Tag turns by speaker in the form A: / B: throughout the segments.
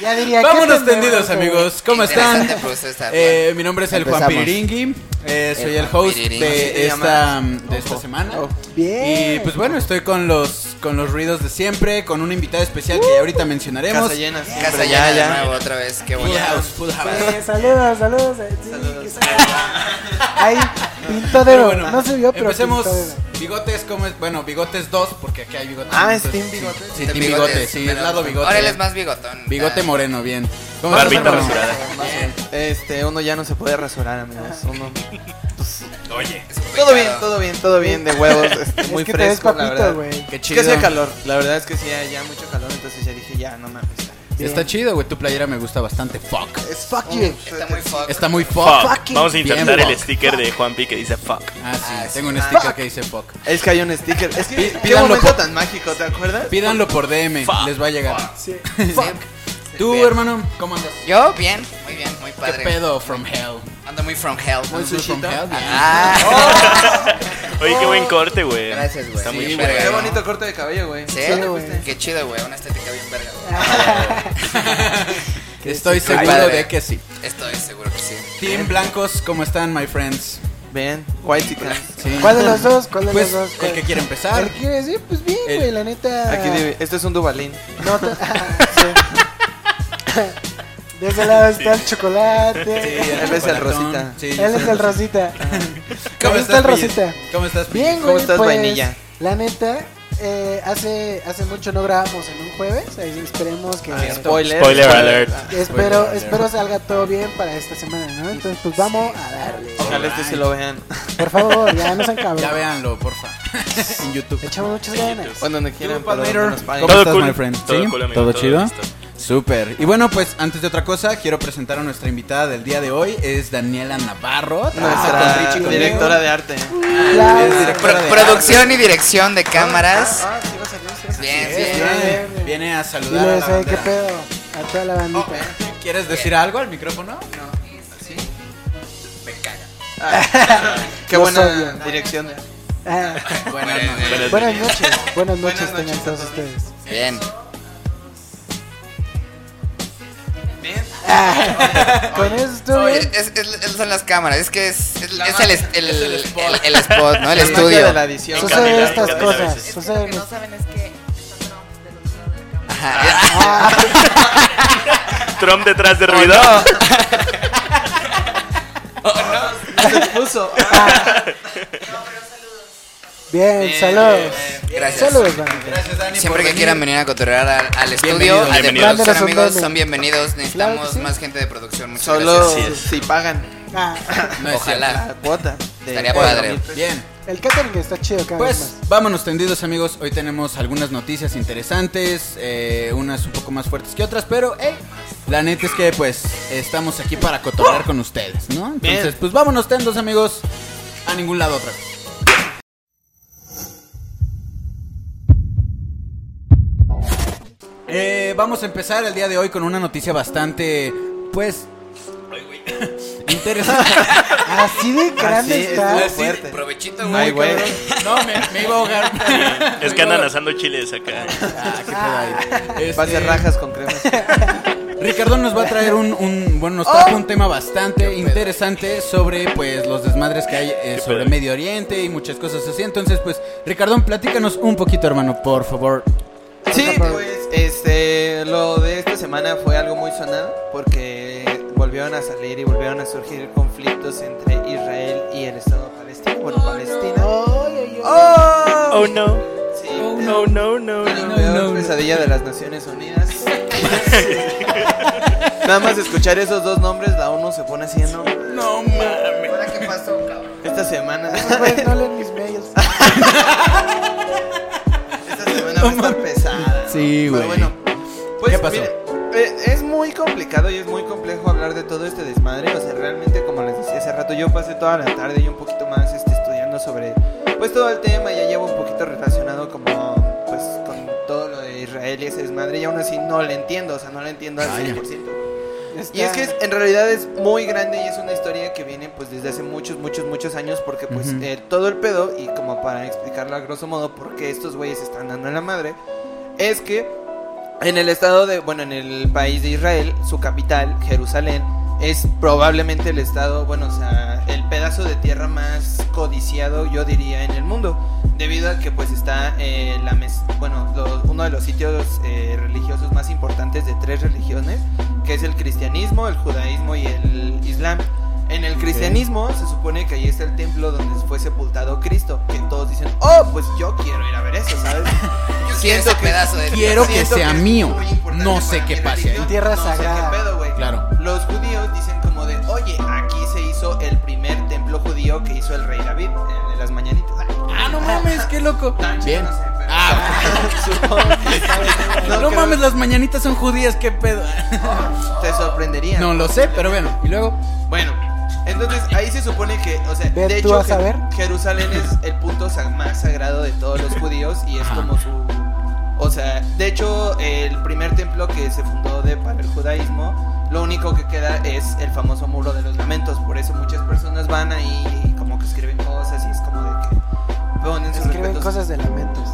A: Ya diría, ¿qué
B: Vámonos
A: pendejo,
B: tendidos,
A: güey?
B: amigos. ¿Cómo están?
C: Interesante proceso,
B: Eh, mi nombre es el Juan
A: Empezamos.
B: Piriringui. eh, soy
C: El
B: el,
C: Juan
B: host
C: Piriringui. Así
B: de
C: te
B: esta,
C: llamas.
B: de esta semana.
A: Bien.
B: Y pues bueno, estoy con los con los ruidos de siempre, con un invitado especial que
A: Uh.
B: ahorita mencionaremos.
D: Casa llena. siempre.
C: Casa ya, ya. De nuevo, otra vez, qué
B: Full
C: bonito.
B: house, full house.
A: Eh, saludos, saludos. eh, sí,
D: Saludos.
A: que saludos. Ahí pintó
B: Pero
A: dedo.
B: bueno,
A: no se vio, pero
B: empecemos.
A: pintó dedo.
B: Bigotes, ¿cómo es? Bueno, Bigotes 2, porque aquí hay Bigotes.
D: Ah, es
B: entonces-
D: Team Bigotes.
B: Sí,
C: De
B: Team
C: bigotes,
B: Bigotes, sí,
C: pero
B: el lado Bigote.
C: Ahora él es más bigotón.
B: Bigote
C: Ah,
B: moreno, bien. ¿Cómo estás,
E: Barbita
B: hermano?
E: rasurada.
D: Este, uno ya no se puede rasurar, amigos. Uno-
B: Oye.
C: es un
D: Todo bien,
C: pecado.
D: todo bien, todo bien de huevos. este,
A: Es
D: muy
A: que te ves
D: fresco, la
A: papito,
D: verdad.
A: güey. Qué
D: Que
B: chido.
D: hacía calor. La verdad es que sí, ya, ya mucho calor. Entonces ya dije, ya, no mames.
A: Bien.
B: Está chido, güey. Tu playera me gusta bastante. Fuck.
A: Es fuck you.
C: Está muy fuck.
B: Está muy
E: Fuck.
B: fuck.
A: Fucking
E: Vamos a intentar
B: bien,
E: el
B: fuck.
E: sticker de Juanpi que dice fuck.
B: Ah, sí.
C: Ah, sí,
B: Tengo un
C: ah,
B: sticker
A: fuck.
B: que dice fuck.
D: Es que hay un sticker. Es que,
B: Pi-
D: qué
B: pídanlo
D: momento
B: por-
D: tan mágico, ¿te acuerdas?
B: Pídanlo por DM, les va a llegar.
A: Sí.
B: Tú,
C: Bien.
B: hermano, ¿cómo andas?
C: Yo, bien, muy bien, muy padre.
B: ¿Qué pedo from hell?
C: Ando muy from hell.
B: Muy Oh. from hell, bien.
C: Ah.
E: Oye, qué buen corte, güey.
C: Gracias, güey.
E: Está muy
C: Sí,
E: bien,
C: güey.
D: Qué
E: verga, ¿no?
D: bonito corte de cabello, güey.
C: Sí,
A: Sí, güey.
C: qué chido, güey. Una estética bien verga,
B: Ah. Estoy
C: sí,
B: seguro
C: padre.
B: de que sí.
C: güey. Estoy seguro que sí.
B: Team Blancos, ¿cómo están, my friends?
D: Bien, white chicken.
B: Sí.
A: ¿Cuál de los dos? ¿Cuál de
B: Pues,
A: los dos? Eh,
B: el que quiere empezar.
A: ¿El que quiere decir? Pues bien,
B: El-
A: güey, la neta.
D: Aquí debe- este es un Dubalín.
A: No, te- Sí. De ese lado está el chocolate.
D: Él es el
B: chocolatón.
D: Rosita.
B: Sí, yo
A: Él
B: soy
A: es el Rosita.
B: ¿Cómo
A: Ahí
B: estás,
A: está el
B: Pille?
A: Rosita.
B: ¿Cómo estás, Pille?
A: Bien, güey.
D: ¿Cómo estás,
A: pues,
D: vainilla?
A: La neta, eh, hace, hace mucho no grabamos en un jueves. ahí esperemos que.
B: Ah,
D: Spoiler.
E: Spoiler alert.
A: Espero, espero salga todo bien para esta semana, ¿no? Entonces, pues vamos a darle.
D: Ojalá este se lo vean.
A: Por favor, ya no sean cabrones.
B: Ya véanlo, porfa. en YouTube.
A: Le echamos muchas ganas.
D: O en donde quieran. pero
B: Palmator.
D: que nos paguen.
B: ¿Cómo
E: Todo
B: estás,
E: cool.
B: my friend?
E: Todo
B: ¿Sí?
E: cool, amigo,
B: ¿Todo
E: todo
B: chido?
E: listo.
B: Súper. Y bueno, pues antes de otra cosa, quiero presentar a nuestra invitada del día de hoy. Es Daniela Navarro. trabaja con
D: Nuestra
B: Richie conmigo.
D: directora de arte.
A: La-
B: Es directora
C: Pro-
B: de
C: producción y dirección de cámaras.
B: Ah,
C: Bien,
B: Sí,
C: bien.
B: viene- Viene a saludar a
A: Diles,
B: la
A: eh, qué
B: bandera.
A: pedo. A toda la bandita.
B: ¿Quieres decir algo al micrófono?
C: Me caga.
D: Ah, Qué
A: Lo
D: buena
A: sabía.
D: dirección.
A: Ah,
B: Bueno,
C: Bueno,
B: no.
E: Buenas
A: buenas
E: noches.
A: noches. Buenas noches
D: Buenas
A: tengan
D: noches
A: todos
D: a todos.
A: ustedes.
C: Bien.
D: Bien.
A: Con eso estuvo
C: Oye,
A: bien.
C: es, es- es- son las cámaras, es que es, es-
D: La
C: es
D: magia-
C: el, es- el,
B: es el spot.
C: el- el spot, ¿no? El
D: La magia
C: estudio.
D: de la edición.
A: Sucede
E: Caminar,
A: estas
E: caminar a
A: cosas.
E: veces.
F: Es que Lo
A: Sucede.
F: que no saben es que están trabajando del otro lado de la cámara.
C: Ajá.
E: Trump detrás de ruido.
D: Se puso.
A: Bien, saludos.
C: Gracias.
A: Saludos, bandita.
B: Gracias, Dani.
C: Siempre
B: por
C: que
B: venir.
C: quieran venir a cotorrear al, al estudio,
B: Bienvenidos.
C: al de
E: Bienvenidos.
C: producción,
A: Banderas
C: amigos,
A: son
C: son bienvenidos. Necesitamos
A: Claro que sí.
C: más gente de producción. Muchas
D: Solo
C: gracias.
E: gracias.
D: si pagan
A: Ah,
B: No es
C: Ojalá.
D: la cuota. de-
C: Estaría
D: Bueno,
C: padre.
B: cierto. Bien.
A: el catering está chido cada
B: Pues
A: vez
B: vámonos tendidos amigos, hoy tenemos algunas noticias interesantes, eh, unas un poco más fuertes que otras, pero hey, la neta es que pues estamos aquí para cotorrear con ustedes, ¿no? Entonces
D: Bien.
B: pues vámonos tendidos amigos, a ningún lado otra. vez. Eh, vamos a empezar el día de hoy con una noticia bastante, pues, interesante. Ah,
A: más. Así de grande
D: Así es,
A: está.
D: güey.
B: Así-
D: fuerte.
C: Provechito,
D: Ay,
C: güey.
D: güey.
B: No, me, me iba a ahogar.
E: Es que andan asando chiles acá.
B: Ah, qué pedo ahí.
D: Va a ser
B: Este,
D: rajas con cremas.
B: Ricardo nos va a traer un, un- bueno, nos trajo
D: Oh.
B: un tema bastante interesante sobre pues los desmadres que hay eh, sobre
E: pedo.
B: Medio Oriente y muchas cosas así. Entonces, pues, Ricardo, platícanos un poquito, hermano, por favor.
D: Sí, pues este, lo de esta semana fue algo muy sonado porque volvieron a salir y volvieron a surgir conflictos entre Israel y el Estado palestino. Bueno, Palestina.
A: Ay, ay, ay.
D: ¡Oh!
E: Oh no.
D: Sí,
E: Oh no, no, no,
D: la
E: no.
D: peor
B: no, no.
D: pesadilla de las Naciones Unidas. Nada más escuchar esos dos nombres, la ONU se pone así, ¿no?
B: No mames.
C: Ahora, ¿Qué pasó, cabrón?
D: Esta semana,
A: Esos güeyes Pues, no leen mis mails.
D: esta semana va a estar pesada.
B: Sí, güey.
D: Pero bueno, pues,
B: ¿Qué pasó?
D: miren, eh, es muy complicado y es muy complejo hablar de todo este desmadre. O sea, realmente, como les decía hace rato, yo pasé toda la tarde y un poquito más este, estudiando sobre pues todo el tema. Ya llevo un poquito relacionado como pues con todo lo de Israel y ese desmadre. Y aún así no lo entiendo, o sea, no lo entiendo al
B: Vaya.
D: 100%.
A: Está-
D: Y es que es- en realidad es muy grande y es una historia que viene pues desde hace muchos, muchos, muchos años porque pues
B: Ujú.
D: eh, todo el pedo y como para explicarlo a grosso modo por qué estos güeyes están dando en la madre es que En el estado de, bueno, en el país de Israel, su capital, Jerusalén, es probablemente el estado, bueno, o sea, el pedazo de tierra más codiciado, yo diría, en el mundo, debido a que pues está, eh, la mez- bueno, los- uno de los sitios eh, religiosos más importantes de tres religiones, que es el cristianismo, el judaísmo y el islam. En el cristianismo se supone que ahí está el templo donde fue sepultado Cristo, que todos dicen, oh, pues yo quiero ir a ver eso, ¿sabes?
C: Siento ese pedazo de
B: Quiero que
D: Siento
B: sea
D: es
B: mío.
D: muy importante
B: No
D: para
B: sé
D: mi
B: qué pase
D: religión,
B: ahí.
A: Tierra
D: no sé
A: sagrada.
D: qué pedo, güey.
B: Claro.
D: Los judíos dicen como de, oye, aquí se hizo el primer templo judío que hizo el rey David eh, de las mañanitas.
B: Ah, no mames, qué loco.
D: Tan chido,
B: Bien.
D: no sé, pero-
B: Ah,
D: Supongo que sabes,
B: no
D: creo-
B: mames, las mañanitas son judías, qué pedo.
D: Te sorprendería.
B: No lo sé, pero bueno. Y luego,
D: Bueno, entonces ahí se supone que, o sea,
A: Ve
D: de
A: tú
D: hecho,
A: a
D: Jer-
A: saber.
D: Jerusalén es el punto sa- más sagrado de todos los judíos y es
B: Ajá.
D: como su. O sea, de hecho, el primer templo que se fundó de, para el judaísmo, lo único que queda es el famoso muro de los lamentos. Por eso muchas personas van ahí y como que escriben cosas y es como de que ponen sus
A: Escriben
D: respetos.
A: cosas de lamentos.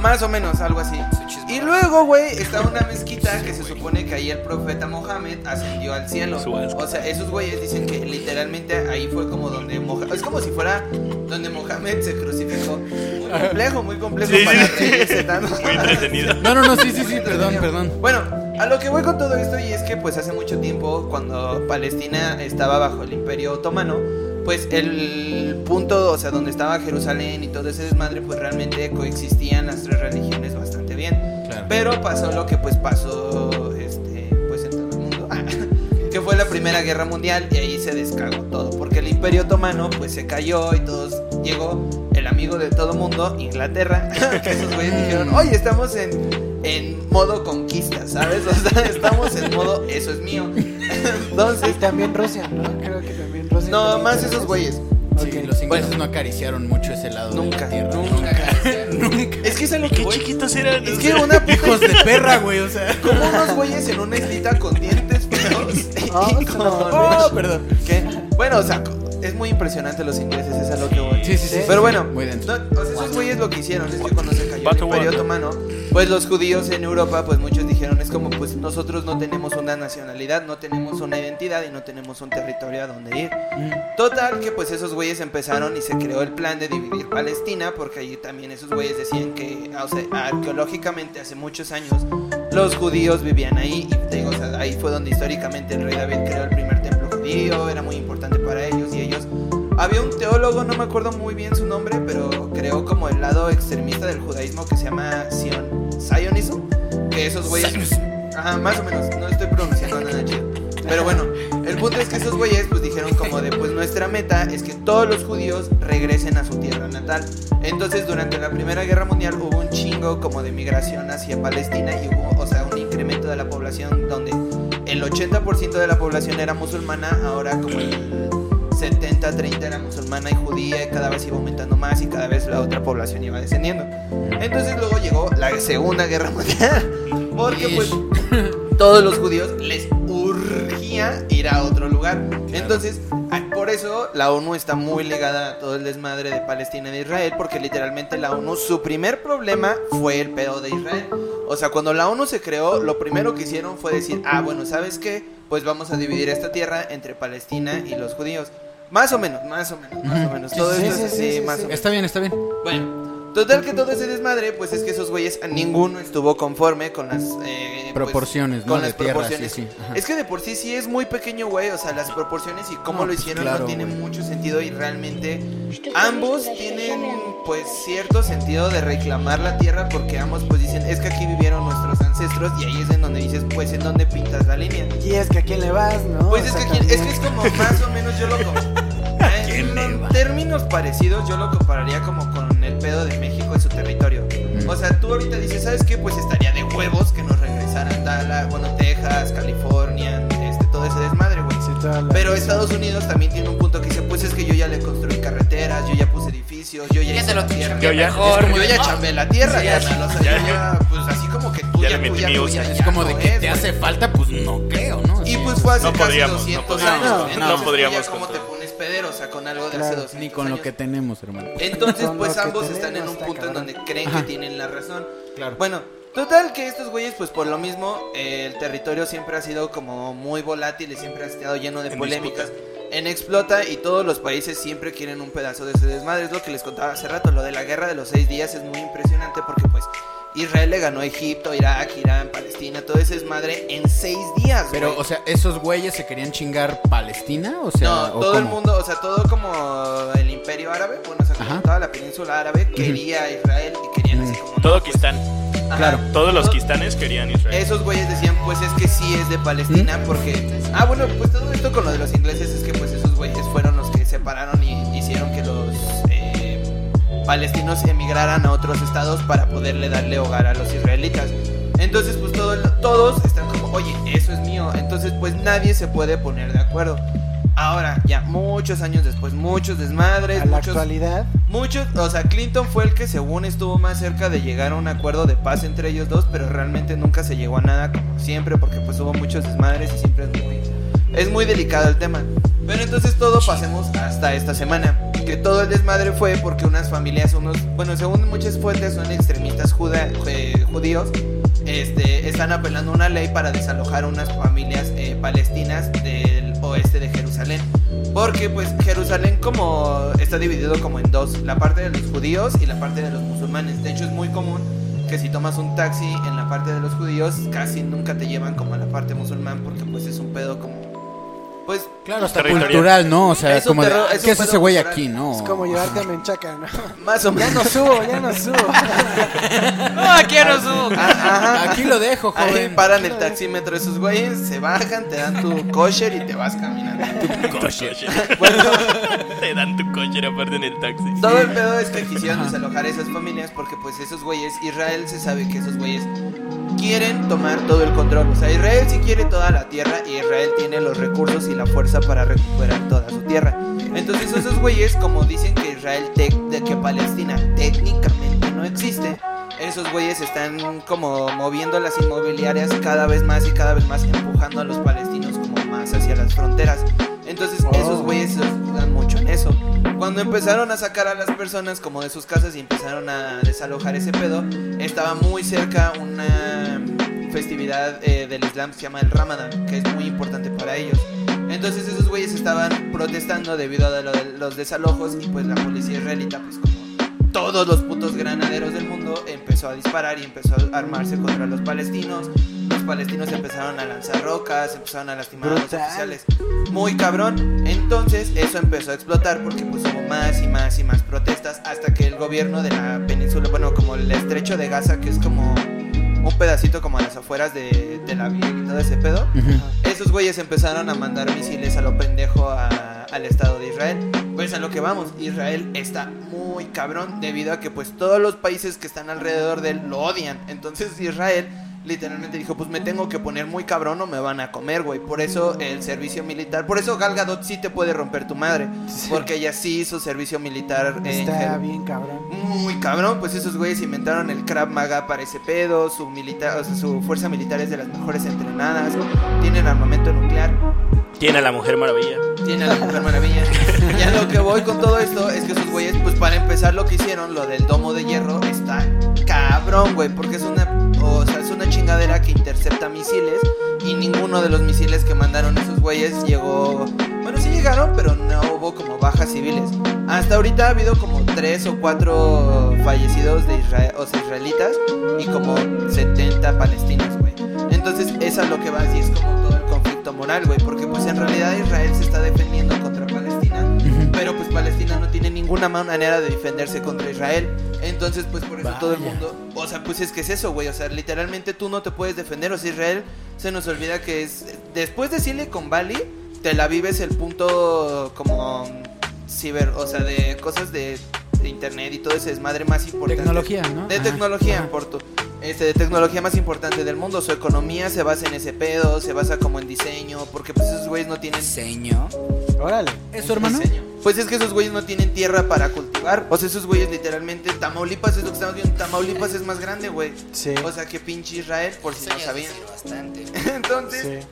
D: Más o menos, algo así. Y luego, güey, está una mezquita que se supone que ahí el profeta Mohammed ascendió al cielo.
E: Su asco.
D: O sea, esos güeyes dicen que literalmente ahí fue como donde Mohammed... Es como si fuera donde Mohammed se crucificó. Muy complejo, muy complejo
E: Sí,
D: para
E: sí.
D: reírse tanto.
E: Muy entretenido.
B: No, no, no, sí, sí, sí, perdón, perdón.
D: Bueno, a lo que voy con todo esto y es que pues hace mucho tiempo cuando Palestina estaba bajo el Imperio Otomano, pues el punto, o sea, donde estaba Jerusalén y todo ese desmadre, pues realmente coexistían las tres religiones bastante bien.
B: Claro.
D: Pero pasó lo que pues pasó este, pues en todo el mundo. que fue la Primera Guerra Mundial y ahí se descargó todo. Porque el Imperio Otomano pues se cayó y todos llegó el amigo de todo mundo, Inglaterra. que esos güeyes dijeron, oye, estamos en, en modo conquista, ¿sabes? O sea, estamos en modo eso es mío.
A: Y
D: Entonces,
A: también Rusia, ¿no? Creo que también Rusia.
D: no
A: también
D: más
A: tiene
D: esos
A: eso.
D: güeyes.
B: Sí,
A: Ok.
B: los ingleses no acariciaron mucho ese lado de
D: Nunca,
B: la tierra.
D: nunca.
B: Nunca.
D: Es que es a lo
E: Ay,
D: que
E: Qué
D: voy.
E: chiquitos eran.
D: Es
E: o
D: que
E: sea.
D: una puta
B: Hijos de perra, güey, o sea.
D: como unos güeyes en una islita con dientes feos y
A: Ah,
D: con-
B: Oh, perdón.
D: ¿Qué? Bueno, o sea, es muy impresionante los ingleses, es a lo que voy.
B: Sí, sí, sí.
D: Pero bueno,
B: Muy
D: no,
B: dentro.
D: o sea, esos güeyes lo que hicieron es que cuando se cayó el
E: Bato
D: Imperio
E: Wanda.
D: Otomano, pues los judíos en Europa, pues muchos dijeron, es como, pues nosotros no tenemos una nacionalidad, no tenemos una identidad y no tenemos un territorio a donde ir. Total, que pues esos güeyes empezaron y se creó el plan de dividir Palestina, porque ahí también esos güeyes decían que, ah, o sea, arqueológicamente hace muchos años, los judíos vivían ahí, y te digo, o sea, ahí fue donde históricamente el rey David creó el primer templo judío, era muy importante para ellos y ellos había un teólogo, no me acuerdo muy bien su nombre, pero creó como el lado extremista del judaísmo que se llama Zion, Zionism. Que esos güeyes. Ajá, más o menos. No estoy pronunciando nada chido. Pero bueno, el punto es que esos güeyes pues dijeron como de pues nuestra meta es que todos los judíos regresen a su tierra natal. Entonces durante la Primera Guerra Mundial hubo un chingo como de migración hacia Palestina y hubo, o sea, un incremento de la población donde el 80% de la población era musulmana, ahora como el 70, 30 era musulmana y judía, y cada vez iba aumentando más y cada vez la otra población iba descendiendo. Entonces luego llegó la Segunda Guerra Mundial, porque pues todos los judíos les urgía ir a otro lugar. Entonces, a- por eso la ONU está muy ligada a todo el desmadre de Palestina y de Israel, porque literalmente la ONU, su primer problema fue el pedo de Israel. O sea, cuando la ONU se creó, lo primero que hicieron fue decir, ah, bueno, ¿sabes qué? Pues vamos a dividir esta tierra entre Palestina y los judíos. Más o menos, más o menos, más o
B: Ujú.
D: menos. Todo
A: Sí,
D: esto
A: sí,
D: es
A: sí,
D: así,
A: sí,
D: más
A: sí.
D: o menos.
B: Está bien, está bien.
D: Bueno, total que todo ese desmadre, pues es que esos güeyes a ninguno estuvo conforme con las... eh, pues,
B: Proporciones, ¿no?
D: con
B: De
D: las
B: tierra,
D: proporciones.
B: sí, sí, ajá.
D: Es que de por sí sí es muy pequeño, güey. O sea, las proporciones y cómo
B: No,
D: lo
B: pues,
D: hicieron
B: claro,
D: no tiene
B: güey.
D: mucho sentido y realmente ambos tienen pues cierto sentido de reclamar la tierra porque ambos pues dicen, es que aquí vivieron nuestros ancestros y ahí es en donde dices, pues en donde pintas la línea.
A: Y es que a quién le vas, ¿no?
D: Pues
A: O
D: es
A: sea,
D: que, aquí- es
A: también.
D: que es como más o menos yo lo com- Eh, En términos parecidos yo lo compararía como con el pedo de México en su territorio.
B: Mm.
D: O sea, tú ahorita dices, ¿sabes qué? Pues estaría de huevos que nos regresaran Dallas, bueno, Texas, California, este, todo ese desmadre, güey.
A: Sí, toda la-
D: Pero Estados Unidos también tiene un punto que dice, pues es que yo ya le construí carreteras, yo ya puse edificios, yo ya
C: Ya
D: hice
C: te lo
D: la tierra.
C: chambeé
E: Yo ya-
C: mejor.
D: Yo ya chambeé la tierra,
C: Sí,
D: ya,
C: ya sí.
D: o sea, yo ya, pues así como que tú
E: Ya
D: ya,
E: le metí
D: tú, ya,
E: mi
D: tú,
E: uso.
D: ya,
B: Es
D: ya
B: como de
D: no
B: que
D: es,
B: te
D: güey.
B: hace falta, pues no creo, ¿no?
D: Y pues fue hace
E: No
D: casi
E: podríamos, no
D: 200
E: podríamos,
D: años.
B: no,
D: entonces,
E: no podríamos
D: ya ¿Cómo te
E: contar.
D: pones pedero? O sea, con algo de hace
A: Claro,
D: 200
B: pues, Ni con lo que
D: años.
B: tenemos, hermano.
D: Entonces,
A: Con
D: pues
A: lo que
D: ambos están en
A: tenemos,
D: un
A: está
D: punto en
A: cabrón.
D: donde creen que tienen la razón.
B: Claro.
D: Bueno, Total que estos güeyes, pues por lo mismo, eh, el territorio siempre ha sido como muy volátil y siempre ha estado lleno de
E: En
D: polémicas. En explota y todos los países siempre quieren un pedazo de ese desmadre. Es lo que les contaba hace rato, lo de la guerra de los seis días es muy impresionante porque pues Israel le ganó a Egipto, Irak, Irán, Palestina, todo ese desmadre en seis días.
B: Pero,
D: güey.
B: o sea, ¿esos güeyes se querían chingar Palestina? O sea,
D: No,
B: ¿o
D: todo el
B: cómo?
D: mundo, o sea, todo como el imperio árabe, bueno, o sea, como
B: Ajá.
D: toda la península árabe quería a Israel y querían así como...
E: Todo
D: no, pues,
E: Kistán.
D: ajá,
B: claro.
E: Todos los
D: todo-
E: Kistanes querían Israel.
D: Esos güeyes decían, pues es que sí es de Palestina,
A: ¿Mm?
D: porque... Ah, bueno, pues todo esto con lo de los ingleses es que pues esos güeyes fueron los que separaron y hicieron que los eh, palestinos emigraran a otros estados para poderle darle hogar a los israelitas. Entonces, pues todo, el- todos están como, oye, eso es mío. Entonces, pues nadie se puede poner de acuerdo. Ahora, ya muchos años después, muchos desmadres,
A: A la
D: muchos
A: actualidad.
D: Muchos, o sea, Clinton fue el que según estuvo más cerca de llegar a un acuerdo de paz entre ellos dos, pero realmente nunca se llegó a nada como siempre, porque pues hubo muchos desmadres y siempre es muy, es muy delicado el tema. Pero entonces todo pasemos hasta esta semana, que todo el desmadre fue porque unas familias, unos, bueno, según muchas fuentes son extremistas juda- eh, judíos, este, están apelando a una ley para desalojar unas familias eh, palestinas del oeste de Jerusalén. Porque pues Jerusalén como está dividido como en dos, la parte de los judíos y la parte de los musulmanes. De hecho es muy común que si tomas un taxi en la parte de los judíos casi nunca te llevan como a la parte musulmán porque pues es un pedo como pues
B: Claro, hasta
E: Territorial.
B: cultural, ¿no? O sea,
D: Es un
B: como de,
D: terror-
B: "Ah,
D: es
B: ¿qué
D: un
B: es ese
D: pedo
B: güey
D: cultural.
B: aquí, no?
A: Es como llevarte a Menchaca, ¿no?
D: más o
A: Ya no
D: menos
A: subo, ya no subo.
C: No, aquí no subo.
D: Ajá, ajá.
B: Aquí lo dejo,
D: Ahí
B: joven.
D: paran el taxímetro esos güeyes, se bajan, te dan tu kosher y te vas caminando.
E: Te dan tu coche aparte en el taxi.
D: Todo el pedo es que quisieron desalojar a esas familias porque pues esos güeyes, Israel se sabe que esos güeyes quieren tomar todo el control. O sea, Israel sí quiere toda la tierra y Israel tiene los recursos y la fuerza para recuperar toda su tierra. Entonces esos güeyes, como dicen que Israel, tec- de que Palestina técnicamente no existe, esos güeyes están como moviendo las inmobiliarias cada vez más y cada vez más empujando a los palestinos como más hacia las fronteras. Entonces esos güeyes se juegan mucho en eso. Cuando empezaron a sacar a las personas como de sus casas y empezaron a desalojar ese pedo, estaba muy cerca una mm, festividad eh, del Islam que se llama el Ramadán, que es muy importante para ellos. Entonces esos güeyes estaban protestando debido a lo de los desalojos y pues la policía israelita pues como todos los putos granaderos del mundo empezó a disparar y empezó a armarse contra los palestinos. Los palestinos empezaron a lanzar rocas, empezaron a lastimar a
A: Brutal.
D: los oficiales muy cabrón. Entonces eso empezó a explotar porque pues hubo más y más y más protestas hasta que el gobierno de la península, bueno, como el estrecho de Gaza, que es como un pedacito como a las afueras de Tel Aviv y todo ese pedo,
B: Ujú.
D: esos güeyes empezaron a mandar misiles a lo pendejo a- al Estado de Israel. Pues a lo que vamos, Israel está muy cabrón debido a que pues todos los países que están alrededor de él lo odian. Entonces Israel literalmente dijo, pues me tengo que poner muy cabrón o me van a comer, güey. Por eso el servicio militar, por eso Gal Gadot sí te puede romper tu madre. Porque ella sí hizo servicio militar eh, en
A: Está
D: Jeru-
A: bien, cabrón.
D: muy cabrón, pues esos güeyes inventaron el Krav Maga para ese pedo, su, milita- o sea, su fuerza militar es de las mejores entrenadas, tienen armamento nuclear,
E: Tiene a la Mujer Maravilla.
D: tienen a la Mujer Maravilla. ya lo que voy con todo esto es que esos güeyes, pues para empezar lo que hicieron, lo del domo de hierro, está cabrón, güey, porque es una, o sea, es una chingadera que intercepta misiles y ninguno de los misiles que mandaron esos güeyes llegó... Bueno, sí llegaron, pero no hubo como bajas civiles. Hasta ahorita ha habido como tres o cuatro fallecidos de Israel, o sea, israelitas y como 70 palestinos, güey. Entonces, eso es lo que va así es como todo el conflicto moral, güey, porque pues en realidad Israel se está defendiendo contra Palestina, pero pues Palestina no tiene ninguna ma- manera de defenderse contra Israel. Entonces, pues por eso todo el
B: Vaya.
D: mundo, o sea, pues es que es eso, güey, o sea, literalmente tú no te puedes defender, o sea, Israel se nos olvida que es después de Silicon con Bali, Tel Aviv es el punto como mm, ciber, o sea, de cosas de, de internet y todo ese desmadre más importante.
B: Tecnología, ¿no?
D: De
B: Ajá.
D: tecnología,
B: Ajá.
D: por tu- este, de tecnología más importante del mundo. Su economía se basa en ese pedo, se basa como en diseño, porque pues esos güeyes no tienen
C: Diseño.
A: Órale.
B: ¿Es su hermano?
D: diseño. Pues es que esos güeyes no tienen tierra para cultivar. O sea, esos güeyes literalmente, Tamaulipas es lo que estamos viendo, Tamaulipas es más grande, güey.
A: Sí.
D: O sea, que pinche Israel, por si no
C: Diseño
D: sabían.
C: decir bastante.
D: Entonces,
A: Sí.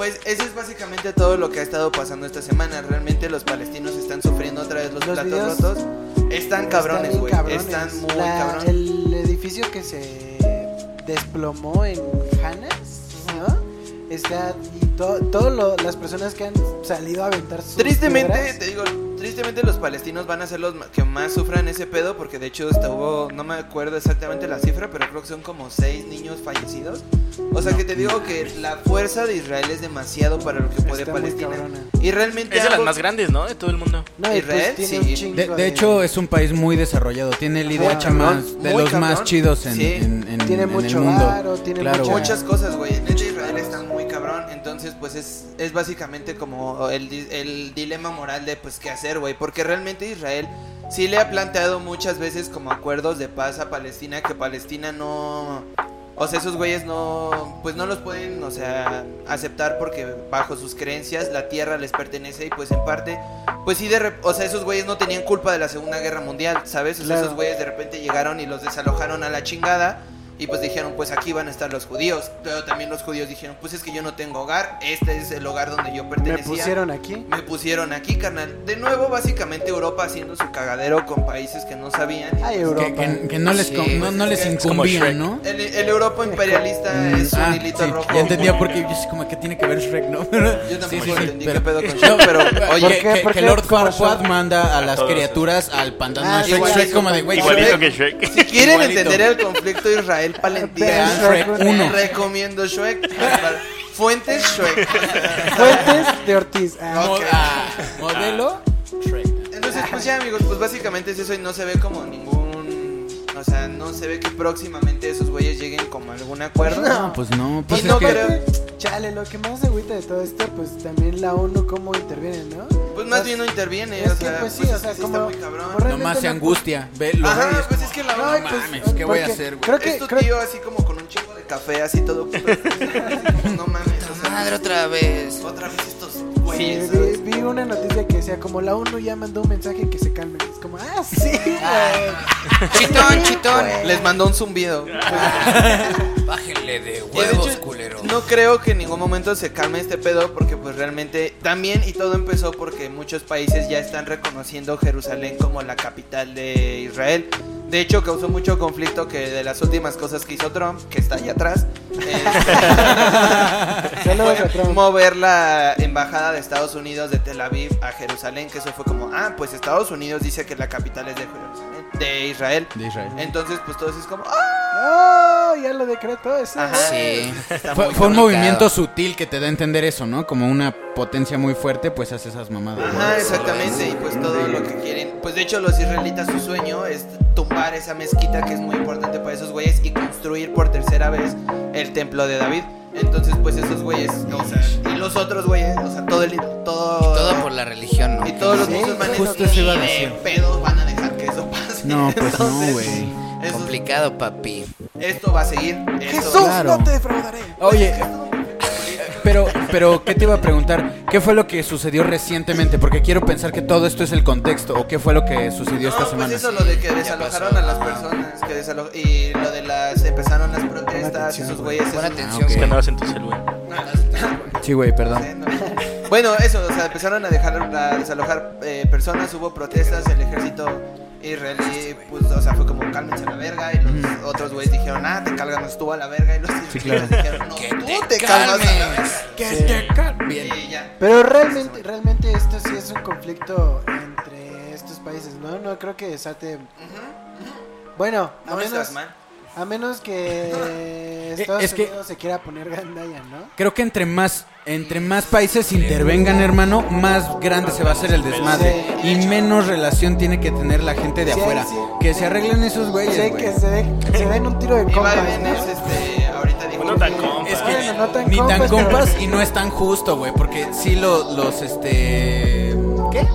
D: pues eso es básicamente todo lo que ha estado pasando esta semana. Realmente los palestinos están sufriendo otra vez los,
A: Los
D: platos
A: videos
D: rotos. Están cabrones,
A: Están bien
D: güey.
A: cabrones.
D: Están muy
A: La-
D: cabrones.
A: El edificio que se desplomó en Hanas, ¿no? Está y to- todo lo- las personas que han salido a aventar sus
D: Tristemente,
A: piedras.
D: te digo, tristemente los palestinos van a ser los ma- que más sufran ese pedo porque de hecho hasta hubo, no me acuerdo exactamente la cifra, pero creo que son como seis niños fallecidos. O sea que te digo que la fuerza de Israel es demasiado para lo que puede
A: Está muy
D: Palestina.
A: cabrona.
D: Y realmente
E: Es de las
D: algo-
E: más grandes, ¿no? De todo el mundo.
A: No, y
D: Israel,
A: pues tiene
D: sí.
A: un chingo
B: De, de hecho, es un país muy desarrollado. Tiene el IDH
A: cabrón,
B: más, de
D: muy
B: los más
D: cabrón.
B: chidos en,
D: Sí.
B: en- en-
A: Tiene
B: en
A: mucho
B: el mundo.
A: varo, tiene
B: Claro,
A: mucha-
B: güey.
D: Muchas cosas, güey. En hecho, Israel está muy cabrón. Entonces, pues es, es básicamente como el, di- el dilema moral de, pues, qué hacer, güey. Porque realmente Israel sí le ha planteado muchas veces como acuerdos de paz a Palestina, que Palestina no... O sea, esos güeyes no, pues no los pueden, o sea, aceptar porque bajo sus creencias la tierra les pertenece y pues en parte, pues sí, de, rep- o sea, esos güeyes no tenían culpa de la Segunda Guerra Mundial, ¿sabes? O sea,
A: Claro.
D: esos güeyes de repente llegaron y los desalojaron a la chingada y pues dijeron, pues aquí van a estar los judíos. Pero también los judíos dijeron, pues es que yo no tengo hogar, este es el hogar donde yo
A: me
D: pertenecía.
A: pusieron aquí.
D: Me pusieron aquí, carnal. De nuevo, básicamente Europa haciendo su cagadero con países que no sabían. Y,
A: Ay,
D: pues,
A: Europa.
B: Que, que- que no les,
D: Sí,
B: con- no,
D: pues,
B: no
D: es
B: les
D: que-
E: es como Shrek.
B: incumbían, ¿no?
D: el, el Europa imperialista es un
B: Ah,
D: hilito
B: sí,
D: Eh, rojo.
B: Ya entendía por qué. Yo sí, como que tiene que ver Shrek, ¿no?
D: Yo tampoco
B: Sí, sí,
D: entendí
B: pero-
D: qué pedo con Shrek, pero oye,
A: ¿Por
B: Oye,
A: qué?
B: que,
A: ¿Por
B: que
A: qué?
B: Lord
A: ¿Cómo
B: Farquaad
A: son?
B: manda a las
E: todos.
B: criatualitas al pantano
A: Ah,
B: de Shrek.
D: igual-
B: Shrek como de, güey,
E: Igualito
B: Shrek,
E: que Shrek.
D: Si quieren
B: Igualito.
D: entender el conflicto israel-palestino,
B: vean Shrek
A: Shrek
B: 1.
D: recomiendo Shrek. Fuentes Shrek.
A: Fuentes de Ortiz. Ah,
D: No,
B: Mo- ah, Modelo Shrek.
D: Entonces, pues ya, amigos, pues básicamente es eso y no se ve como ningún. O sea, no se ve que próximamente esos güeyes lleguen como a algún acuerdo.
A: No.
B: Pues no, pues
D: Y
B: es
D: no
B: que-
D: creo-
A: Chale, lo que más agüita de todo esto, pues también la ONU cómo interviene, ¿no?
D: Pues
A: O sea,
D: más bien no interviene.
A: es
D: o
A: que,
D: sea,
A: pues sí, o sea,
D: sí
A: como-
D: está muy cabrón.
A: como realmente
B: nomás se
A: no-
B: angustia. Ve, lo
D: Ajá,
B: ves,
D: pues es que la
A: No,
D: verdad.
B: No
A: pues,
B: mames, ¿qué voy a
A: porque
B: hacer, güey?
A: Creo que,
D: es tu
A: creo-
D: tío así como con un chingo de café, así todo. así como, no mames, o sea,
C: Madre otra vez.
D: otra vez estos
A: Sí,
D: güeyes. ¿sabes?
A: vi, vi una noticia que decía como la ONU ya mandó un mensaje que se calmen. Es como, ah, sí, güey.
C: Chitón, chitón.
D: Les mandó un zumbido.
A: Pues,
C: Bájenle de
D: Y de hecho, No creo que en ningún momento se calme este pedo porque pues realmente también y todo empezó porque muchos países ya están reconociendo Jerusalén como la capital de Israel. De hecho causó mucho conflicto que de las últimas cosas que hizo Trump, que está allá atrás, eh,
A: Saludos a
D: fue
A: Trump.
D: mover la embajada de Estados Unidos de Tel Aviv a Jerusalén, que eso fue como, ah, pues Estados Unidos dice que la capital es de Jerusalén, de Israel.
B: De Israel.
D: Entonces pues todo eso es como, ah,
A: Oh, ya lo decretó ese.
D: Ajá.
C: Sí.
D: está
B: Fue,
D: muy
B: fue un
C: complicado.
B: movimiento sutil que te da a entender eso, ¿no? Como una potencia muy fuerte, pues hace esas mamadas. ¿no?
D: Ajá, exactamente, y pues todo lo que quieren. Pues de hecho los israelitas su sueño es tumbar esa mezquita que es muy importante para esos güeyes y construir por tercera vez el templo de David. Entonces pues esos güeyes, o sea, y los otros güeyes, o sea, todo el... Todo,
C: Todo por la religión, ¿no?
D: Y todos los
A: Sí,
D: musulmanes
B: justo
D: ni
B: eso iba a
D: de
B: decir.
D: pedo van a dejar que eso pase.
B: No, pues no,
D: Entonces,
B: güey.
D: eso-
C: Complicado, papi.
D: Esto va a seguir. esto-
A: Jesús,
B: Claro.
A: no te defraudaré.
B: Oye, pero, pero, ¿qué te iba a preguntar? ¿Qué fue lo que sucedió recientemente? Porque quiero pensar que todo esto es el contexto. ¿O qué fue lo que sucedió esta
D: No, pues
B: semana?
D: eso lo de que
C: Ya
D: desalojaron
C: pasó.
D: a las personas que desalo- y lo de las empezaron las protestas,
A: atención,
D: esos güeyes.
C: Pon
D: esos-
C: atención,
B: Ah, ok.
E: Es que
C: güey.
E: andabas en tu celular.
B: Sí, güey, perdón.
D: Sí, no. Bueno, eso, o sea, empezaron a dejar a desalojar eh, personas, hubo protestas, el ejército israelí, pues, o sea, fue como cálmense a la verga, y los otros güeyes dijeron, ah, te calmas tú a la verga, y los
B: Sí,
D: israelíes
B: claro.
D: dijeron, no,
C: Que
D: tú
C: te
D: te, calmas a la
C: calmes.
D: verga.
B: Que
A: Sí.
B: te cambien.
D: Y ya.
A: Pero realmente, realmente esto sí es un conflicto entre estos países, ¿no? No creo que desate... Bueno, a
D: No me
A: menos,
D: estás mal.
A: a menos que Estados
B: es que-
A: Unidos se quiera poner gandalla, ¿no?
B: Creo que entre más, entre más países intervengan, hermano, más grande se va a hacer el desmadre.
A: Sí.
B: Y menos relación tiene que tener la gente de
A: Sí,
B: afuera.
A: sí.
B: Que se arreglen esos güeyes,
A: Sí,
B: güey.
A: que se, den- se den un tiro de
D: Y
A: compas,
D: Biden
A: ¿no?
D: es, este, ahorita dijo...
E: Uno tan compa.
B: Es que
A: Bueno, no tan
B: ni tan
A: compas, pero-
B: compas y no es tan justo, güey, porque sí lo- los este ¿qué?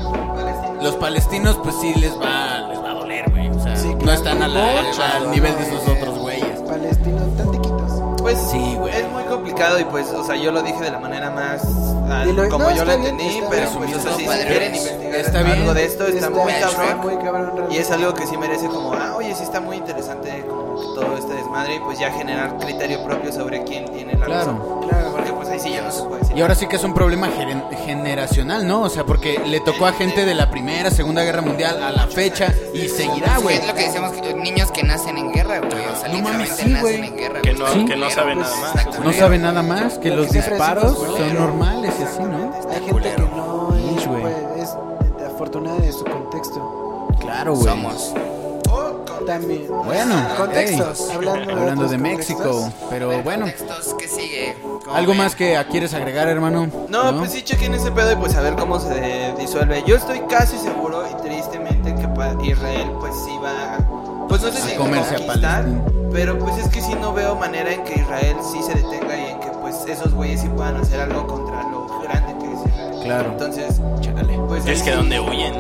B: Los palestinos pues sí les va les va a doler, güey, o sea,
A: Sí,
B: no
A: claro.
B: están a la-
A: Mucho,
B: al
A: güey.
B: nivel de esos otros güeyes.
A: Palestinos tan tiquitos.
D: Pues
B: Sí, güey.
D: Es muy complicado y pues, o sea, yo lo dije de la manera más ah,
A: Y lo-
D: como
A: no,
D: yo
A: está
D: lo
A: bien,
D: entendí,
A: está
D: pero
A: bien.
D: pues, o sea,
B: Resumido,
D: si
C: padre.
D: quieren investigar
B: Está
D: algo
B: bien.
D: de esto, está,
A: Este, Está
D: muy
A: cabrón,
D: cabrón.
A: muy cabrón, realmente.
D: Y es algo que sí merece como, ah, oye, sí está muy interesante como que todo este desmadre y pues ya generar criterio propio sobre quién tiene la
B: Claro.
D: razón.
A: Claro.
D: Porque pues ahí sí ya no se puede decir.
B: Y ahora sí que es un problema geren- generacional, ¿no? O sea, porque le tocó a gente de la Primera, Segunda Guerra Mundial a la fecha y seguirá,
C: Sí,
B: güey.
C: es lo que decíamos, que niños que nacen en guerra, güey. O sea,
B: No
C: literalmente
B: mames, sí,
C: nacen
B: güey.
C: en guerra.
E: Que
C: güey.
E: no,
B: Sí.
E: que no sabe nada más.
C: Exacto.
B: No sabe nada más que
A: Lo
B: los
A: que siempre
B: disparos
A: decimos,
B: son
A: culero.
B: normales y así, ¿no?
A: Hay gente que no es,
B: Ish, güey.
A: pues, es afortunada de su contexto.
B: Claro, güey.
C: Somos.
A: También.
B: Bueno,
A: Contextos.
B: hey,
A: Hablando,
B: hablando
A: otros
B: de
A: contextos.
B: México. Pero bueno,
C: Textos, ¿qué sigue? ¿Cómo
B: algo
C: ven?
B: más que quieres agregar, hermano.
D: No, pues sí, chequen ese pedo y pues a ver cómo se disuelve. Yo estoy casi seguro y tristemente que pa- Israel pues sí va a- pues no sé
B: A
D: si
B: comerse a
D: conquistar,
B: Palestina.
D: pero pues es que sí no veo manera en que Israel sí se detenga y en que pues esos güeyes sí puedan hacer algo contra lo grande que es Israel.
B: Claro.
D: Entonces,
B: Chale.
D: pues
E: Es
D: ahí
E: que
D: sí.
E: donde huyen.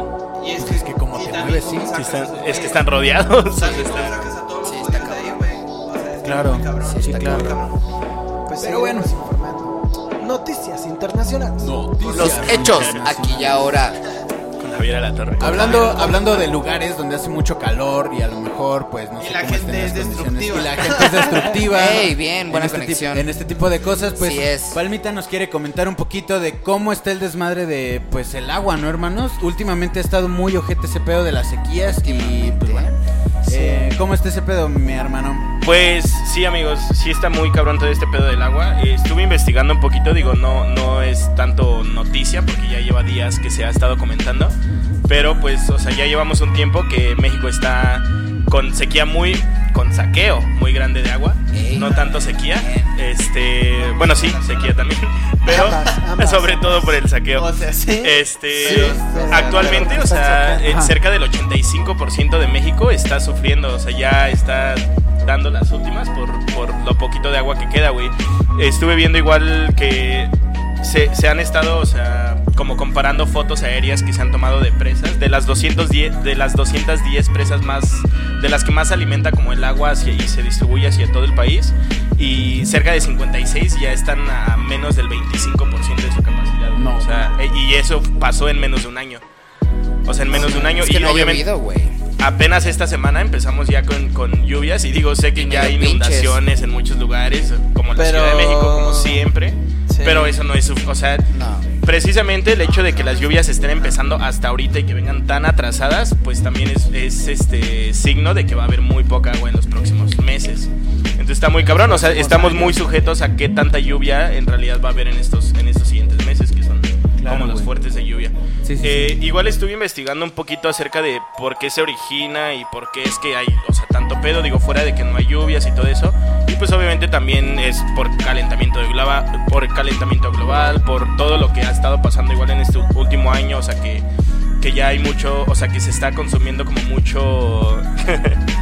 D: Y es
B: Es que como
D: y
B: te
D: también
B: mueves,
D: cómo
B: sí,
D: sacas
E: Si
D: a esos
E: están, es
D: güeyes.
E: que están rodeados.
D: También
E: Están-
D: cómo sacas a todos los
C: Sí,
D: judíos
C: está
D: de ahí, güey. O sea, es que
B: Claro.
D: muy cabrón.
B: Sí, está
D: muy
B: claro.
D: cabrón.
A: Pues
B: Pero bueno.
A: seguiremos informando. Noticias internacionales.
C: Los hechos, aquí y ahora.
E: Con Javier a la torre.
B: Hablando, hablando de lugares donde hace mucho calor y a lo mejor, pues no
D: Y
B: sé
D: la
B: cómo estén
D: gente
B: las
D: es
B: condiciones.
D: destructiva.
B: Y la gente es destructiva.
C: Ey, bien,
B: en
C: buena
B: este
C: conexión.
B: tip- en este tipo de cosas, pues
C: Sí es.
B: Palmita nos quiere comentar un poquito de cómo está el desmadre de pues el agua, ¿no, hermanos? Últimamente ha estado muy ojete ese pedo de las sequías y pues bueno. eh, ¿Cómo está ese pedo, mi hermano?
E: Pues sí, amigos, sí está muy cabrón todo este pedo del agua. Eh, estuve investigando un poquito, digo, no, no es tanto noticia porque ya lleva días que se ha estado comentando. Pero pues, o sea, ya llevamos un tiempo que México está con sequía muy, con saqueo muy grande de agua.
C: Ey.
E: No tanto sequía. Este, bueno, sí, sequía también. Pero
A: Ambas, ambas.
E: sobre todo por el saqueo.
D: O sea, sí.
E: Este,
D: Sí,
E: actualmente,
A: pero-
E: o sea,
A: Ajá.
E: en cerca del 85% de México está sufriendo, o sea, ya está dando las últimas por, por lo poquito de agua que queda, güey. Estuve viendo igual que se, se han estado, o sea, como comparando fotos aéreas que se han tomado de presas, de las 210, de las 210 presas más, de las que más se alimenta como el agua hacia- y se distribuye hacia todo el país, y cerca de 56 ya están a menos del 25% de su capacidad. güey.
B: No.
E: O sea, e- y eso pasó en menos de un año. O sea, en menos de un año
C: Es que
E: y
C: no ha
E: obviamente
C: llovido, güey.
E: apenas esta semana empezamos ya con, con lluvias y digo, sé que
C: Y
E: ya hay
C: medio pinches.
E: inundaciones en muchos lugares, como la
D: Pero-
E: Ciudad de México, como siempre,
D: Sí.
E: pero eso no es, su- o sea,
C: No.
E: precisamente el hecho de que las lluvias estén empezando hasta ahorita y que vengan tan atrasadas, pues también es, es, este signo de que va a haber muy poca agua en los próximos meses. Entonces está muy cabrón, o sea, estamos muy sujetos a qué tanta lluvia en realidad va a haber en estos, en estos siguientes meses, que son
B: Claro,
E: como los
B: güey.
E: fuertes de lluvia.
B: Sí, sí,
E: Eh,
B: sí.
E: Igual estuve investigando un poquito acerca de por qué se origina y por qué es que hay, o sea, tanto pedo, digo, fuera de que no hay lluvias y todo eso. Y pues obviamente también es por calentamiento de global, por calentamiento global, por todo lo que ha estado pasando igual en este último año, o sea que que ya hay mucho, o sea, que se está consumiendo como mucho...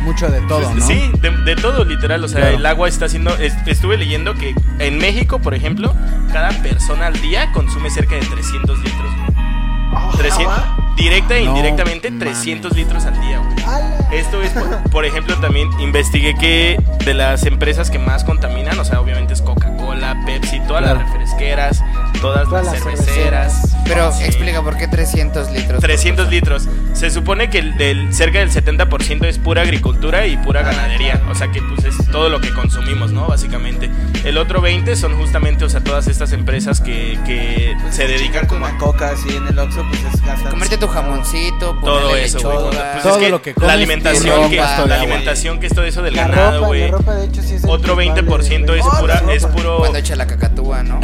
B: Mucho de todo, ¿no?
E: Sí, de, de todo literal, o sea,
B: Claro.
E: el agua está haciendo... es- estuve leyendo que en México, por ejemplo, cada persona al día consume cerca de 300 litros. güey. 300, directa e
B: No
E: indirectamente
B: mames.
E: 300 litros al día, güey.
A: ¡Hala!
E: Esto es, por, por ejemplo, también investigué que de las empresas que más contaminan, o sea, obviamente es Coca-Cola, Pepsi, todas las
B: Claro.
E: refresqueras, todas,
A: Todas
E: las
A: las
E: cerveceras.
C: Pero
E: Sí.
C: explica por qué 300 litros.
E: 300 litros. Se supone que el del, cerca del 70% es pura agricultura y pura ganadería. O sea que pues es todo lo que consumimos, ¿no? Básicamente. El otro 20 son justamente, o sea, todas estas empresas que, que
D: Pues,
E: se dedican
D: chingar
E: como a
D: una coca así en el Oxxo, pues es gastar.
C: Comerte tu jamoncito,
E: todo
C: ponerle
E: eso, güey.
C: lechuga.
E: con- pues
B: Todo
E: es que
B: lo que comes
E: la
B: tiene
E: alimentación
C: un
E: que
C: gasto de
E: la
C: agua.
E: alimentación que es todo eso del
A: La
E: ganado,
A: ropa,
E: güey.
A: la ropa de hecho sí es el
E: Otro
A: culpable
E: 20%
A: de-
E: es
A: ¡Oh, la
E: pura es
A: ropa!
E: puro
C: Cuando echa la cacatúa, ¿no?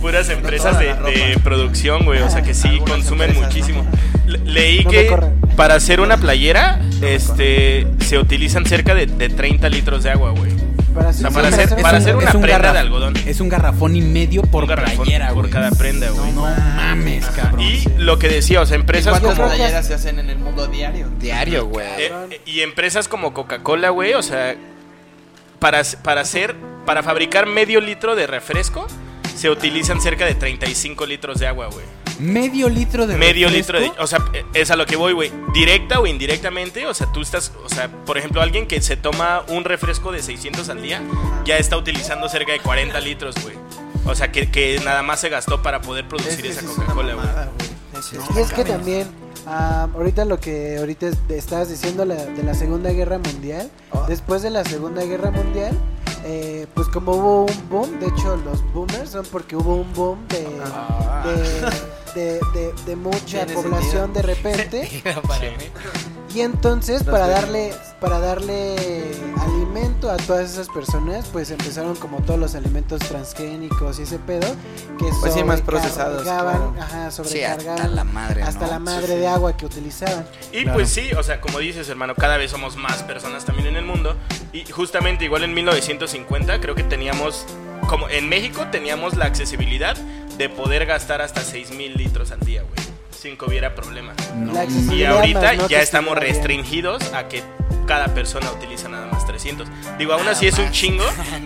E: puras empresas
D: toda
E: de,
D: la ropa.
E: de producción, güey, o sea que sí
D: Algunas
E: consumen
D: empresas,
E: muchísimo. Le- Leí
A: No me
E: que
A: corran.
E: para hacer una playera este se utilizan cerca de, de 30 litros de agua, güey.
A: Para hacer,
E: sea, para
A: sí,
E: hacer-
A: un-
E: para hacer
A: un-
E: una prenda
B: garraf-
E: de algodón.
B: Es un garrafón y medio por
E: Un garrafón
B: playera,
E: por
B: güey.
E: cada prenda, güey.
B: No mames, cabrón.
E: Y lo que decía, o sea, empresas
D: ¿Cuántas
A: Yo creo que
D: playeras se hacen en el mundo diario?
C: Diario, güey.
E: Eh, eh, y empresas como Coca-Cola, güey, o sea, para, para hacer, para fabricar medio litro de refresco, se utilizan cerca de 35 litros de agua, güey.
B: Medio litro de
E: medio
B: refresco?
E: litro de... O sea, e, es a lo que voy, güey. Directa o indirectamente, o sea, tú estás... O sea, por ejemplo, alguien que se toma un refresco de 600 al día ya está utilizando cerca de 40 litros, güey. O sea, que, que nada más se gastó para poder
D: Es
E: producir
D: que
E: esa
D: sí es una
E: Coca-Cola, güey.
D: mamada, güey. Sí,
A: Y
D: sí,
A: es que
D: cabrón.
A: también, ah, ahorita lo que ahorita es- estabas diciendo la- de la Segunda Guerra Mundial,
E: Ah.
D: Oh.
A: después de la Segunda Guerra Mundial, eh, pues como hubo un boom, de hecho los boomers son porque hubo un boom de,
D: Ah.
A: de, de- de- de mucha
D: Tiene
A: población de repente.
C: Era para mí.
A: Y entonces
D: Los
A: para
D: boomers.
A: darle, para darle alimento a todas esas personas, pues empezaron como todos los alimentos transgénicos y ese pedo, que
D: Pues sí, más
A: sobrecargaban,
D: procesados, claro.
A: ajá,
C: Sí, hasta
A: sobrecargaban
C: la madre.
A: hasta
C: ¿no?
A: la madre
C: Sí, sí.
A: de agua que utilizaban.
E: Y
B: Claro.
E: pues sí, o sea, como dices, hermano, cada vez somos más personas también en el mundo. Y justamente igual en 1950 creo que teníamos, como en México teníamos la accesibilidad de poder gastar hasta 6 mil litros al día, güey. Sin que hubiera problema.
A: La
B: No, mames.
E: Y
A: accesibilidad
E: ahorita
A: más no
E: ya estamos
A: accesibilidad.
E: restringidos a que cada persona utiliza nada más 300. Digo, aún así es un chingo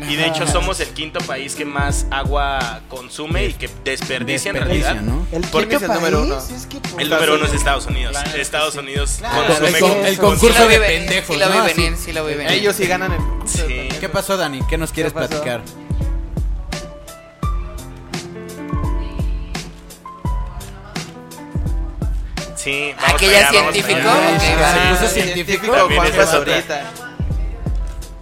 E: y de hecho somos el quinto país que más agua consume y que desperdicia en
B: Desperdicia,
E: realidad.
B: ¿no?
A: El
E: ¿Por qué
A: quinto
D: es el número
A: país,
D: uno?
A: es que pues, por-
E: El número uno es Estados Unidos.
B: Claro que
E: Estados
B: sí.
E: Unidos
A: Claro,
E: consume
B: el,
A: con-
E: como-
B: el
A: Sí,
B: concurso
C: lo vi
B: de
C: venir,
B: pendejos.
C: Sí lo
B: ¿no?
C: vi venir,
B: Así.
C: sí lo vi venir.
D: Ellos sí ganan el concurso de
E: Sí.
B: ¿Qué
D: pendejo.
B: pasó, Dani? ¿Qué nos quieres
D: pasó?
B: platicar?
E: Sí,
C: Ah, que
E: para
C: ya
E: allá, vamos
C: científico,
E: para allá.
B: ok,
E: Sí,
B: va.
E: sí,
B: ¿Puso
D: Ah,
B: científico?
E: También
D: Juanpa
E: esa es otra. Pues,
D: ahorita.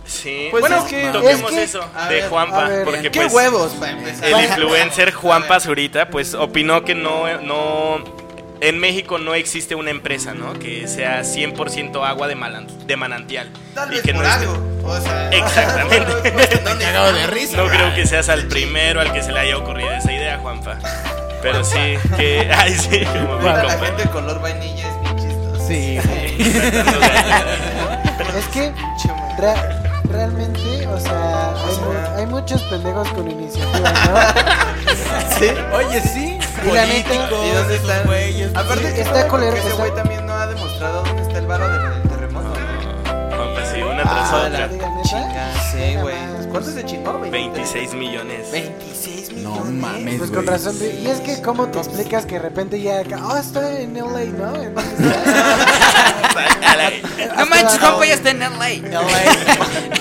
E: Sí,
D: Pues
E: bueno,
D: es que-
E: toquemos
A: es que-
E: eso
D: a
E: de
D: ver,
A: a
E: Juanpa,
A: ver,
E: porque
D: ¿Qué
E: pues
D: huevos para empezar?
E: el influencer Juanpa Zurita pues opinó que no no en México no existe una empresa, ¿no? Que sea 100% agua de, malan- de manantial.
D: Tal
E: y
D: vez
E: que
D: por
E: no esté-
D: algo. O sea,
E: Exactamente.
D: ¿dónde
B: Cagado de risa.
E: No creo que seas al primero al que se le haya ocurrido esa idea, Juanpa. Pero sí, que... Ay, sí, como mi
D: está? La
E: compa.
D: gente de color vainilla es bien chistosa.
B: Sí, güey.
A: Es que ra- realmente, o sea, hay, mu- hay muchos pendejos con iniciativa, ¿no?
D: Sí.
B: Oye, sí.
A: Y la neta-
B: Políticos,
D: ¿Y dónde están?
B: esos güeyes.
D: Aparte,
A: Está
D: que
A: culero
D: está colero.
A: que
D: Ese
A: está-
D: güey también no ha demostrado dónde está el varo del del terremoto.
E: Juanpa, sí, una tras
D: Ah,
E: otra.
A: ¿neta?
D: la chica. Sí,
A: Nada
D: güey.
A: más.
D: ¿Cuánto se chingó?
E: 26 millones.
D: 26
B: No
D: millones.
B: mames,
A: Pues
B: güey.
A: con razón, vi- y es que cómo te explicas que de repente ya, acá, oh, estoy en LA, ¿no? Entonces,
E: A la-
C: No manches, compa, ya está en LA.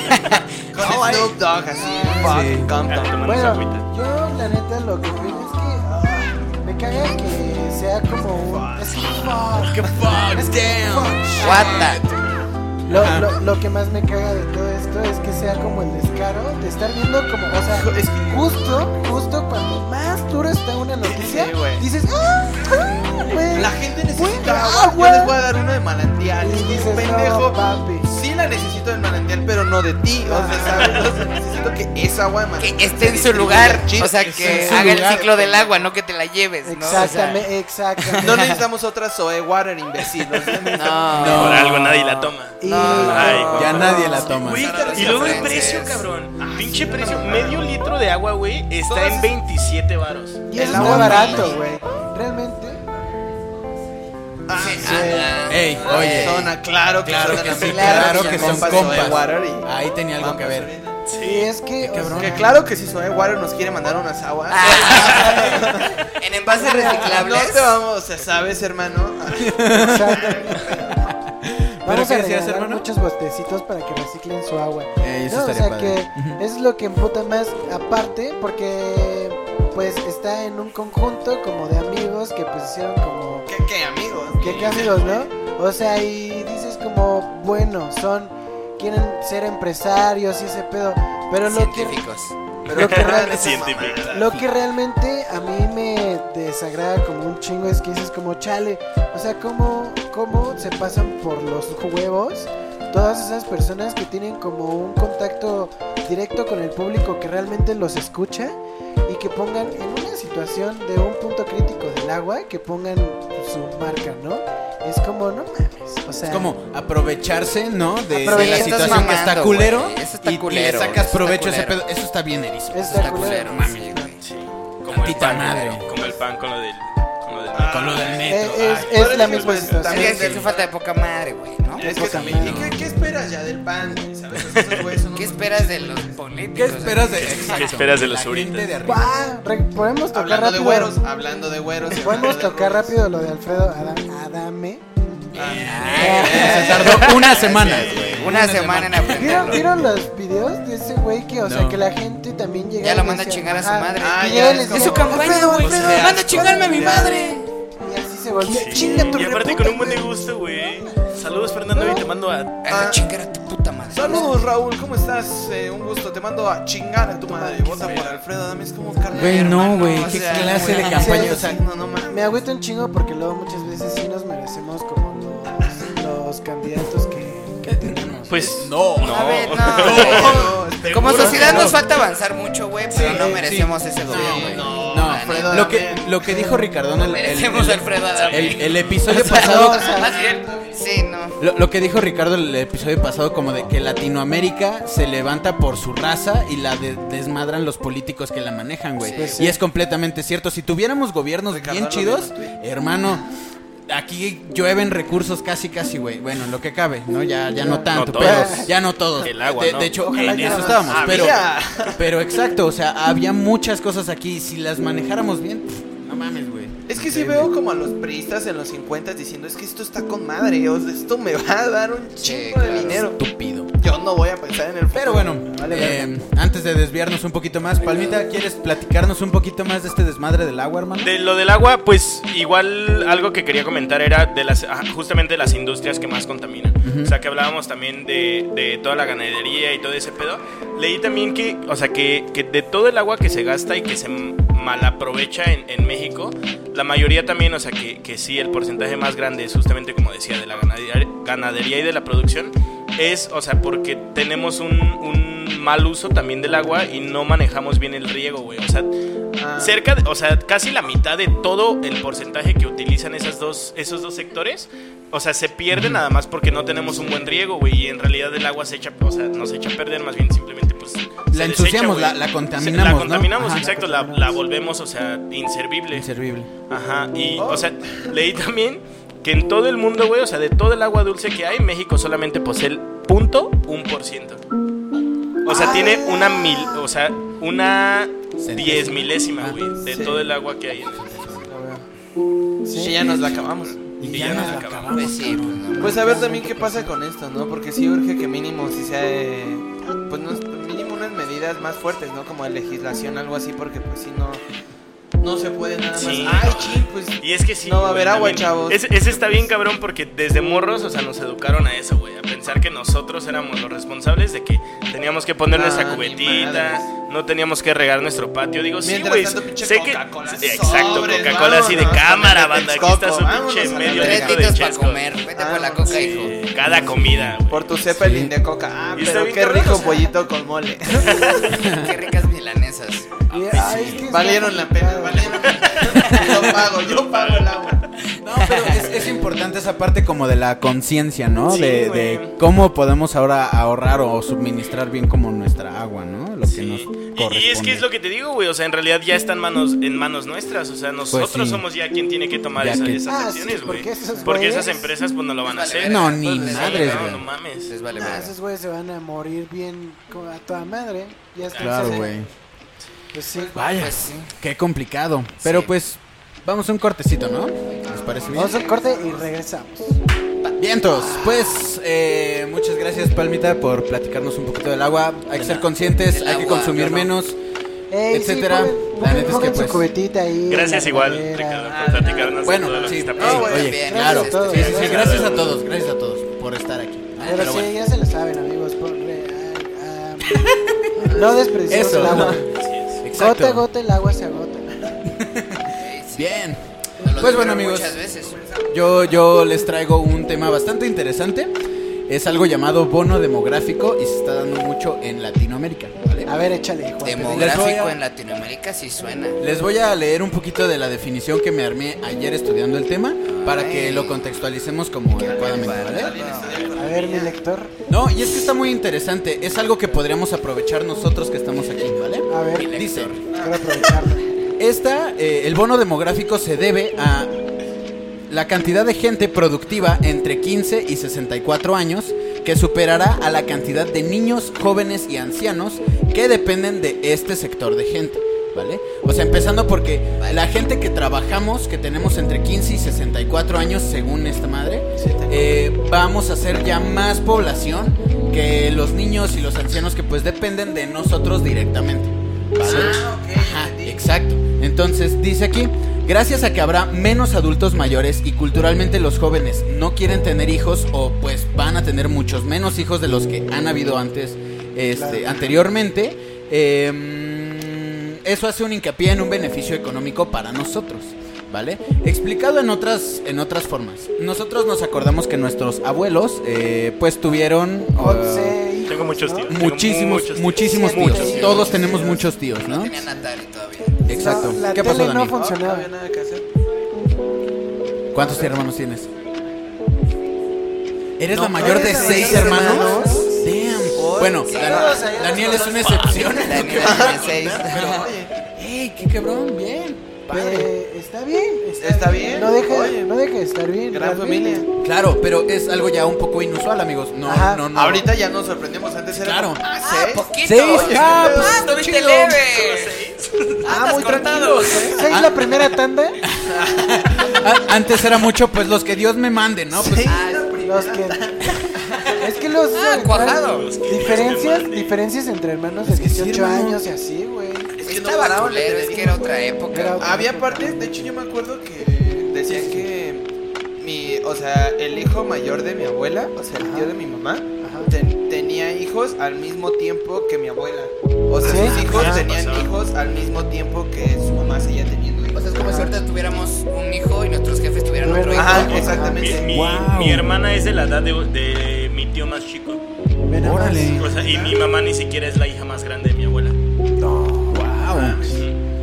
D: Con Snoop Dogg, así. Fuck,
B: Ah,
D: Compton.
E: Tomando su
A: Bueno,
E: agüita.
A: yo la neta lo que opino es que ah, me caga que sea como un... Es que fuck.
B: Que fuck,
A: Es que
B: damn.
A: fuck.
C: What the-
A: Lo, lo, lo que más me caga de todo esto es que sea como el descaro de estar viendo como, o sea,
D: Es que-
A: justo, justo cuando más duro está una noticia,
D: Sí, güey.
A: dices, ¡ah! ah, güey!
D: La gente
A: Güey,
D: necesita agua.
A: agua.
D: Yo les voy a dar uno de manantial.
A: Y
D: Es
A: dices,
D: un pendejo. Pues,
A: "No, papi".
D: Sí la necesito del manantial, pero no de ti. O sea, ¿sabes? O sea, necesito que esa agua de manantial
C: Ah. Que esté en
D: se
C: su lugar.
D: distribuya.
C: O sea,
B: esté en
C: que
B: su
C: haga el
B: lugar.
C: ciclo del agua, no que te la lleves, ¿no? O sea,
A: Exactamente, exactamente.
D: No necesitamos otra Zoe Water, imbécil. O sea,
C: No.
B: No.
E: Por algo nadie la toma.
A: Y-
E: Ay, güey.
B: Ya nadie la toma.
E: Güey, y luego el precio, cabrón. Pinche precio. Medio litro de agua, güey, está en 27 varos.
A: Y eso
D: El
A: está
D: agua
A: barato,
D: mami.
A: güey. Realmente...
B: Ey, oye.
D: Zona, claro que
B: Claro
D: son
B: que sí,
D: amigos,
B: claro
D: sí,
B: que son
D: Zoe
B: compas.
D: Water y-
B: Ahí tenía algo que ver.
D: Mampas,
A: Y es que... o
B: cabrón.
A: sea,
D: Que claro que si Zoe Water nos quiere mandar unas aguas.
C: Ah. En envases
D: No
C: reciclables.
D: te vamos, ¿sabes, hermano?
A: Vamos
B: qué
A: a
B: decías,
A: regalar
B: hermano?
A: muchos botecitos para que reciclen su agua.
B: Eh, eso
A: No, o
B: estaría
A: sea
B: padre.
A: que es lo que emputa más aparte porque pues está en un conjunto como de amigos que pues hicieron como
D: ¿Qué, qué, amigos?
A: que qué amigos, ¿no? O sea, y dices como bueno, son quieren ser empresarios y ese pedo, pero lo que
C: Científicos.
A: lo que realmente
E: Científico.
A: lo que realmente a mí me desagrada como un chingo es que dices como chale, o sea, cómo, cómo se pasan por los huevos todas esas personas que tienen como un contacto directo con el público que realmente los escucha y que pongan en una situación de un punto crítico del agua que pongan su marca, ¿no? Es como no mames, o sea,
B: Es como aprovecharse, ¿no? De, de
A: Aprovechar.
B: la
A: Estás
B: situación que
C: mamando,
B: está culero.
C: güey. Eso está
B: y- y, le
C: culero, eso
B: sacas
C: está
B: provecho a ese
C: culero.
B: pedo. Eso está bien erizo.
A: es
C: Está
A: culero.
C: culero, mami, güey.
E: Sí, Como el
B: Tantita
E: pan,
B: madre.
E: güey, Como el pan Ah, con lo del. con lo del-
B: con lo del
A: Eh,
B: metro.
A: es
B: ay.
A: es
D: Ay.
A: la misma
D: Pues,
A: situación.
D: también-
C: Es que sí, falta de poca madre, güey, ¿no?
D: Es que
A: poca
D: también. ¿Y
A: madre.
D: qué, qué esperas ya del pan? güey? ¿Sabes? O sea, esos güeyes son
C: ¿Qué
D: unos
C: esperas de
D: pinches
C: los
D: güeyes.
C: políticos?
B: ¿Qué esperas de
E: ¿Qué esperas de los
B: gente
E: ahorita?
B: de arriba?
A: Ah, re- podemos tocar
D: Hablando de
A: rápido.
D: güeros, hablando de güeros. y
A: podemos
D: hablando de
A: tocar
D: güeros.
A: rápido Ah. lo de Alfredo Adam- Adame.
D: Ah.
B: Se tardó una semana, güey.
C: Una semana en
A: ¿Vieron,
C: aprenderlo.
A: vieron los videos de ese güey que, o sea,
B: No.
A: que la gente también llega
C: Ya
A: y
C: lo
A: le
C: manda a
A: decía,
C: chingar a su
A: "Ah,
C: madre.
D: Ah,
A: y
D: ya,
A: ya
D: es
A: les pues,
D: como-
C: Es
A: dice,
C: su campaña,
A: "Alfredo,
C: güey.
A: Alfredo,
C: Manda a chingarme a mi madre.
A: Y así se volvió.
E: Sí,
A: Chinga tu
E: y aparte
A: reputa
E: con un buen de
A: madre".
E: gusto, güey. Saludos, Fernando, y te mando a.
C: Anda a chingar a tu puta madre.
D: Saludos, Raúl, ¿cómo estás? Eh, un gusto, te mando a chingar a tu madre. Vota por Alfredo, dame es como carnal.
B: Güey, no, güey,
D: hermano,
B: qué
D: o sea,
B: clase
D: güey,
B: de campaña,
D: sí,
A: o sea,
D: sí, no, no mames.
A: Me agüita un chingo porque luego muchas veces sí nos merecemos como los, los candidatos que, que tenemos.
E: Pues.
B: No.
E: No.
C: A ver,
D: No,
C: no.
D: no, este-
C: Como
E: Seguro
C: sociedad
E: que no.
C: nos falta avanzar mucho, güey, pero
B: Sí,
C: no
B: sí.
C: merecemos ese gobierno, güey.
D: no,
B: No,
D: la neta.
B: lo que, lo que dijo Ricardón el, el-
C: Merecemos a Alfredo Adame.
B: el- el episodio
A: No,
B: pasado.
A: o sea,
C: Más bien, sí, no.
B: Lo, lo que dijo Ricardo el episodio pasado, como de que Latinoamérica se levanta por su raza y la de- desmadran los políticos que la manejan, güey.
A: Pues
B: y
A: sí.
B: es completamente cierto. Si tuviéramos gobiernos
D: Ricardo,
B: bien
D: lo
B: chidos,
D: mismo, tú.
B: hermano, aquí llueven recursos casi, casi, güey. Bueno, en lo que cabe, ¿no? Ya, ya no tanto,
E: todos.
B: pero ya no todos.
E: El agua,
B: de,
E: ¿no?
B: de hecho,
A: Ojalá
B: en
A: ya
B: eso
A: no. Ah,
B: estábamos. Pero,
D: Había.
B: pero exacto, o sea, había muchas cosas aquí. Si las manejáramos bien, pff, no mames, güey.
D: Es que sí veo como a los priistas en los 50 diciendo, es que esto está con madre, o sea, esto me va a dar un
C: Sí,
D: chingo de
C: claro.
D: dinero.
B: Estúpido.
D: Yo no voy a pensar en el
B: Pero
D: futuro.
B: bueno,
D: Vale,
B: eh, antes de desviarnos un poquito más, Palmita, ¿quieres platicarnos un poquito más de este desmadre del agua, hermano?
E: De lo del agua, pues igual algo que quería comentar era de las ah, justamente de las industrias que más contaminan. O sea, que hablábamos también de, de toda la ganadería y todo ese pedo. Leí también que, o sea, que, que de todo el agua que se gasta y que se m- malaprovecha en, en México, la mayoría también, o sea, que, que sí, el porcentaje más grande es justamente, como decía, de la ganadería, ganadería y de la producción, es, o sea, porque tenemos un... un mal uso también del agua y no manejamos bien el riego, güey. O sea,
D: Ah,
E: Cerca, de- o sea, casi la mitad de todo el porcentaje que utilizan esas dos, esos dos sectores, o sea, se pierde nada más porque no tenemos un buen riego, güey, y en realidad el agua se echa, o sea, no se echa a perder, más bien simplemente pues... se desecha,
B: ensuciamos,
E: güey.
B: la- la
E: Se-
B: contaminamos,
E: La
B: ¿no?
E: contaminamos,
B: Ajá, la
E: exacto, la, la volvemos, o sea, inservible.
B: Inservible.
E: Ajá, y, o sea, leí también que en todo el mundo, güey, o sea, de todo el agua dulce que hay, México solamente posee el punto un por ciento. O sea, tiene una mil, o sea, una
B: Centésima.
E: diez milésima,
B: Ah,
E: güey, de
D: sí.
E: todo el agua que hay. en-
D: a ver.
A: sí.
D: Sí, ya nos la acabamos.
E: Y ya nos acabamos.
C: Pues sí, pues no.
D: Pues a ver también qué pasa con esto, ¿no? Porque sí urge que mínimo si sea, eh, pues no, mínimo unas medidas más fuertes, ¿no? Como de legislación, algo así, porque pues si no, no se puede nada más.
E: Sí.
D: Ay, ching, pues.
E: Y es que sí.
D: No va a
E: güey,
D: haber agua,
E: también.
D: chavos.
E: Ese, ese está bien cabrón porque desde morros, o sea, nos educaron a eso, güey. A pensar que nosotros éramos los responsables de que teníamos que poner
D: Ah,
E: nuestra
D: ni
E: cubetita,
D: madres.
E: no teníamos que regar nuestro patio. Digo, sí,
D: Mientras
E: güey.
D: tanto, pinche
E: Sé que.
D: Coca-Cola,
E: Sí, Exacto,
D: sobres,
E: Coca-Cola así de
D: vámonos,
E: cámara,
D: vámonos,
E: banda. Aquí
D: Texcoco,
E: está su pinche
D: vámonos a la
E: medio
D: verga.
C: Tres
E: litro de
C: litros para
E: chesco.
C: comer. Vete por la coca, hijo.
E: Cada comida, güey.
D: Por tu Zeppelin de coca. Ah,
E: Y está
D: pero
E: bien
D: qué
E: cabrón,
D: rico
E: o sea.
D: pollito con mole.
C: Qué ricas milanesas.
E: Ah,
A: Y- ay, es que es
D: valieron la pena,
A: complicado.
D: valieron la pena. Yo pago, yo pago el agua.
B: No, pero es, es importante esa parte como de la conciencia, ¿no?
E: Sí,
B: de,
E: güey.
B: de cómo podemos ahora ahorrar o suministrar bien como nuestra agua, ¿no? Lo que
E: Sí.
B: nos
E: Y-
B: corresponde.
E: Y, es que es lo que te digo, güey. O sea, en realidad ya está en manos, en manos nuestras. O sea,
D: Pues
E: nosotros
B: sí.
E: somos ya quien tiene que tomar
B: Ya
E: esa-
B: que-
E: esas
A: Ah, sí,
E: acciones, güey.
A: porque esos
E: porque
A: güeyes-
E: esas empresas, pues no lo van a
C: Vale,
E: hacer.
C: verga.
B: No, ni
C: Pues, vale,
B: madres,
C: verga.
E: no,
B: güey.
E: no mames.
C: Les vale
A: Nah,
C: verga.
A: esos güeyes se van a morir bien co- a toda madre. Ya está.
B: Claro,
E: ¿eh?
B: güey.
A: Pues sí.
B: Vaya,
C: Pues sí.
B: qué complicado. Pero
C: Sí.
B: pues, vamos a un cortecito, ¿no? ¿Les parece bien?
A: Vamos al corte y regresamos.
B: Vientos, pues eh, muchas gracias Palmita por platicarnos un poquito del agua. Hay que ser conscientes,
C: del
B: hay que
C: agua,
B: consumir
C: yo no.
B: menos.
A: Ey, sí,
B: Etcétera.
A: pongan-
B: La neta es que,
A: pongan su
B: pues,
A: cubetita ahí. ah,
E: Gracias
A: la
E: igual,
A: regadera.
E: Ricardo, por platicarnos
B: Bueno,
E: de todo lo que
B: sí,
E: está
B: ey,
E: pasando.
B: oye,
C: bien,
B: claro.
A: gracias a todos.
B: Sí, sí, sí,
E: Gracias.
B: gracias a todos, gracias a todos por estar aquí. Ah,
A: Pero
B: pero
A: sí,
B: bueno.
A: ya se lo saben, amigos. por- re- ah, ah, no desperdiciemos
B: Eso,
A: el agua.
B: ¿no?
E: Así es.
B: Exacto.
A: Gota a gota el agua se agota.
B: Bien.
C: Nos lo
B: Pues bueno,
C: dijeron
B: amigos.
C: Muchas veces.
B: Yo, yo les traigo un tema bastante interesante. Es algo llamado bono demográfico y se está dando mucho en Latinoamérica. ¿vale?
A: A ver, échale, Juan.
B: Les
C: Demográfico
B: voy a-
C: en Latinoamérica sí suena.
B: Les voy a leer un poquito de la definición que me armé ayer estudiando el tema para que
C: Ay.
B: lo contextualicemos como adecuadamente, ¿vale?
A: A ver, mi lector.
B: No, y es que está muy interesante. Es algo que podríamos aprovechar nosotros que estamos aquí, ¿vale?
A: A ver,
B: Dice,
A: quiero aprovecharlo.
B: esta, eh, el bono demográfico se debe a la cantidad de gente productiva entre 15 y 64 años que superará a la cantidad de niños, jóvenes y ancianos que dependen de este sector de gente. ¿Vale? O sea, empezando porque la gente que trabajamos, que tenemos entre 15 y 64 años, según esta madre, eh, vamos a ser ya más población que los niños y los ancianos que pues dependen de nosotros directamente. ¿vale? Ajá, exacto. Entonces, dice aquí, gracias a que habrá menos adultos mayores y culturalmente los jóvenes no quieren tener hijos o pues van a tener muchos menos hijos de los que han habido antes, este, anteriormente, em, eso hace un hincapié en un beneficio económico para nosotros. ¿Vale? Explicado en otras, en otras formas. Nosotros nos acordamos que nuestros abuelos eh, pues tuvieron... eh,
A: Once hijos,
E: Tengo muchos
A: ¿no?
E: tíos. Tengo
B: Muchísimos,
E: muchos tíos.
B: muchísimos tíos.
A: Muchos tíos.
B: Todos tenemos muchos tíos,
C: No
B: ¿no?
C: tenía Natalie todavía.
B: Exacto.
A: No, la
B: ¿Qué pasó,
A: tele no
B: Dani?
A: fun-
D: No, no
A: Funcionaba.
D: había nada que hacer.
B: ¿Cuántos hermanos tienes? ¿Eres la
C: No,
B: mayor de
A: ¿eres la
B: seis
A: mayor de
B: hermanos?
A: hermanos?
B: Damn. Bueno,
C: Sí.
B: Dan-
C: Saludos
A: allá a los
B: Daniel es una excepción. en lo que
C: Daniel
B: voy a
C: tiene seis.
B: contar, pero- ¡Ey, qué cabrón! Bien. Padre.
A: Eh, está bien,
D: Está bien.
A: No deja,
D: Oye,
A: no deja de estar bien.
D: gran
A: realmente.
D: familia.
B: Claro, pero es algo ya un poco inusual, amigos. No,
A: Ajá.
B: no, no.
D: Ahorita ya nos sorprendemos. Antes era.
B: Claro.
D: como, Ah,
C: Ah,
D: seis.
C: poquito.
B: Seis,
C: Oye,
B: ah, pues,
C: ah, estuviste
B: chido.
C: leve. Andas cortado.
A: Ah,
B: Ah.
A: ¿Seis la primera tanda?
B: A- antes era mucho, pues los que Dios me mande, ¿no? Pues,
C: Ah,
A: Los que... Es que los... eh,
C: Ah, cuajado.
A: Diferencias, diferencias entre hermanos de
B: que sí,
A: 18
B: hermano.
A: años y así, güey.
C: Estaba culero, es que era otra época.
A: Era-
D: Había partes, de hecho yo me acuerdo que decían que mi, o sea, el hijo mayor de mi abuela, o sea, el tío de mi mamá, ten- tenía hijos al mismo tiempo que mi abuela. O sea,
A: ¿Sí?
D: sus hijos
A: Ah,
D: tenían
E: pasaba.
D: hijos al mismo tiempo que su mamá seguía teniendo
C: O
D: hijos.
C: sea, es como si ahorita tuviéramos un hijo y nuestros jefes tuvieran otro hijo.
D: Ajá,
C: Ajá.
E: Mi,
D: exactamente.
E: mi-
B: Wow.
E: mi hermana es de la edad de, de mi tío más chico.
A: Ve nada más.
B: Órale.
E: O sea, y mi mamá ni siquiera es la hija más grande de mi abuela.
B: Wow. Ah,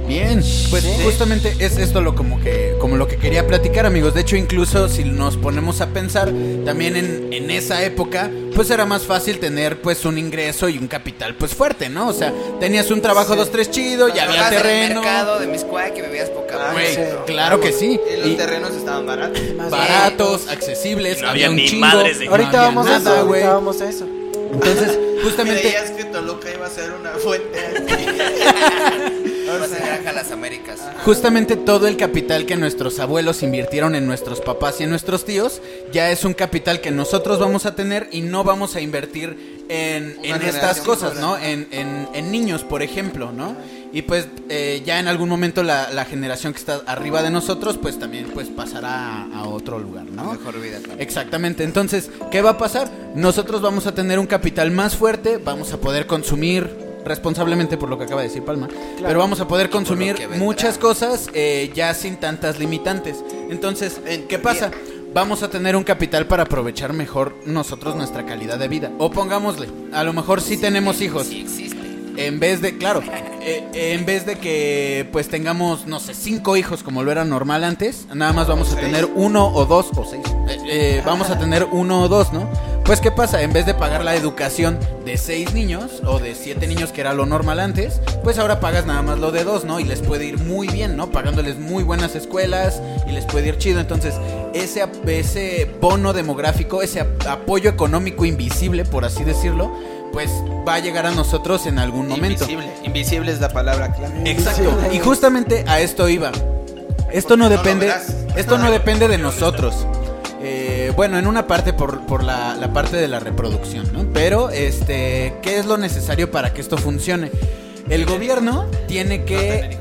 B: Bien, pues
A: Sí.
B: justamente es esto lo como que como lo que quería platicar, amigos. De hecho, incluso si nos ponemos a pensar también en, en esa época, pues era más fácil tener pues un ingreso y un capital pues fuerte, ¿no? O sea, tenías un trabajo dos tres chido, ya había
C: del
B: terreno.
C: mercado de Miscuac que bebías poca
D: Ah,
B: Güey,
C: madre.
A: sí.
B: claro que sí.
D: Y los
B: Y
D: terrenos estaban baratos.
A: Más
B: baratos, accesibles,
E: No
B: había
E: había
B: un
E: ni
B: chingo.
E: madres de-
A: Ahorita
B: No había
A: vamos
B: nada,
A: a eso,
B: güey.
A: ahorita vamos a eso.
B: Entonces, justamente
D: Creías que Toluca iba a ser una fuente.
C: Ibas a granja a las Américas.
B: Justamente todo el capital que nuestros abuelos invirtieron en nuestros papás y en nuestros tíos ya es un capital que nosotros vamos a tener y no vamos a invertir en,
D: Una
B: en estas
D: generación
B: cosas,
D: sola.
B: ¿no? En, en- en niños, por ejemplo, ¿no? Y pues eh, ya en algún momento la, la generación que está arriba de nosotros pues también pues pasará a, a otro lugar, ¿no?
C: Mejor vida también.
B: Exactamente, entonces, ¿qué va a pasar? Nosotros vamos a tener un capital más fuerte, vamos a poder consumir responsablemente por lo que acaba de decir Palma, pero vamos a poder consumir
C: que vendrá.
B: muchas cosas eh, ya sin tantas limitantes. Entonces, ¿qué pasa? Vamos a tener un capital para aprovechar mejor nosotros nuestra calidad de vida. O pongámosle, a lo mejor Oh. sí tenemos hijos,
C: Eh, Sí existe.
B: en vez de, claro, eh, en vez de que pues tengamos, no sé, cinco hijos como lo era normal antes, nada más vamos a tener uno o dos o seis. eh, eh, vamos a tener uno o dos, ¿no? Pues qué pasa, en vez de pagar la educación de seis niños o de siete niños que era lo normal antes, pues ahora pagas nada más lo de dos, ¿no? Y les puede ir muy bien, ¿no? Pagándoles muy buenas escuelas y les puede ir chido. Entonces, ese, ap- ese bono demográfico, ese ap- apoyo económico invisible, por así decirlo, pues va a llegar a nosotros en algún momento.
D: Invisible. Invisible es la palabra clave.
B: Exacto.
A: Invisible.
B: Y justamente a esto iba. Esto no
D: Porque no lo
B: depende,
D: verás.
B: esto no depende de nosotros. Eh, bueno, en una parte por, por la, la parte de la reproducción, ¿no? Pero, este, ¿qué es lo necesario para que esto funcione? El gobierno tiene que...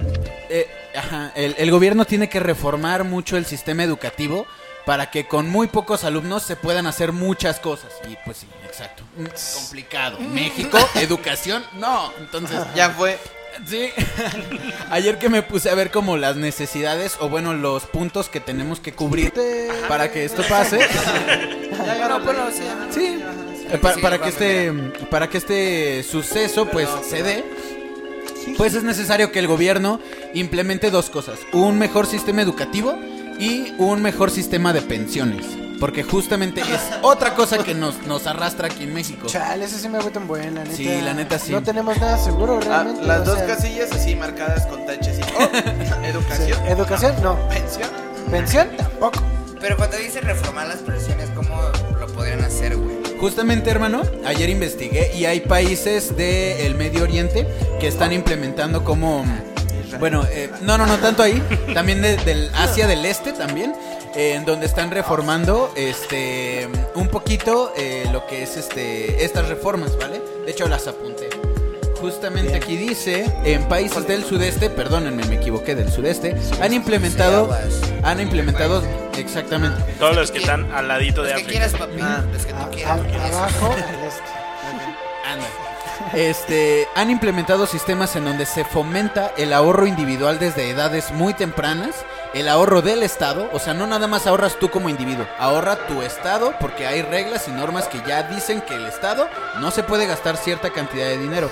B: eh, ajá, el, el gobierno tiene que reformar mucho el sistema educativo para que con muy pocos alumnos se puedan hacer muchas cosas. Y pues sí, exacto. Mm, Complicado. México, educación, no. Entonces,
D: Ya fue.
B: Sí. Ayer que me puse a ver como las necesidades o bueno, los puntos que tenemos que cubrir para que esto pase.
C: No, pero sí.
B: Sí. Eh, pa- Para, que este para que este suceso pues se dé, pues es necesario que el gobierno implemente dos cosas, un mejor sistema educativo y un mejor sistema de pensiones, porque justamente es otra cosa que nos nos arrastra aquí en México.
A: Chale, eso sí me fue tan buen, la neta.
B: Sí, la neta sí.
A: No tenemos nada seguro
D: Ah,
A: realmente.
D: las
A: o
D: dos
A: sea,
D: casillas así marcadas con taches y oh,
A: sí.
D: educación,
A: Educación, no.
D: pensión.
A: Pensión, tampoco.
C: Pero cuando dice reformar las profesiones, ¿cómo lo podrían hacer, güey?
B: Justamente, hermano, ayer investigué y hay países del Medio Oriente que están implementando como... Bueno, eh, no, no, no tanto ahí, también de- del Asia del Este también, eh, en donde están reformando este un poquito eh, lo que es este estas reformas, ¿vale? De hecho las apunté. Justamente aquí dice, en países del sudeste, perdónenme, me equivoqué, del sudeste, han implementado, han implementado, exactamente,
E: Todos los que están al ladito
C: Los que
E: de África.
C: quieras, papi.
D: Ah.
C: Los que tú
A: A-
C: quieras.
A: abajo al este.
B: Anda. Este, han implementado sistemas en donde se fomenta el ahorro individual desde edades muy tempranas, el ahorro del Estado, o sea, no nada más ahorras tú como individuo, ahorra tu Estado porque hay reglas y normas que ya dicen que el Estado no se puede gastar cierta cantidad de dinero.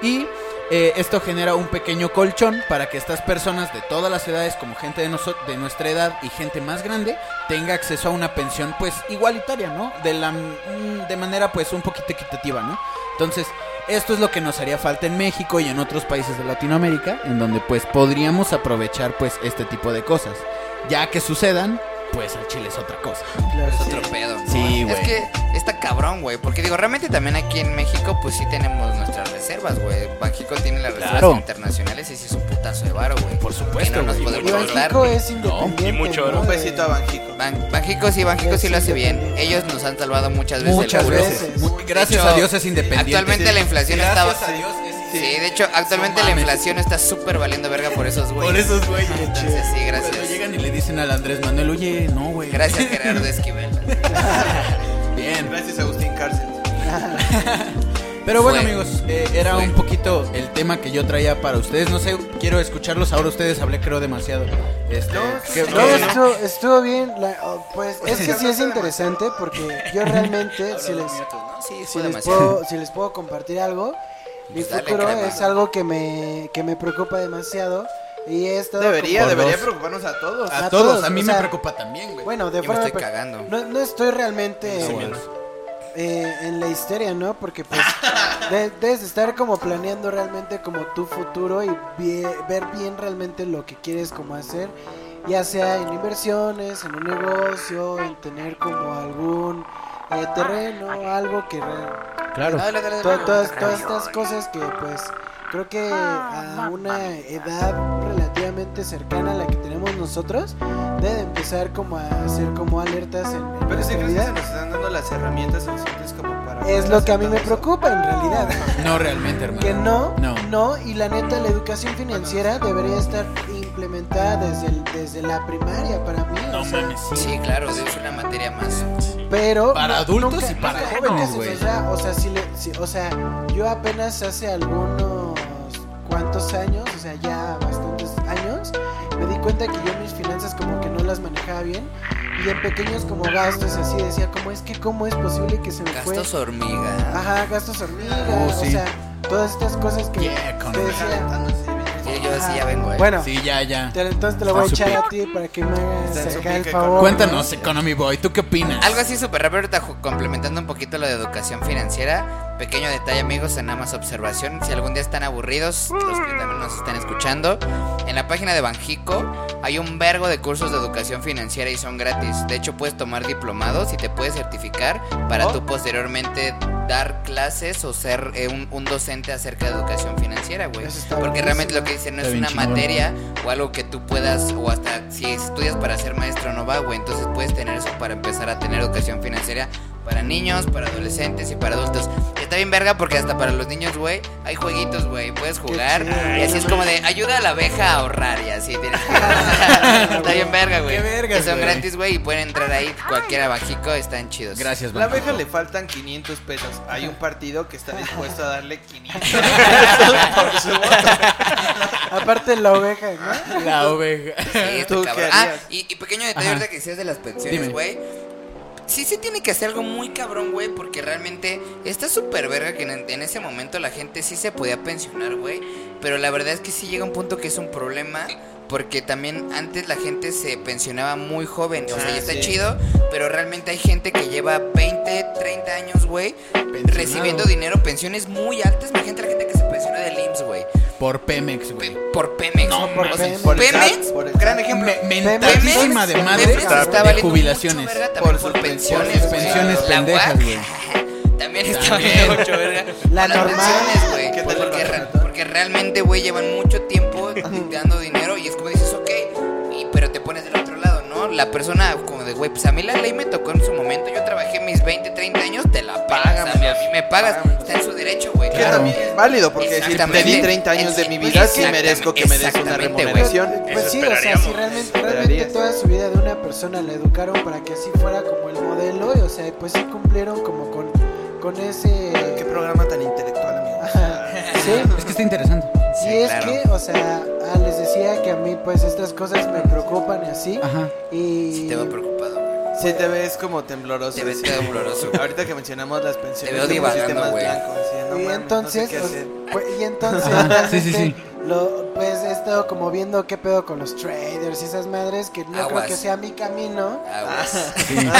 B: Y eh, esto genera un pequeño colchón para que estas personas de todas las edades, como gente de, noso- de nuestra edad y gente más grande, tenga acceso a una pensión pues igualitaria, ¿no? De, la, mm, de manera pues un poquito equitativa, ¿no? Entonces, esto es lo que nos haría falta en México y en otros países de Latinoamérica, en donde pues podríamos aprovechar pues este tipo de cosas. Ya que sucedan, pues al Chile es otra cosa.
A: Claro,
C: Es
A: sí.
C: otro pedo. ¿no?
B: Sí, güey.
C: Es que está cabrón, güey. Porque digo, realmente también aquí en México, pues sí tenemos nuestras reservas, güey. México tiene las reservas
B: Claro.
C: internacionales y sí es un putazo de varo, güey.
B: Por supuesto,
C: Que no nos
B: güey.
A: Y
C: podemos dar.
A: Banxico es independiente.
E: y mucho
A: ¿no?
E: oro.
D: Un
A: De-
D: besito a Banjico.
C: Ban- Banjico sí, Banjico sí lo hace bien. Ellos nos han salvado muchas veces.
B: Muchas
C: las
B: veces. Mu- Gracias
C: De hecho,
B: a Dios es independiente.
C: Actualmente la inflación está.
B: Gracias a Dios es
C: Sí,
B: independiente.
C: de hecho, actualmente
B: No
C: la
B: mames.
C: inflación está súper valiendo verga por esos güeyes.
B: Por esos güeyes.
C: Entonces, sí,
B: Cuando
C: gracias.
B: llegan y le dicen al Andrés Manuel, oye, no, güey.
C: Gracias, Gerardo Esquivel.
B: Bien.
D: Gracias, Agustín Cárcel.
B: Pero bueno,
C: Fue.
B: amigos, eh, era
C: Fue.
B: un poquito el tema que yo traía para ustedes. No sé, quiero escucharlos ahora. Ustedes hablé, creo, demasiado. Este, que-
A: No, estuvo, estuvo bien. la- oh, pues es que sí es interesante porque yo realmente, si les,
C: No, sí,
A: si
C: fue
A: les,
C: demasiado.
A: puedo, si les puedo compartir algo, mi
C: Pues dale,
A: futuro
C: crema.
A: es algo que me, que me preocupa demasiado. Y he estado
D: Debería,
B: por
D: debería
B: dos.
D: preocuparnos a todos.
B: a
A: a
B: todos,
A: todos,
B: a mí
A: o
B: me
A: sea,
B: preocupa también, güey.
A: Bueno, de
C: Yo me
A: forma
C: estoy
A: per-
C: cagando.
A: no, no estoy realmente
C: Sí,
A: eh, eh, en la histeria, ¿no? Porque pues de- debes estar como planeando realmente como tu futuro y vie- ver bien realmente lo que quieres como hacer, ya sea en inversiones, en un negocio, en tener como algún eh, terreno, algo que re-
B: Claro.
C: Dale, dale, dale.
A: to- todas, todas estas cosas que pues creo que a una edad relativamente cercana a la que tenemos nosotros debe empezar como a hacer como alertas en, en
D: Pero sí
A: nuestra
D: crees que
A: vida
D: se nos están dando las herramientas suficientes como para.
A: es
D: poder
A: lo que a mí me
D: aceptar eso.
A: preocupa en realidad
D: Ah,
B: No realmente, hermano.
A: que no,
B: No.
A: no, y la neta la educación financiera debería estar implementada desde el- desde la primaria para mí o
B: No
A: sea,
B: mames.
C: Sí, claro, es una materia más.
A: Pero
B: Para adultos y para
A: nunca
B: jóvenes,
A: se
B: güey.
A: nos da, O sea, si le- si- o sea, yo apenas hace algunos cuantos años, o sea, ya bastantes años, me di cuenta que yo mis finanzas como que no las manejaba bien y en pequeños como gastos así decía, como es que cómo es posible que se me fue?
C: Gastos hormiga.
A: Ajá, gastos hormigas,
B: Oh, sí.
A: o sea, todas estas cosas que
B: Yeah, con-
A: te decía.
D: Ah, sí, bien.
C: Sí, yo así ya vengo, eh.
A: Bueno,
B: Sí, ya, ya.
A: te- entonces te lo
B: Está
A: voy a
B: en su
A: echar
B: pick.
A: a ti para que me hagas
D: Está en su
A: acá el
D: pick, cabrón.
A: favor.
B: Cuéntanos, Economy Boy, ¿tú qué opinas?
C: Algo así súper rápido, ahorita ju- complementando un poquito lo de educación financiera. Pequeño detalle, amigos, en nada más observación. Si algún día están aburridos, los que también nos están escuchando, en la página de Banjico hay un vergo de cursos de educación financiera y son gratis. De hecho, puedes tomar diplomados y te puedes certificar para
A: Oh.
C: tú posteriormente dar clases o ser eh, un, un docente acerca de educación financiera, güey.
A: Eso está
C: Porque realmente
A: buenísimo.
C: lo que dicen no
B: Está
C: es
B: bien
C: una
B: chingón.
C: materia o algo que tú puedas, o hasta si estudias para ser maestro no va, güey. Entonces puedes tener eso para empezar a tener educación financiera para niños, para adolescentes y para adultos. Y Está bien verga porque hasta para los niños, güey, hay jueguitos, güey. Puedes jugar.
A: chido.
C: Y así es como de ayuda a la abeja a ahorrar y así tienes que- Está bien verga, güey.
B: Qué vergas,
C: Que son
B: güey.
C: gratis, güey, y pueden entrar ahí cualquiera bajico, están chidos.
B: Gracias,
D: La
B: Banco.
D: abeja le faltan 500 pesos. Hay un partido que está dispuesto a darle 500 pesos por su voto.
A: Aparte la oveja, ¿no?
B: La oveja.
C: Sí, está
D: ¿Tú
C: cabrón.
D: qué
C: Ah,
D: harías?
C: y, y pequeño detalle
B: Ajá.
C: ahorita que decías de las pensiones,
B: Dime.
C: güey. Sí se tiene que hacer algo muy cabrón, güey, porque realmente está súper verga que en, en ese momento la gente sí se podía pensionar, güey. Pero la verdad es que sí llega un punto que es un problema porque también antes la gente se pensionaba muy joven, o sea,
D: Ah,
C: ya está
D: sí.
C: chido, pero realmente hay gente que lleva 20, 30 años, güey, recibiendo dinero, pensiones muy altas, imagínate la gente que se pensiona del IMSS, güey,
B: Por Pemex, güey.
C: pe- por Pemex.
B: No,
A: por
C: O sea,
A: Pemex.
D: Por el
C: Pemex,
D: SAT, por el
C: gran
D: SAT.
C: ejemplo.
B: Me- Mentadísima de
C: Pemex,
B: madre
C: Pemex está
B: de
C: valiendo
B: jubilaciones.
C: mucho verga también
D: Por
C: por
D: sus
C: pensiones, güey.
B: Pensiones
C: La
B: pendejas,
C: UAC
B: güey.
C: También está
B: También.
C: valiendo mucho verga.
A: La
C: Las
A: normal.
C: pensiones, güey, Pues
D: ¿Qué tal la
C: Porque,
D: normal?
C: re- porque realmente, güey, llevan mucho tiempo dando dinero y es como dices, ok, y- pero te pones del otro lado, ¿no? La persona como de, güey, pues a mí la ley me tocó en su momento, yo trabajé mis 20, 30 años, te la pagas, a mí, a mí me pagas,
D: Págamelo.
C: está en su derecho, güey.
D: Que
B: Claro.
D: también es válido, porque decir, te di
C: Exactamente.
D: 30 años de mi vida,
C: Exactamente,
D: sí merezco que me des una
C: exactamente, güey.
D: remuneración.
A: Pues sí,
E: Eso
A: o sea,
E: esperaríamos.
A: si realmente,
D: Eso
A: realmente
D: esperarías.
A: toda su vida de una persona la educaron para que así fuera como el modelo, y, o sea, pues sí cumplieron como con, con ese...
D: Qué programa tan intelectual, amigo.
A: Sí,
B: Es que está interesante.
A: y es que, o sea, ah, les decía que a mí pues estas cosas me preocupan y así,
B: Ajá.
A: y...
C: Sí te veo preocupado, güey.
D: Sí, te ves como tembloroso.
C: Te ves
D: sí.
C: tembloroso.
D: Ahorita que mencionamos las pensiones.
C: Te veo
D: te
C: divagando,
D: pusiste más
C: güey.
D: blanco, sí, no
A: y
D: mames,
A: entonces,
D: no sé qué
A: o sea,
D: hacer.
A: pues, y entonces
B: Ajá, sí, sí, sí.
A: lo- pues he estado como viendo qué pedo con los traders y esas madres que no creo
C: Aguas.
A: que sea mi camino.
C: Ah, Aguas.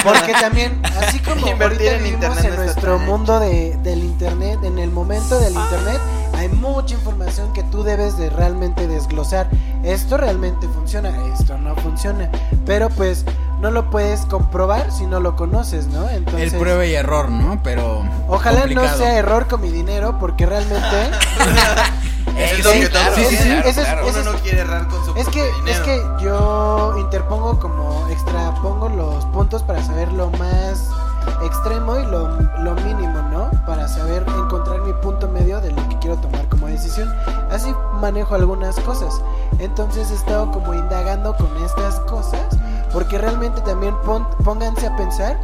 A: Porque también, así como
D: Invertir
A: ahorita
D: en
A: vivimos
D: internet
A: en
D: no está
A: nuestro
D: tan-
A: mundo de- del internet, en el momento
B: Ah.
A: del internet, hay mucha información que tú debes de realmente desglosar. Esto realmente funciona, esto no funciona. Pero pues no lo puedes comprobar si no lo conoces, ¿no? Entonces,
B: El prueba y error, ¿no? Pero.
A: ojalá no
B: complicado.
A: sea error con mi dinero, porque realmente...
D: Es
C: Sí,
D: lo que
C: claro,
D: todos
B: sí, sí, sí.
D: quieren,
A: Ese es-
D: claro.
A: ese
D: Uno
A: es-
D: no quiere errar con su
A: Es que,
D: propio
A: es
D: dinero.
A: que yo interpongo como extrapongo los puntos para saber lo más extremo y lo, lo mínimo, ¿no? Para saber encontrar mi punto medio de lo que quiero tomar como decisión. Así manejo algunas cosas. Entonces he estado como indagando con estas cosas porque realmente también pon- pónganse a pensar.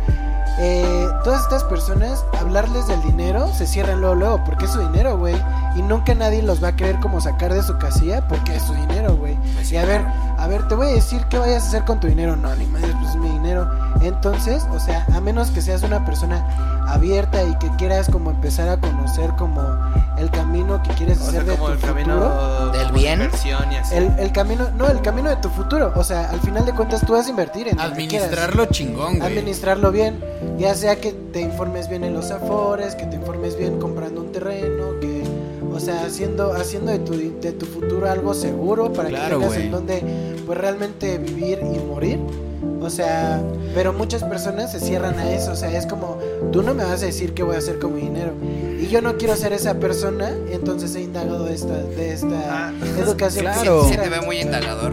A: eh, todas estas personas, hablarles del dinero, se cierran luego, luego, porque es su dinero, güey. Y nunca nadie los va a querer como sacar de su casilla, porque es su dinero, güey.
D: Pues
A: Y a ver, a ver, te voy a decir qué vayas a hacer con tu dinero. No, ni madres, pues es mi dinero. Entonces, o sea, a menos que seas una persona abierta y que quieras como empezar a conocer como el camino que quieres
D: O
A: hacer
D: sea,
A: de
D: como
A: tu
D: el
A: futuro.
D: camino
C: ¿Del
D: como
C: bien?
D: inversión y así.
A: El, el camino, no, el camino de tu futuro. O sea, al final de cuentas tú vas a invertir en donde quieras.
B: Administrarlo chingón, güey.
A: Administrarlo bien, ya sea que te informes bien en los afores, que te informes bien comprando un terreno, que, o sea, haciendo, haciendo de, tu, de tu futuro algo seguro para
B: Claro,
A: que tengas
B: güey.
A: en donde pues, realmente vivir y morir. O sea, pero muchas personas se cierran a eso. O sea, es como, tú no me vas a decir qué voy a hacer con mi dinero. Y yo no quiero ser esa persona, entonces he indagado de esta, de esta
D: Ah,
A: educación.
B: claro.
C: Se
A: financiera.
C: te ve muy indagador.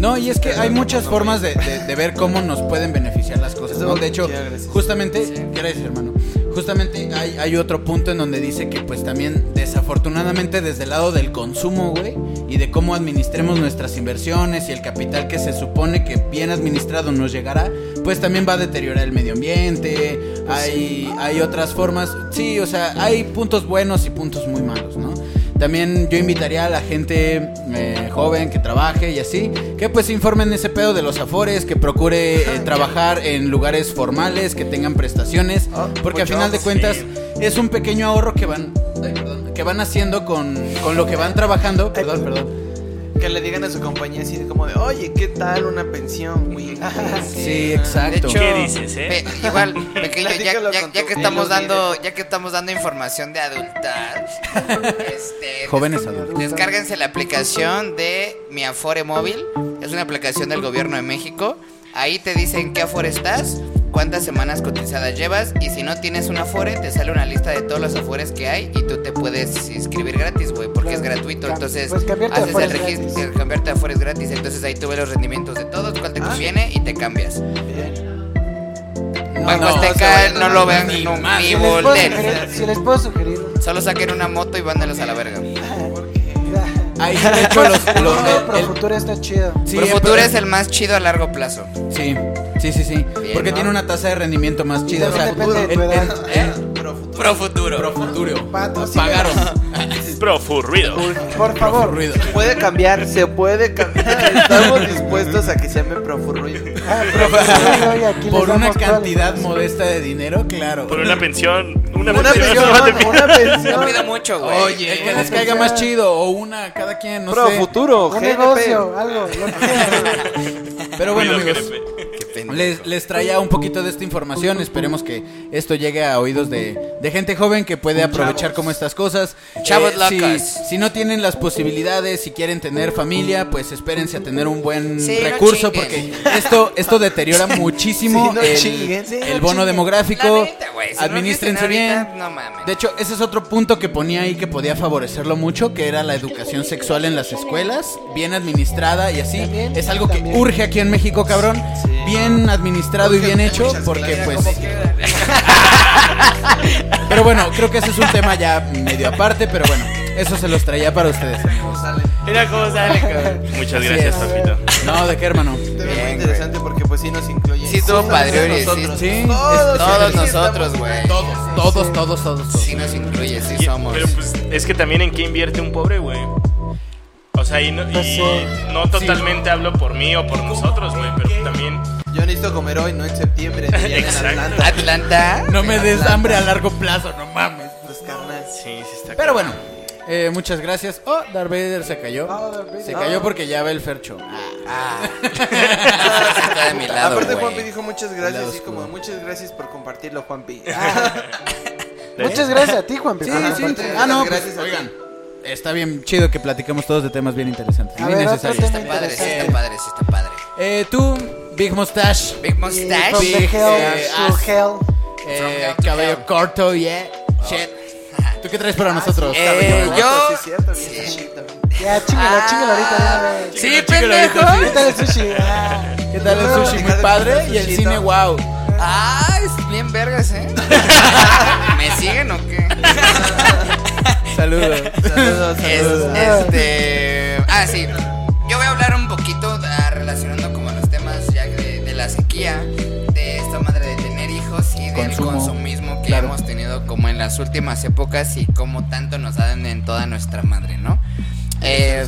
B: No, y es que hay muchas formas de, de- de ver cómo nos pueden beneficiar las cosas. ¿no? De hecho,
D: Sí, gracias.
B: justamente, gracias hermano, justamente hay, hay otro punto en donde dice que pues también desafortunadamente desde el lado del consumo, güey, y de cómo administremos nuestras inversiones y el capital que se supone que bien administrado nos llegará, pues también va a deteriorar el medio ambiente, hay, hay otras formas, sí, o sea, hay puntos buenos y puntos muy malos, ¿no? También yo invitaría a la gente eh, joven que trabaje y así, que pues se informen de ese pedo de los afores, que procure eh, trabajar en lugares formales, que tengan prestaciones,
D: Ah,
B: porque al
D: mucho
B: final de
D: ojo,
B: cuentas es un pequeño ahorro que van, ay, perdón, que van haciendo con, con lo que van trabajando. Perdón, perdón.
D: Que le digan a su compañía así como de, oye, ¿qué tal una pensión, güey?
B: Sí, exacto.
C: De hecho,
E: ¿Qué dices, eh?
C: pe- igual, pequeño, ya,
D: Platícalo
C: ya-
D: con
C: ya
D: tu-
C: que estamos
D: con los
C: dando, ya que estamos dando información de adulta, este,
B: Jóvenes adultos.
C: Descárguense la aplicación de Mi Afore Móvil. Es una aplicación del gobierno de México. Ahí te dicen qué Afore estás, cuántas semanas cotizadas llevas y si no tienes un Afore, te sale una lista de todos los Afores que hay y tú te puedes inscribir gratis, güey, porque es
A: Claro.
C: gratuito.
A: Cam-
C: Entonces,
A: pues cambiarte de
C: haces
A: Afore
C: el
A: es gratis.
C: registro, cambiarte de Afore es gratis. Entonces ahí tú ves los rendimientos de todos, cuál
A: Ah.
C: te conviene y te cambias.
B: No,
C: Banco
B: no,
C: Azteca,
D: no,
C: no, lo vean
B: ni
C: ni, ni,
B: más.
A: Si les puedo sugerir-
C: volteen.
A: si les puedo sugerir
C: Solo saquen una moto y vándalos a la verga.
B: Ahí sí, de hecho, los- los-
A: No,
B: el- el-
A: Profuturo está chido.
B: sí,
C: Pero
B: el-
C: futuro es el más chido a largo plazo.
B: Sí, sí, sí, sí. Porque
C: ¿no?
B: tiene una tasa de rendimiento más chida. O sea,
A: también depende de tu
B: en- en-
A: edad.
B: ¿eh?
D: Pero futuro.
C: Pro futuro.
B: Pro futuro.
A: Patrocínanos.
B: Pagaron.
E: Profurrido.
D: Por, por favor,
B: Profurrido.
D: se puede cambiar, se puede cambiar. Estamos dispuestos a que se llame Profurruido.
A: Ah, pero pues, sí, oye, aquí les
B: Por una
A: damos toda la
B: cantidad
A: información.
B: modesta de dinero, claro.
E: Por una pensión. Una,
D: Una
E: pensión.
D: pensión, una
C: No pido
D: pensión.
C: mucho, güey.
B: Oye, el que les caiga más chido o una a cada quien, no
D: Pro
B: sé.
D: futuro,
A: Un
D: GNP.
A: negocio, algo, lo que sea.
B: Pero bueno,
E: Cuido,
B: amigos.
E: jefe.
C: Qué pendejo.
B: Les, les traía un poquito de esta información. Esperemos que esto llegue a oídos de, de gente joven que puede aprovechar como estas cosas. Eh,
C: Chavos
B: si,
C: locos.
B: si no tienen las posibilidades, si quieren tener familia, pues espérense a tener un buen
C: Sí, no
B: recurso porque
C: chinguen.
B: esto, esto deteriora muchísimo
D: Sí, no
B: el,
D: chinguen, sí, no
B: el bono
D: chinguen.
B: demográfico.
C: La neta, güey, si no
B: Administrense
C: quieren
B: bien.
C: ahorita, no mames.
B: De hecho, ese es otro punto que ponía ahí que podía favorecerlo mucho, que era la educación sexual en las escuelas, bien administrada y así.
A: También,
B: es algo que
A: también.
B: urge aquí en México, cabrón. Bien administrado y bien hecho, porque pues... Pero bueno, creo que ese es un tema ya medio aparte, pero bueno, eso se los traía para ustedes.
C: Mira cómo sale, cabrón.
E: Muchas
B: Así
E: gracias,
B: es.
E: papito.
B: No, ¿de qué hermano?
D: Bien, muy
C: Bien,
D: interesante porque pues sí nos incluye.
C: Sí, estuvo
D: Todos
C: padre, oye, sí.
D: nosotros.
B: Sí,
D: Todos,
C: Todos
D: sí,
C: nosotros,
D: estamos-
C: güey.
B: Todos, todos, todos, todos. todos.
C: Sí nos incluye, sí
E: Y-
C: somos.
E: Pero pues es que también en qué invierte un pobre, güey. O sea, y no, y
A: Pues sí.
E: no totalmente hablo por mí o por nosotros, güey, pero también...
D: Yo necesito comer hoy, no en septiembre, ni en
E: Exacto.
D: Atlanta.
C: Atlanta.
B: No me des hambre a largo plazo, no mames.
D: Pues, carnal.
E: Sí, sí está...
B: Pero bueno, eh, muchas gracias. Oh, Darth Vader se cayó.
A: Ah, Darth Vader.
B: Se cayó porque ya ve el fercho.
C: Ah. Está de mi lado,
D: Aparte
C: güey.
D: Juanpi dijo muchas
B: Al lado
D: gracias y
B: oscuro.
D: como muchas gracias por compartirlo Juanpi.
C: Eh,
D: Ah,
A: Muchas gracias a ti, Juan
B: Sí,
A: Pepito.
D: Ajá,
B: sí.
D: aparte de
B: Ah, no,
D: gracias
B: pues,
D: a ti.
B: oigan. Está bien chido que platiquemos todos de temas bien interesantes.
A: A
B: bien
A: ver, otro
B: necesarios.
A: tema.
C: Padre, sí está padre, sí está padre.
B: Eh, tú, Big Mustache,
C: Big
A: Y From the
C: Mustache.
A: hell
B: eh,
A: to
B: as-
A: hell.
B: eh,
C: From the-
B: cabello corto, yeah.
C: Oh.
B: Shit. ¿Tú qué traes para nosotros?
C: Eh,
B: cabello?
C: yo-
D: Sí, es cierto, bien chido.
A: Ya,
B: Ah,
A: chingala, chingala
C: Ah,
A: ahorita. de una vez.
C: Sí,
B: Chícalo,
C: pendejo.
B: chícalo,
A: ¿Qué tal el sushi? Ah.
B: ¿Qué tal el sushi? Muy padre. Y el cine, wow.
C: Ah, es bien vergas, ¿eh? ¿Me siguen o qué?
B: Saludos.
D: Saludos,
C: Es-
D: saludos. Ah,
C: este. Ah, sí. Yo voy a hablar un poquito ah, relacionando como los temas ya de, de la sequía, de esta madre de tener hijos y del
B: Consumo,
C: consumismo que
B: claro.
C: hemos tenido como en las últimas épocas y cómo tanto nos dan en toda nuestra madre, ¿no? Eh,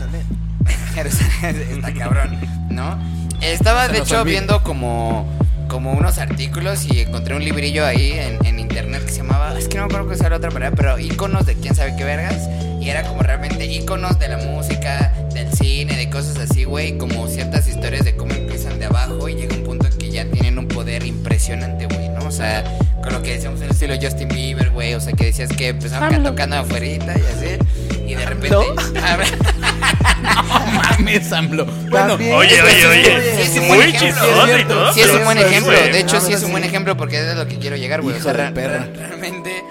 C: Jerusalén está cabrón, ¿no? Estaba
B: Se
C: de
B: nos
C: hecho
B: olvida.
C: viendo como, como unos artículos y encontré un librillo ahí en, en internet que se llamaba, es que no me acuerdo que se llama de otra manera, pero iconos de quién sabe qué vergas. Y era como realmente iconos de la música, del cine, de cosas así, güey. Como ciertas historias de cómo empiezan de abajo y llega un punto en que ya tienen un poder impresionante, güey, ¿no? O sea, con lo que decíamos en el estilo Justin Bieber, güey. O sea, que decías que empezaban acá tocando afuera y así. Y de repente. Ah,
B: Mames, AMLO. Bueno,
A: También.
E: Oye, oye, oye.
C: Sí, sí, buen
E: Muy
C: ejemplo.
E: chistoso
B: Sí,
E: y todo.
C: Sí, es un
E: pero
C: buen
E: sí,
C: ejemplo.
E: güey.
C: De hecho, sí
A: Ahora
C: es un
A: sí.
C: buen ejemplo porque es de lo que quiero llegar, güey. O
B: Hijo
C: sea,
B: de
C: re-
B: perra.
C: re- realmente.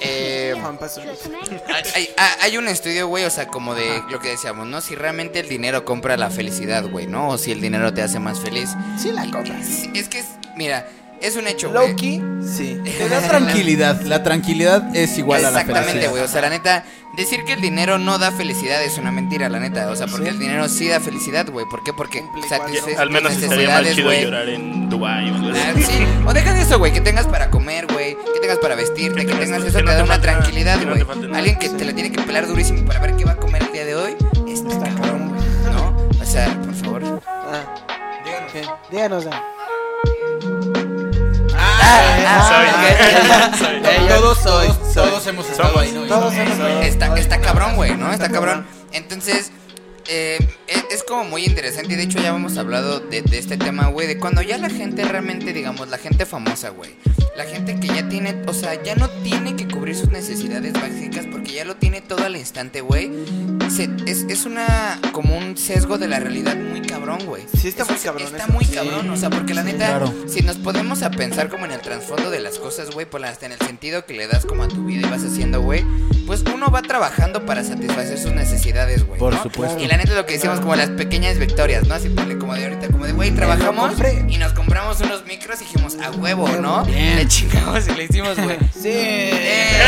C: eh,
D: Juan Paso.
C: hay, hay- hay un estudio, güey, o sea, como de lo que decíamos, ¿no? Si realmente el dinero compra la felicidad, güey, ¿no? O si el dinero te hace más feliz.
A: Sí la compras.
C: Es, es que, es- mira, es un hecho, güey.
D: Loki, sí.
B: te da tranquilidad. La tranquilidad es igual a la felicidad.
C: Exactamente, güey. O sea, la neta, decir que el dinero no da felicidad es una mentira, la neta. O sea, porque el dinero sí da felicidad, güey. ¿Por qué? Porque satisface
E: Al menos
C: tus
E: estaría más
C: necesidades,
E: chido
C: güey.
E: llorar en Dubai o algo
C: Ah,
E: así.
C: sí. O deja de eso, güey, que tengas para comer, güey, que tengas para vestirte, que tengas eso,
E: que
C: te
E: no
C: da
E: te
C: una
E: falta-
C: tranquilidad,
E: que no
C: güey.
E: te falta nada.
C: Alguien que te la tiene que pelar durísimo para ver qué va a comer el día de hoy, está cabrón, güey, ¿no? O sea, por favor.
D: Ah, ¿qué?
A: Díganos, Dan.
E: ah, soy- soy-
D: Eh, yo
B: Todos,
D: soy,
B: todos,
D: soy.
B: todos hemos estado ahí, ¿no?
A: Todos hemos
C: Está, está cabrón, güey, ¿no? Está cabrón. Entonces, eh, es, es como muy interesante. Y de hecho, ya hemos hablado de, de este tema, güey. De cuando ya la gente realmente, digamos, la gente famosa, güey. La gente que ya tiene, o sea, ya no tiene que cubrir sus necesidades básicas porque ya lo tiene todo al instante, güey. Se- Es, es una, como un sesgo de la realidad muy cabrón, güey.
D: Sí, está
C: Es-
D: muy cabrón
C: Está
D: eso.
C: muy
D: Sí.
C: cabrón, o sea, porque la neta,
B: claro.
C: si nos podemos a pensar como en el trasfondo de las cosas, güey, por hasta en el sentido que le das como a tu vida y vas haciendo, güey, pues uno va trabajando para satisfacer sus necesidades, güey.
B: Por
C: ¿no?
B: supuesto.
C: Y la neta lo que decimos como las pequeñas victorias, ¿no? Así ponle como de ahorita, como de, güey, trabajamos
A: compré.
C: y nos compramos unos micros y dijimos, a huevo, ¿no?
B: Bien.
C: Le chingamos y le hicimos, güey.
D: Sí.
C: ¡Ey!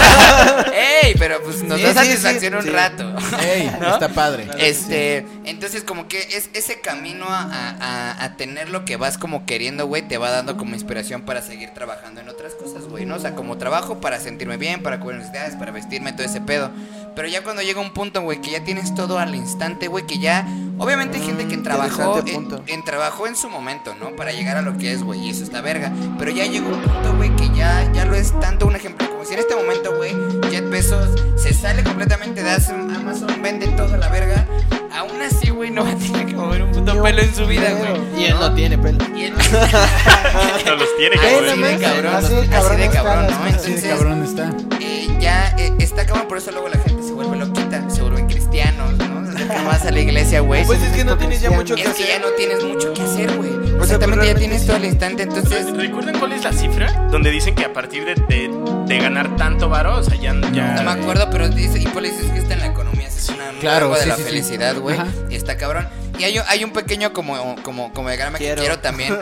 C: Ey, pero pues nos
D: Sí,
C: da
D: sí,
C: satisfacción
D: sí,
C: un
D: sí.
C: rato.
B: Ey,
D: ¿No?
B: está padre.
D: Claro que
C: Este, entonces como que es ese camino a, a- a tener lo que vas como queriendo, güey, te va dando como inspiración para seguir trabajando en otras cosas, güey, ¿no? O sea, como trabajo para sentirme bien, para cubrir necesidades, para vestirme, todo ese pedo. Pero ya cuando llega un punto, güey, que ya tienes todo al instante, güey, que ya... Obviamente hay gente que trabajó
D: Mm, interesante punto.
C: en, en trabajó en su momento, ¿no? Para llegar a lo que es, güey, y eso está verga. Pero ya llegó un punto, güey, que ya, ya lo es tanto un ejemplo. Como si en este momento, güey, Jet Bezos se sale completamente de Amazon, Amazon, vende toda la verga. Aún así, güey, no va a tener que mover un puto
A: Ni un
C: pelo en su vida,
A: pelo.
C: güey.
D: Y él no tiene pelo.
C: Y él-
E: No los tiene,
C: Así
A: Ven,
E: cabrón.
C: de
A: nomás,
C: cabrón,
A: así de
C: así de
A: cabrón están
C: cabrón,
A: las
C: ¿no?
A: cosas.
B: Sí,
C: Entonces,
B: cabrón está.
C: eh, ya eh, está cabrón, por eso luego la gente se vuelve loquita. Se vuelven cristianos, ¿no? Se acercan más a la iglesia, güey.
D: Pues es que no tienes ya mucho que
C: Es que ya
D: hacer.
C: no tienes mucho que hacer, güey.
D: pues
C: Exactamente, ya
D: realmente
C: tienes
D: sí.
C: todo al instante, entonces...
E: ¿Recuerdan cuál es la cifra? Donde dicen que a partir de, de- de ganar tanto varo, o sea, ya.
C: No
E: ya-
C: me acuerdo, pero dice, y por eso es que está en la economía, es una
B: Claro,
C: claro, de
B: sí,
C: la
B: sí, sí.
C: felicidad, güey.
B: Ajá.
C: Y está cabrón. Y hay, un- hay un pequeño como, como, como diagrama
D: Quiero.
C: que quiero también.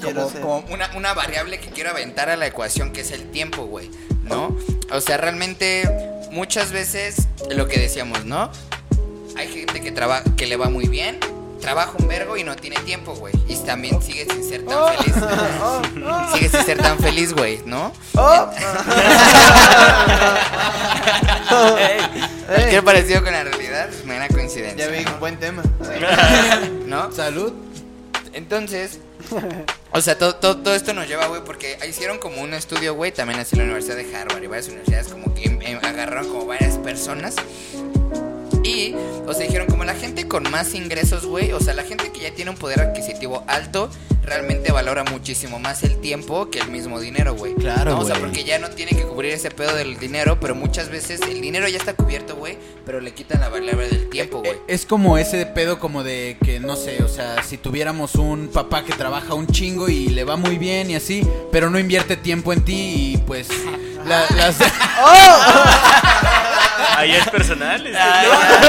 D: Quiero
C: como
D: ser.
C: como una, una variable que quiero aventar a la ecuación, que es el tiempo, güey. ¿No? O sea, realmente, muchas veces, lo que decíamos, ¿no? Hay gente que, traba, que le va muy bien. Trabaja un vergo y no tiene tiempo, güey. Y también sigue sin ser tan feliz. Sigue sin ser tan feliz, güey, ¿no?
D: ¡Oh!
C: Cualquier parecido con la realidad es mera
D: Ya
C: coincidencia.
D: vi, un buen tema.
C: ¿No?
B: Salud.
C: Entonces, o sea, todo, todo, todo esto nos lleva, güey, porque hicieron como un estudio, güey, también así la Universidad de Harvard y varias universidades como que em, em, agarraron como varias personas. Y, o sea, dijeron como la gente con más ingresos, güey, o sea, la gente que ya tiene un poder adquisitivo alto, realmente valora muchísimo más el tiempo que el mismo dinero, güey.
B: Claro,
C: ¿no? O sea,
B: güey.
C: porque ya no tiene que cubrir ese pedo del dinero, pero muchas veces el dinero ya está cubierto, güey, pero le quitan la variable del tiempo, Pues, güey.
B: Eh, Es como ese pedo como de que no sé, o sea, si tuviéramos un papá que trabaja un chingo y le va muy bien y así, pero no invierte tiempo en ti y pues la- las
C: ¡Oh!
E: Ahí es personal. este,
D: Ah,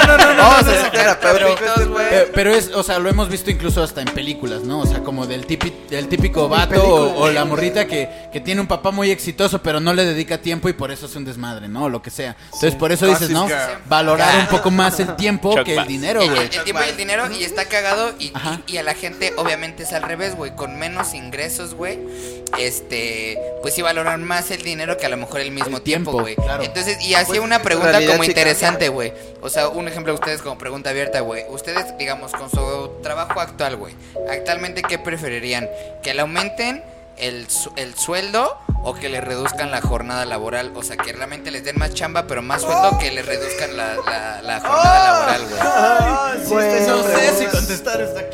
D: No, no, no, no.
C: Vamos a sacar
D: terapéutico
C: todos,
D: este
C: güey.
B: Eh, pero es, o sea, lo hemos visto incluso hasta en películas, ¿no? O sea, como del típico, del típico vato o, o la morrita que, que tiene un papá muy exitoso, pero no le dedica tiempo y por eso es un desmadre, ¿no? O lo que sea. Entonces, por eso dices,
D: Gossip
B: ¿no?
D: Girl.
B: Valorar un poco más el tiempo
E: Chuck
B: que el
E: Bass.
B: dinero,
C: el,
B: güey.
C: el tiempo y el dinero y está cagado y,
B: Ajá.
C: y- y a la gente obviamente es al revés, güey, con menos ingresos, güey. Este, pues sí valoran más el dinero que a lo mejor el mismo
B: El tiempo,
C: tiempo, güey.
B: claro.
C: Entonces, y hacía una
D: Pues, en
C: pregunta
D: realidad
C: como
D: sí cambia,
C: interesante, güey. O sea, un ejemplo a ustedes como pregunta abierta, güey. Ustedes, digamos, con su trabajo actual, güey. Actualmente, ¿qué preferirían? ¿Que le aumenten el, su- el sueldo o que le reduzcan la jornada laboral? O sea, que realmente les den más chamba, pero más sueldo que le reduzcan la, la- la jornada laboral, güey.
A: Pues, no sé si
D: contestar hasta aquí.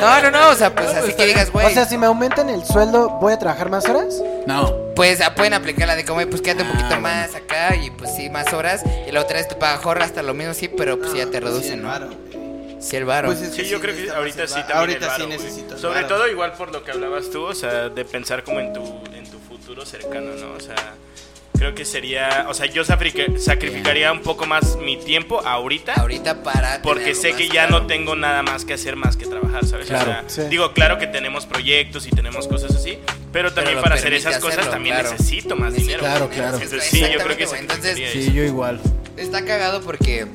C: No, no, no, o sea, pues así que digas, güey.
A: O sea, si me aumentan el sueldo, ¿voy a trabajar más horas?
B: No.
C: pues ah, pueden aplicar la de como, pues quédate un
B: Ah,
C: poquito
B: bueno.
C: más acá y pues sí, más horas. Y la otra es tu pagajorra hasta lo mismo, sí, pero
D: Ah,
C: pues sí, ya te reducen, ¿no? Sí, el varo.
D: Pues es
E: Sí,
D: que
E: yo creo que
D: necesitas
E: ahorita sí
D: más el
E: también
D: varo.
E: el
D: Ahorita
E: varo,
D: sí
E: güey.
D: necesito. el
E: Sobre
D: varo.
E: todo igual por lo que hablabas tú, o sea, de pensar como en tu en tu futuro cercano, ¿no? O sea, creo que sería, o sea, yo sacrifica- sacrificaría un poco más mi tiempo ahorita
C: Ahorita para.
E: porque
C: tener
E: sé
C: algo
E: que
C: más,
E: ya
C: claro.
E: no tengo nada más que hacer más que trabajar, ¿sabes? O
B: Claro,
E: sea,
A: sí.
E: Digo, claro que tenemos proyectos y tenemos cosas así, pero también
C: lo
E: para hacer
C: permite
E: esas cosas
C: hacerlo,
E: también
C: claro.
E: necesito más dinero.
B: Claro,
E: güey.
B: claro.
E: Entonces, sí, yo creo
C: Exactamente,
E: que
C: güey.
E: sacrificaría
B: Sí,
E: eso.
B: yo igual.
C: Está cagado porque.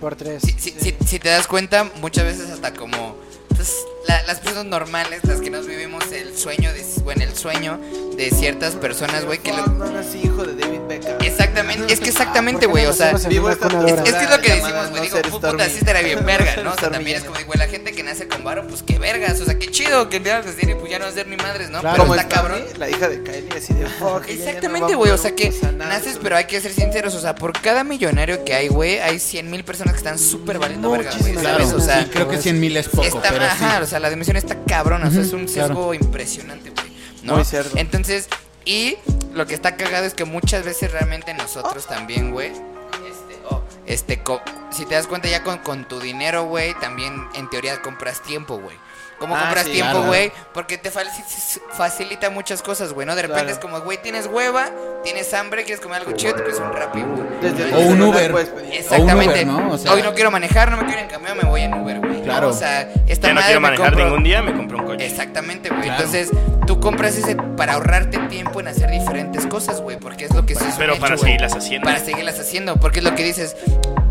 A: Por tres.
C: si, si- si- si te das cuenta, muchas veces hasta como pues, la- las personas normales, las que nos vivimos el sueño de, bueno, el sueño de ciertas personas, güey, que lo-
D: No nací hijo de David Beckham.
C: exactamente, es que exactamente,
A: ¿Por qué
C: güey,
A: no
C: o sea,
A: nacemos en
D: vivo
A: una
D: esta-
A: cuna de
C: Es,
A: oro?
C: es que es lo que
D: Llamada
C: decimos, güey.
D: no
C: Digo,
D: ser
C: "Pu- puta,
D: Stormy".
C: sí estará bien verga, ¿no? O sea,
D: Stormy
C: también es
D: Jenner.
C: como, güey, la gente que nace con varo, pues qué vergas. O sea, qué chido que te decir, pues ya no hacer ni madres, ¿no?
D: Como
C: Pero está cabrón.
D: La hija de Kylie así de fuck. ella ya no va
C: Exactamente,
D: a
C: güey. O
D: poder
C: sea que
D: usar nada,
C: naces,
D: solo-
C: pero hay que ser sinceros. O sea, por cada millonario que hay, güey, hay 100 mil personas que están súper valiendo verga, güey.
A: Muchísimas
B: Claro,
C: ¿Sabes? O sea,
B: sí, creo que 100 mil es poco,
C: está,
B: pero sí.
C: ajá, o sea, la dimensión está cabrona, o sea, es
B: Ujú,
C: un
B: claro.
C: sesgo impresionante, güey. ¿no?
D: Muy cierto.
C: Entonces, y lo que está cagado es que muchas veces realmente nosotros también, güey, este, oh, este co- si te das cuenta ya con, con tu dinero, güey, también en teoría compras tiempo, güey. ¿Cómo
D: Ah,
C: compras
D: sí.
C: tiempo,
B: Claro.
C: güey? Porque te faci- facilita muchas cosas, güey, ¿no? De repente
D: Claro.
C: es como, güey, tienes hueva, tienes hambre, quieres comer algo chido, te pides un Rappi, güey.
D: Desde el
B: O un
D: celular pues,
B: Uber.
D: puedes pedir.
C: Exactamente.
B: O un Uber, ¿no? O sea-
C: Hoy no quiero manejar, no me quiero ir en camión, me voy en Uber, güey.
B: Claro.
C: O sea, esta
E: Ya no
C: madre
E: quiero
C: me
E: manejar
C: compro-
E: ningún día, me compro un oye.
C: Exactamente, güey.
B: Claro.
C: Entonces, tú compras ese para ahorrarte tiempo en hacer diferentes cosas, güey, porque es lo que sí es un
E: Pero
C: hecho,
E: para
C: güey.
E: seguirlas haciendo.
C: Para seguirlas haciendo, porque es lo que dices.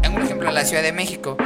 C: En un ejemplo, la Ciudad de México,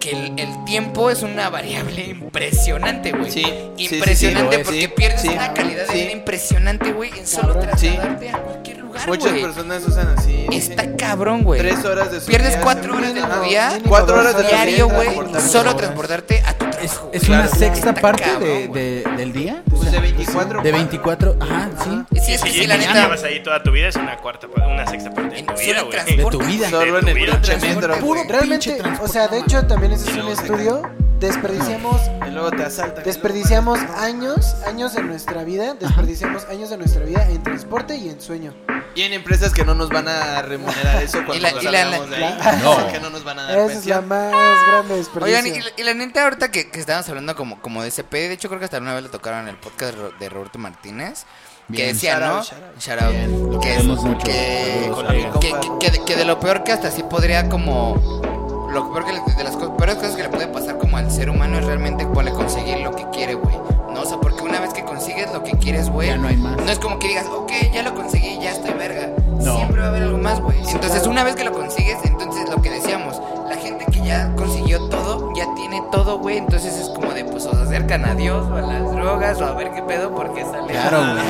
C: que el, el tiempo es una variable impresionante, güey.
D: Sí, sí, sí, sí,
C: Impresionante,
D: lo es,
C: porque
D: sí,
C: pierdes
D: sí,
C: una calidad de
D: sí.
C: vida impresionante, güey, en solo
A: Cabrón,
D: sí.
C: trasladarte a cualquier lugar,
D: Muchas
C: güey.
D: personas usan así.
C: Está cabrón, güey.
D: Tres horas de su
C: Pierdes
D: día,
C: cuatro
D: se
C: horas de
D: meten,
C: tu
D: ah,
C: día
D: Cuatro horas de tu
C: diario,
D: día,
C: güey,
D: transportarte
C: solo
D: horas.
C: transportarte a tu
B: Es,
C: trabajo.
B: es
C: güey.
B: una
D: Claro.
B: sexta
C: Está
B: parte
C: cabrón,
B: de-
C: güey.
B: de- del día.
D: Pues de 24.
B: De
D: pa-
B: 24, ajá, sí.
C: Sí,
E: Y
C: es que
E: si
C: sí, la
E: ya
C: neta.
E: llevas ahí toda tu vida, es una cuarta, pa- una sexta parte de
C: En
E: tu
C: solo
E: vida,
C: en
E: güey.
C: transporte.
B: De tu vida.
D: Solo en
E: De
D: el
E: tu
D: puro
E: vida.
D: tremendo.
B: Puro
D: güey.
B: pinche
A: Realmente, o
B: transporte,
A: sea, de
B: mamá.
A: hecho también ese es
D: Y
A: un
D: luego se
A: estudio. Desperdiciamos,
D: Y luego te asaltan.
A: desperdiciamos años, años de nuestra vida, desperdiciamos años de nuestra vida en transporte y en sueño.
B: Ah,
D: Y en empresas que no nos van a remunerar eso cuando
C: Y la-
D: nos
C: y la-
D: salgamos de ahí.
B: No.
D: Que no nos van a dar
A: Esa es la
D: pensión.
A: más grande
C: Oigan, y,
A: desperdicio.
C: y la neta, ahorita que, que estábamos hablando como, como de ese pedo, de hecho creo que hasta una vez lo tocaron en el podcast de Ro- de Roberto Martínez,
B: Bien.
C: que decía,
D: Shout
C: ¿no?
D: out, shout out.
C: Shout out.
B: Bien, lo
C: que,
B: queremos mucho.
C: que-
B: Saludos
E: a mi
C: que-
D: compa.
C: que de- que de lo peor que hasta sí podría como... Lo peor que le- de las co- peores cosas que le puede pasar como al ser humano es realmente cuál es conseguir lo que quiere, güey. No, o sea, porque una vez que consigues lo que quieres, güey,
B: Ya no hay más.
C: no es como que digas, ok, ya lo conseguí, ya estoy verga.
B: No.
C: Siempre va a haber algo más, güey. Entonces, una vez que lo consigues, entonces lo que decíamos, la gente que ya consiguió todo, ya tiene todo, güey. Entonces es como de, pues, o se acercan a Dios o a las drogas o a ver qué pedo, porque sale.
B: Claro, güey.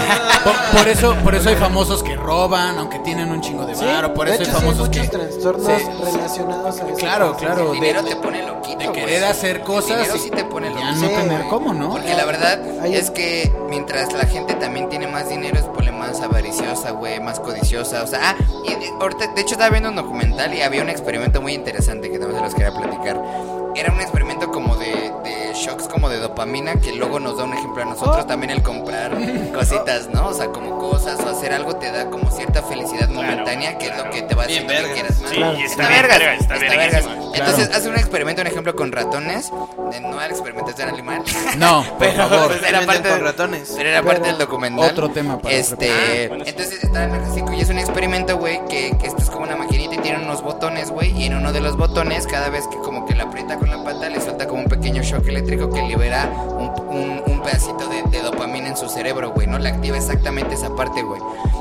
B: Por, por eso, por eso hay famosos que roban, aunque tienen un chingo de
A: Sí,
B: varo. por
A: de
B: eso
A: hecho, sí
B: hay famosos
A: muchos
B: que.
A: trastornos
B: Sí.
A: relacionados a eso.
B: Claro, claro.
C: El dinero
B: de-
C: te pone loquito.
B: de
C: güey.
B: querer hacer cosas
C: El dinero
B: y-
C: sí te pone
B: Ya
C: loquito.
B: no
A: Sí,
B: tener
A: güey.
B: cómo, ¿no?
C: Porque la verdad
A: Ahí-
C: es que mientras la gente también tiene más dinero, es pone más avariciosa, güey, más codiciosa. O sea, ah, y de, ahorita, de hecho estaba viendo un documental y había un experimento muy interesante que también se los quería platicar. Era un experimento como de, de shocks, como de dopamina, que luego nos da un ejemplo a nosotros
A: Oh.
C: también el comprar cositas, ¿no? O sea, como cosas o hacer algo te da como cierta felicidad momentánea, que es lo
E: claro.
C: que te va a
D: Bien
C: haciendo que
D: verga.
C: quieras más.
E: Sí,
A: Claro.
E: y
C: Está
E: está bien,
C: vergas,
E: verga, está
C: está vergas.
E: verguísima.
C: Entonces hace un experimento, un ejemplo con ratones. eh, No era el experimento, este era el animal.
B: No, por
C: Pero-
B: favor.
C: Pues era parte
D: con
C: de-
D: ratones.
C: Pero era
A: Pero-
C: parte del documental.
B: Otro tema para
C: Este.
E: preparar. Ah, bueno, sí.
C: entonces estaba en el hocico y es un experimento, güey, que, que esto es como una maquinita y tiene unos botones, güey. Y en uno de los botones, cada vez que como que la aprieta con la pata, le suelta como un pequeño shock eléctrico que libera un, un- un pedacito de, de dopamina en su cerebro, güey. No le activa exactamente esa parte, güey.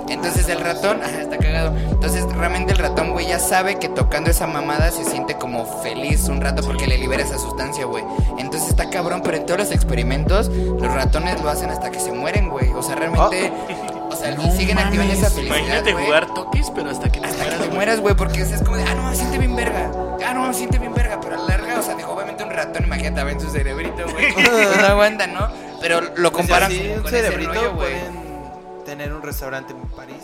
C: Entonces el ratón, ajá, está cagado. Entonces realmente el ratón, güey, ya sabe que tocando esa mamada se siente como feliz un rato porque le libera esa sustancia, güey. Entonces está cabrón, pero en todos los experimentos los ratones lo hacen hasta que se mueren, güey. O sea, realmente...
D: Ah.
C: O sea,
B: No
C: siguen activando
B: mames.
C: esa felicidad,
E: Imagínate
C: güey.
E: jugar toques, pero hasta que te
C: Hasta que
E: mueras,
C: te
E: güey.
C: mueras, güey, porque es como de, ah, no, me siente bien verga. Ah, no, me siente bien verga, pero a la larga, o sea, digo, obviamente un ratón, imagínate, ven su cerebrito, güey. No aguanta, ¿no? Pero lo
D: Pues
C: comparan
D: así,
C: con
D: un
C: ese
D: cerebrito pues.
C: rollo, güey.
D: pueden tener un restaurante en París.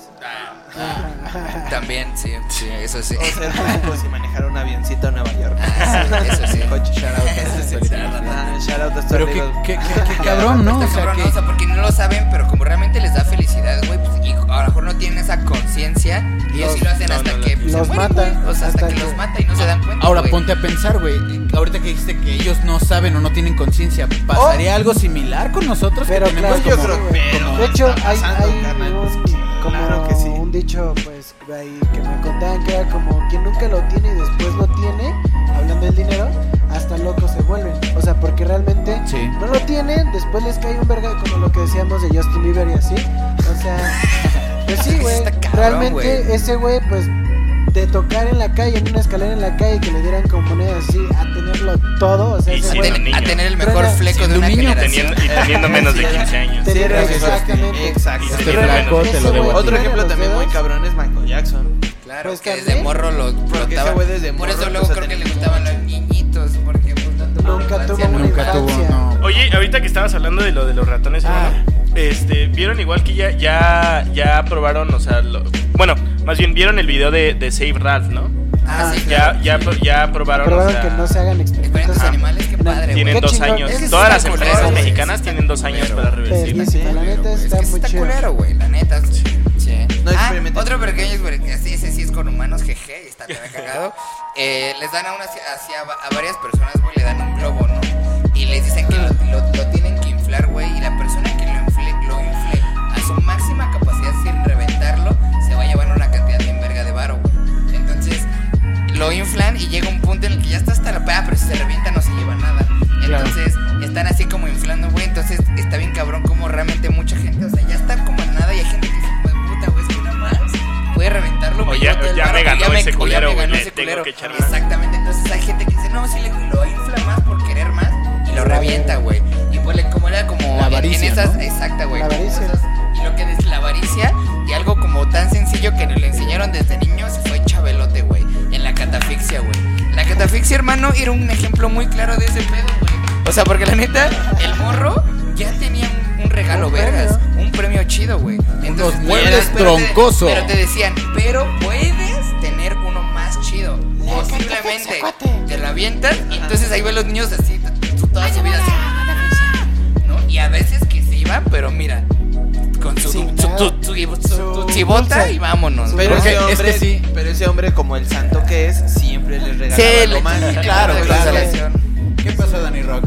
C: También, sí, sí, eso sí.
D: O ser ricos y manejar un avioncito a Nueva York.
C: Ah, sí, eso sí.
D: Coche, shout out.
C: Eso sí, sí, la verdad.
D: Ah, shout out a estos
B: Pero qué,
D: amigos.
B: qué- qué- qué cabrón, ¿no? O
C: Está
B: sea,
C: cabrón,
B: que.
C: o sea, porque no lo saben, pero como realmente les da felicidad, güey, pues, y a lo mejor no tienen esa conciencia, y ellos sí lo hacen
E: no,
C: hasta
E: no, no.
C: que pues, se
A: Los
C: mueren,
A: mata,
C: güey. O sea, hasta,
A: hasta
C: que,
A: que-
C: los mata y no se dan cuenta.
B: Ahora
C: güey.
B: ponte a pensar, güey. Ahorita que dijiste que ellos no saben o no tienen conciencia, ¿pasaría algo similar con nosotros? Pues que
A: Pero
B: tenemos
A: claro, como-
D: Yo creo
A: como-
D: que
A: De hecho,
D: está
A: hay,
D: pasando,
A: hay
D: carnal. Pues
A: un, como
D: Claro que sí.
A: un dicho pues ahí que me contaban que era como quien nunca lo tiene y después lo tiene, hablando del dinero, hasta locos se vuelven. O sea, porque realmente
B: Sí.
A: no lo tienen, después les cae un verga como lo que decíamos de Justin Bieber y así. O sea, pues sí,
C: Está
A: güey.
C: cabrón,
A: Realmente
C: güey.
A: ese güey pues de tocar en la calle, en una escalera en la calle que le dieran con monedas así, a tenerlo todo, o sea,
E: Y
A: ese
E: sin
C: a,
A: güey-
E: un
C: tener,
E: niño.
C: a tener el mejor
A: Siendo
C: fleco de
B: un
C: una
B: niño.
C: generación.
E: Teniendo- y teniendo menos de 15 años.
A: Sí,
D: Tienes razón.
A: exactamente.
D: Exacto.
E: Este flaco
A: te lo debo a ti.
D: Otro ejemplo
A: Los
D: también muy
A: dedos.
D: cabrón es Michael Jackson.
C: Claro,
A: Pues
C: que desde
A: también.
C: morro lo
D: ese
C: explotaban.
D: güey desde
C: Por eso
D: morro
C: luego
D: empezó a
C: creo que
D: tener
C: le gustaban los niñitos, porque pues, no tuvo
A: Nunca
C: infancia,
A: tuvo una
C: nunca
B: Nunca tuvo,
A: infancia.
B: no.
E: Oye, ahorita que estabas hablando de lo de los ratones,
A: Ah.
E: hermano, este, vieron igual que ya, ya, ya probaron, o sea, lo- bueno, más bien vieron el video de, de Save Ralph, ¿no?
C: Ah, sí,
E: Ya,
C: claro.
E: ya, pro- ya probaron, o
A: Probaron
E: sea,
A: que no se hagan experimentos
C: Experimentos animales, qué padre, güey.
E: tienen
A: Qué
E: dos
A: chingón.
E: años.
A: Es que
E: Todas
C: está
E: las
C: culero,
E: empresas
C: güey.
E: mexicanas
C: Está
E: tienen dos años
C: culero.
E: para revertirla.
A: Verguísima, la neta
C: Es
A: está
C: que
A: muy
C: está
A: chido.
C: culero, güey, la neta. Sí.
D: No
C: ah,
D: experimenten.
C: otro pequeño experimento, así, ese sí es con humanos, jeje, y está también cagado. Eh, les dan a, una, hacia, a varias personas, güey, le dan un globo, ¿no? Y les dicen que lo, lo- lo tienen que inflar, güey, y la persona que lo infle, lo infle a su máxima capacidad sin reventarlo, se va a llevar una cantidad bien verga de varo, güey. Entonces, lo inflan y llega un punto en el que ya está hasta la peda, pero si se revienta no se lleva nada. Entonces, están así como inflando funcionando, güey. Entonces está bien cabrón como realmente mucha gente, o sea, ya está como en nada y hay gente que dice, güey, puta, güey, es que no más puede reventarlo, güey.
E: O ya-
C: todo el
E: ya me
C: varo,
E: ganó
C: güey,
E: ese
C: o ya
E: culero,
C: me
E: güey,
C: ganó
E: le
C: ese
E: tengo
C: culero.
E: que echar más.
C: Exactamente, entonces hay gente que dice, no, sí, le lo infla más por querer más y lo revienta, güey. Y pues le- como era como
B: La
C: en-
B: avaricia,
C: en esas,
B: ¿no?
C: exacta, güey.
A: La avaricia.
C: Entonces, Y lo que es la avaricia y algo como tan sencillo que nos lo enseñaron desde niños fue Chabelote, güey. En la catafixia, güey. La catafixia, hermano, era un ejemplo muy claro de ese pedo, güey. O sea, porque la neta, el morro ya tenía un, un regalo,
A: Un premio.
C: vergas. Un premio chido, güey. Entonces,
B: muebles
C: pero te-
B: troncoso.
C: Pero te decían, pero puedes tener uno más chido. Posiblemente. Te lo avientas y entonces ahí ven los niños así, t- toda su vida así. ¿no? Y a veces que se iban, pero mira, con su,
A: Sin
C: su,
A: nada.
C: su- su- su- su-
A: Su
C: chibota
A: dulce.
C: y vámonos.
D: Pero
C: ¿no?
B: Porque
D: ese
B: es que
D: hombre,
B: sí.
D: pero ese hombre como el santo que es, siempre les regalaba
C: Sí, le-
D: lo más.
C: le-
B: claro,
C: le-
B: claro.
C: la relación.
B: ¿Qué pasó, Dani Rock?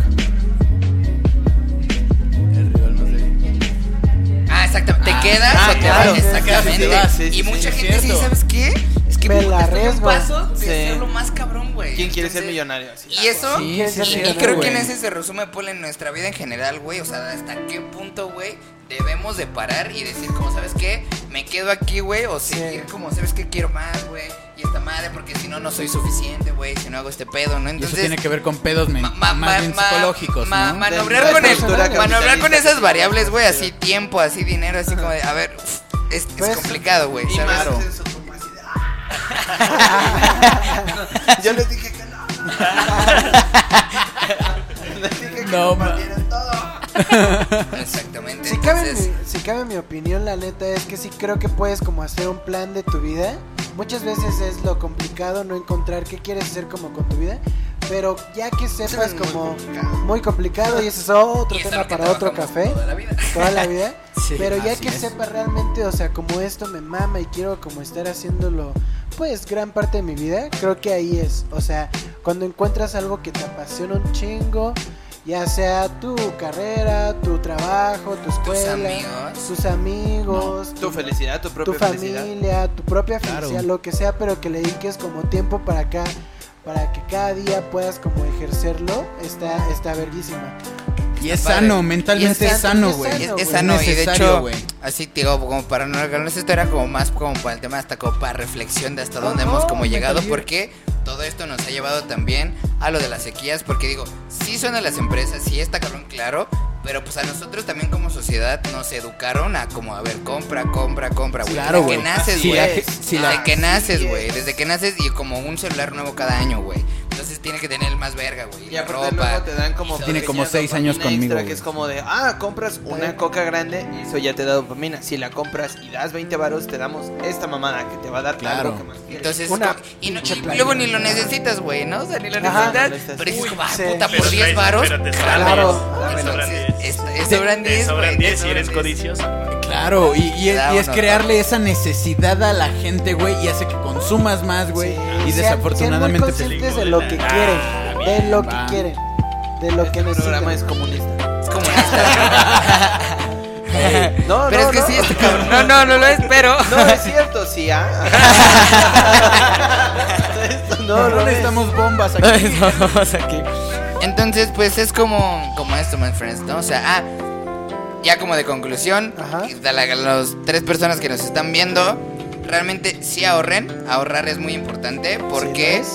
B: El rival no sé.
C: Ah, exactamente. Te
B: Ah,
C: quedas
B: ah,
C: o te
B: claro,
C: vas,
B: sí, sí,
C: exactamente.
D: sí, sí, sí,
C: y
D: sí,
C: mucha
B: es
C: gente dice,
B: cierto.
C: ¿sabes qué? Es que
A: Me
C: puta,
A: la
C: estoy a un
A: arriesgo.
C: paso de
D: Sí.
C: ser lo más cabrón, güey.
D: ¿Quién quiere ser
C: Entonces-
D: millonario? Así,
C: Y eso,
B: Sí,
A: ¿Quién se
B: sí,
C: Y
A: Claro,
C: creo que
B: güey.
C: en ese se resume, Paul, en nuestra vida en general, güey. O sea, hasta qué punto, güey, debemos de parar y decir, como, ¿sabes qué? Me quedo aquí, güey. O seguir como, ¿sabes qué? Quiero más, güey. Y esta madre, porque si no, no soy suficiente, güey. Si no hago este pedo, ¿no?
B: Y eso
C: Entonces...
B: tiene que ver con pedos men-
C: ma- ma- ma-
B: más bien
C: ma-
B: psicológicos,
C: ma-
B: ¿no?
C: Manobrar
D: De
C: con,
D: la
C: el-
D: cultura
C: manobrar con
D: capitalista.
C: esas variables, güey, así tiempo, así dinero, así como de, a ver, uf, es, es
A: Pues,
C: complicado, güey.
D: Y
C: ¿sabes?
D: más en su capacidad. Yo les dije que no. les dije que
B: No,
D: no,
B: ma-
D: partieran todo.
C: Exactamente.
A: Si cabe,
C: entonces-
A: mi, si cabe mi opinión, la neta es que sí creo que puedes como hacer un plan de tu vida. Muchas veces es lo complicado no encontrar qué quieres hacer como con tu vida, pero ya que sepas
D: es muy
A: como
D: complicado.
A: muy complicado y ese es otro
C: Y eso es
A: tema
C: lo que
A: para otro
C: trabajamos
A: café,
C: toda la vida.
A: toda la vida.
B: Sí,
A: pero ya
B: así
A: que
B: es.
A: sepas realmente, o sea, como esto me mama y quiero como estar haciéndolo, pues gran parte de mi vida, creo que ahí es. O sea, cuando encuentras algo que te apasiona un chingo, ya sea tu carrera, tu trabajo, tu escuela,
C: amigos.
A: tus amigos,
D: Tu felicidad, tu
A: tu
D: propia felicidad.
A: familia, tu propia
B: Claro.
A: felicidad, lo que sea, pero que le dediques como tiempo para acá, para que cada día puedas como ejercerlo, está, está verguísima.
B: Y es
C: Padre.
B: sano,
C: Y
B: mentalmente
C: es
B: es sano,
A: sano,
B: güey.
A: es
C: Es,
A: güey.
C: es sano y de
B: necesario,
C: hecho,
B: güey.
C: así te digo, como para no alargarnos, esto era como más como para el tema, hasta como para reflexión de hasta dónde hemos
B: Oh,
C: como llegado, porque todo esto nos ha llevado también a lo de las sequías, porque digo, sí son de las empresas, sí está cabrón claro, pero pues a nosotros también como sociedad nos educaron a como, a ver, compra, compra, compra, güey.
B: Claro,
C: Desde
B: güey.
C: que naces,
B: Si
C: güey.
B: la-
C: Desde
B: si la-
C: que naces,
D: Así
C: güey.
D: es.
C: Desde que naces y como un celular nuevo cada año, güey. Entonces tiene que tener el más verga, güey.
D: Y
C: La
D: aparte
C: ropa.
D: luego te dan como
B: Tiene como
D: pequeña
B: seis años
D: dopamina
B: conmigo,
D: extra,
B: güey.
D: que es como de, ah, compras una coca grande, eso ya te da dopamina. Si la compras y das 20 varos, te damos esta mamada que te va a dar
B: Claro.
D: algo que más quieres.
C: Entonces,
A: Una
C: co- y, no- y
A: pinche playera.
C: luego ni lo necesitas, güey, ¿no? O sea, ni lo
A: Ajá.
C: necesitas.
D: No lo necesitas.
C: pero dices,
A: Uy,
C: como, ah,
A: sí.
C: puta, por
E: Pero
C: 10
E: espera,
C: varos.
E: espérate, sobran
A: Claro.
E: diez, sobran diez.
C: Te sobran 10.
E: Te sobran
C: güey,
E: 10 y
C: sobran
E: eres
C: 10.
E: codicioso.
B: Claro, y, y- y
C: Da
B: es
C: uno,
B: crearle
C: ¿no?
B: esa necesidad a la gente, güey, y hace que consumas más, güey. y
A: Sean-
B: desafortunadamente
A: Ah, sean muy
B: te
A: conscientes de lo que quieren,
C: Ah,
A: de lo que
B: va.
A: quieren, de lo que
D: Este programa es
A: necesitan.
D: comunista.
C: Es como esta,
D: No,
C: Pero es
D: no,
C: que
D: no.
C: sí, este cabrón. No, no, no lo es, pero.
D: No, es cierto, sí, ah. Esto
B: No,
D: no, no, es.
B: necesitamos bombas aquí.
C: Estamos aquí. Entonces, pues es como, como esto, my friends, ¿no? O sea, ah, ya como de conclusión,
A: Ajá.
C: a la- a las tres personas que nos están viendo, realmente sí ahorren. Ahorrar es muy importante porque
A: Sí,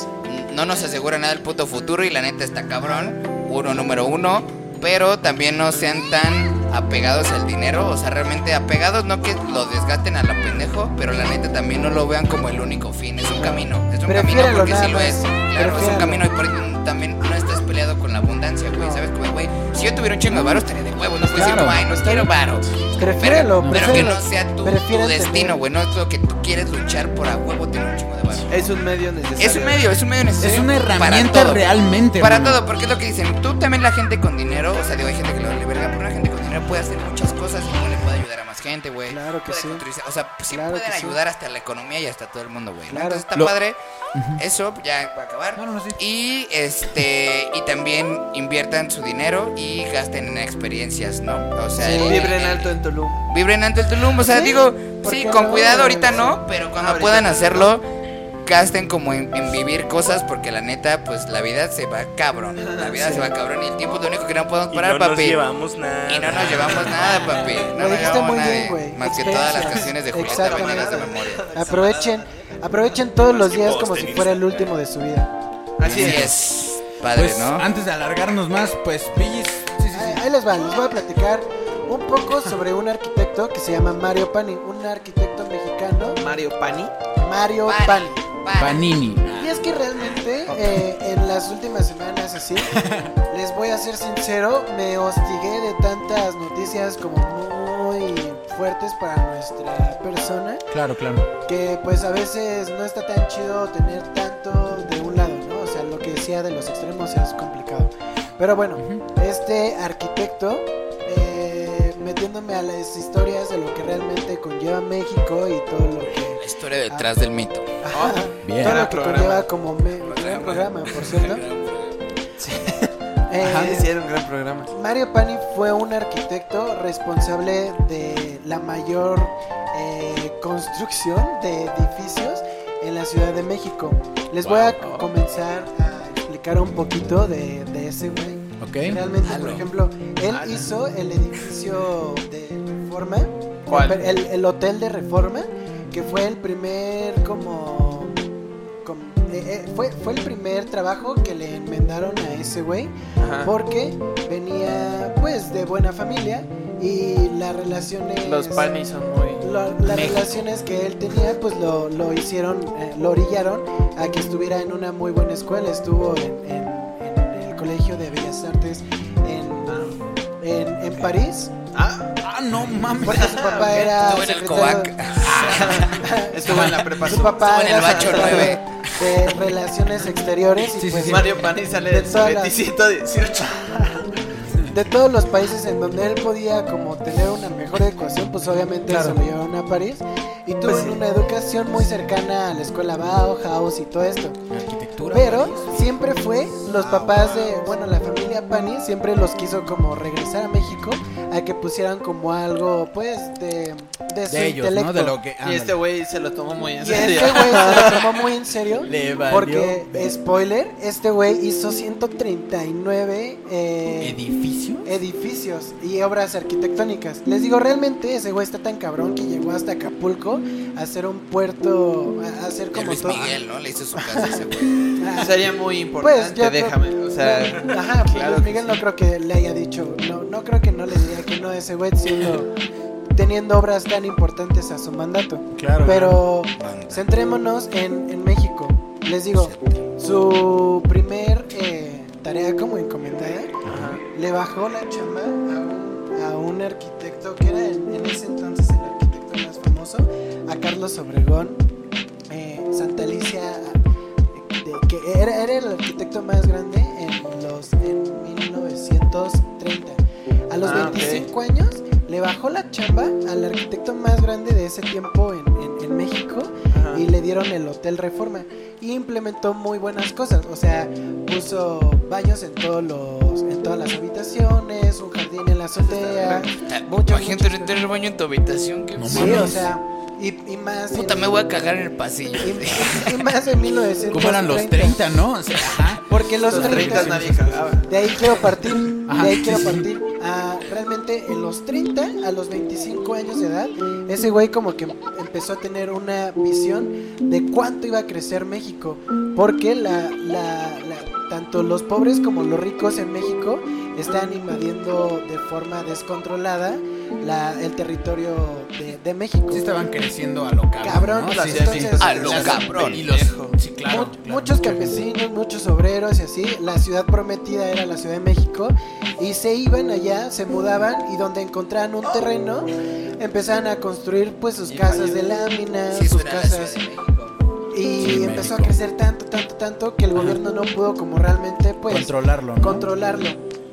C: no nos asegura nada el puto futuro y la neta está cabrón. Uno, número uno. Pero también no sean tan apegados al dinero, o sea, realmente apegados, no que lo desgasten a la pendejo, pero la neta también no lo vean como el único fin, es un camino, es un camino
A: Prefiéralo,
C: porque sí
A: nada
C: lo
A: más.
C: es, claro, es un
A: Prefiéralo.
C: camino y por eso también no estás peleado con la abundancia, güey. ¿Sabes cómo, güey? Si yo tuviera un chingo de varo, estaría de huevo. No puedes decir,
B: Claro.
C: ay, no quiero varo.
A: Prefiérelo,
C: pero, pero que
A: prefiérelo.
C: no sea tu, tu
A: Prefiérelo
C: destino,
A: tener.
C: güey. No es lo que tú quieres luchar por a huevo tener un chingo de varo.
D: Es un medio necesario.
C: Es un medio, es un medio necesario.
B: Es una
C: para
B: herramienta
C: todo.
B: realmente,
C: Para
B: hermano.
C: todo, porque es lo que dicen. Tú también, la gente con dinero, o sea, digo, hay gente que lo vale verga, pero la gente con dinero puede hacer muchas cosas y no le puede ayudar a más gente, güey.
A: Claro que
C: Puede
A: sí.
C: contribuir- O sea, pues, sí
A: Claro
C: pueden
A: que sí.
C: ayudar hasta la economía y hasta todo el mundo, güey. ¿no?
A: Claro.
C: Entonces está
B: Lo-
C: padre. Eso ya va a acabar.
B: No, no, no, sí.
C: Y este y también inviertan su dinero y gasten en experiencias, ¿no? O sea, el-
D: Libre en
C: el-
D: alto en Tulum.
C: Vibren alto el Tulum, o sea,
A: Sí,
C: digo,
A: ¿por
C: sí,
A: qué
C: con
A: no?
C: cuidado ahorita no,
A: Sí.
C: pero cuando
D: Ahorita
C: puedan
D: no.
C: hacerlo, gasten como en, en vivir cosas porque la neta, pues la vida se va cabrón. La vida se va cabrón y el tiempo es lo único que no podemos
E: Y
C: parar,
E: no nos
C: papi.
E: llevamos nada.
C: Y no nos llevamos nada, papi. No
A: Lo
C: nos
A: dijiste
C: llevamos
A: muy
C: nada.
A: bien,
C: de-
A: güey.
C: Más que todas las
A: Experiencia.
C: canciones de Julieta
A: Exactamente.
C: Venegas de memoria.
A: Aprovechen, aprovechen todos los días como si fuera el último de su vida.
C: Así
D: Así es.
C: es. Padre,
B: Pues
C: ¿no?
B: antes de alargarnos más, pues Pillis. Sí, sí,
A: Ahí,
B: sí.
A: ahí les va, les voy a platicar un poco sobre un arquitecto que se llama Mario Pani, un arquitecto mexicano,
D: Mario Pani.
A: Mario
C: Pani.
A: Pani.
C: Para.
B: Panini.
A: Y es que realmente eh, en las últimas semanas así, les voy a ser sincero, me hostigué de tantas noticias como muy fuertes para nuestra persona,
B: Claro, claro.
A: que pues a veces no está tan chido tener tanto de un lado, ¿no? O sea, lo que decía de los extremos es complicado. Pero bueno, este arquitecto, eh, metiéndome a las historias de lo que realmente conlleva México y todo lo que...
C: La historia detrás del mito.
A: Ajá.
B: Bien.
A: Todo lo
D: Gran
A: que
D: programa.
A: Eh, ah, conlleva como me-
C: Programa.
A: gran programa, por cierto. Eh,
D: Ajá, hicieron un gran programa.
A: Mario Pani fue un arquitecto responsable de la mayor eh, construcción de edificios en la Ciudad de México. Les voy a
B: Wow.
A: comenzar a explicar un poquito de, de ese güey.
B: Ok.
A: Realmente, por
B: Halo.
A: ejemplo, él
D: Halo.
A: hizo el edificio de Reforma.
D: ¿Cuál?
A: El, el hotel de Reforma, que fue el primer como... como- eh, eh, fue, fue el primer trabajo que le enmendaron a ese güey
D: Ajá.
A: porque venía pues de buena familia y las relaciones
D: Los Pani son muy.
A: lo- las relaciones que él tenía pues lo, lo hicieron eh, lo orillaron a que estuviera en una muy buena escuela estuvo en, en- en el colegio de bellas artes en, en, en París
D: Ah,
B: Ah, no mames.
A: porque su papá era
C: Estuvo en el
A: secretario-
C: Covac.
D: estuvo en la prepa.
A: su papá
C: Estuvo en
A: era
C: el Bacho
A: secretario
C: nueve.
A: de relaciones exteriores y
B: Sí, sí,
A: pues,
B: sí.
D: Mario Pani sale
A: De
D: del
A: todas las-
D: 27 a 18.
A: de todos los países en donde él podía como tener una mejor educación, pues obviamente se
B: Claro.
A: lo llevaron a París y tuvo
D: Pues sí.
A: una educación muy cercana a la escuela Bauhaus y todo esto.
B: Arquitectura.
A: Pero
B: París. Ah,
A: siempre fue los papás de, bueno, la familia Pani siempre los quiso como regresar a México a que pusieran como algo pues de, de su
B: de ellos,
A: intelecto.
B: ¿no? De lo que.
D: Y
B: ándale.
D: este güey se lo tomó muy en
A: Y este
D: serio.
A: güey se lo tomó muy en serio.
B: Le valió
A: Porque,
B: ver-
A: spoiler, este güey hizo 139 eh,
B: edificio.
A: edificios y obras arquitectónicas. Les digo, realmente ese güey está tan cabrón que llegó hasta Acapulco a hacer un puerto, a- a hacer
C: De
A: como
C: Luis
A: todo.
C: Miguel, ¿no? Le hizo su casa a ese güey.
A: Ah,
D: Sería muy importante,
A: yo creo-
D: déjame. O sea,
A: Ajá, pues
D: claro
A: Luis
D: que
A: Miguel
D: sí.
A: no creo que le haya dicho, no, no creo que no le diga que no a ese güey siendo teniendo obras tan importantes a su mandato.
B: Claro.
A: Pero
C: Banda.
A: centrémonos en, en México. Les digo, su primer eh, tarea como encomendada
D: Ajá.
A: le bajó la chamba a un, a un arquitecto que era en, en ese entonces el arquitecto más famoso, a Carlos Obregón, eh, Santa Alicia, de- que era, era el arquitecto más grande en, los, en 1930. A los
D: Ah, ok.
A: 25 años le bajó la chamba al arquitecto más grande de ese tiempo en, en- en México
D: Ajá.
A: y le dieron el Hotel Reforma. Y implementó muy buenas cosas, o sea, puso baños en todos los, en todas las habitaciones, un jardín en la azotea, muchos,
C: Imagínate
A: muchos-
C: ahorita en el baño en tu habitación. Que...
B: No
A: sí,
B: mames.
A: o sea, y, y más,
C: Puta,
A: en,
C: me voy a cagar en el pasillo.
A: y, y más en 1930.
B: ¿Cómo eran los 30, no? O sea, ajá.
A: Porque los,
D: Los 30
A: 30
D: nadie cagaba.
A: De ahí quiero partir.
B: Ajá,
A: de ahí quiero
B: sí, sí.
A: partir. Ah, realmente en los 30 a los 25 años de edad, ese güey como que empezó a tener una visión de cuánto iba a crecer México. Porque la, la- la- tanto los pobres como los ricos en México están invadiendo de forma descontrolada la- el territorio de, de México.
B: Sí estaban creciendo a lo cabrón.
A: Cabrón,
B: ¿no?
A: las
B: Sí, sí,
A: entonces- ah,
B: sí.
C: A lo
B: Las-
C: cabrón,
B: Y los,
D: viejo.
B: sí, claro,
A: Mu-
B: claro.
A: Muchos pues, campesinos, muchos obreros y así. La ciudad prometida era la Ciudad de México. Y se iban allá, se mudaban y donde encontraban un terreno, empezaban a construir pues sus casas de láminas,
C: Sí,
A: sus
C: será la Ciudad
A: casas.
C: de México.
A: Y
B: Sí,
A: empezó a
B: México.
A: crecer tanto, tanto, tanto que el gobierno no pudo como realmente pues
B: Controlarlo, ¿no?
A: controlarlo.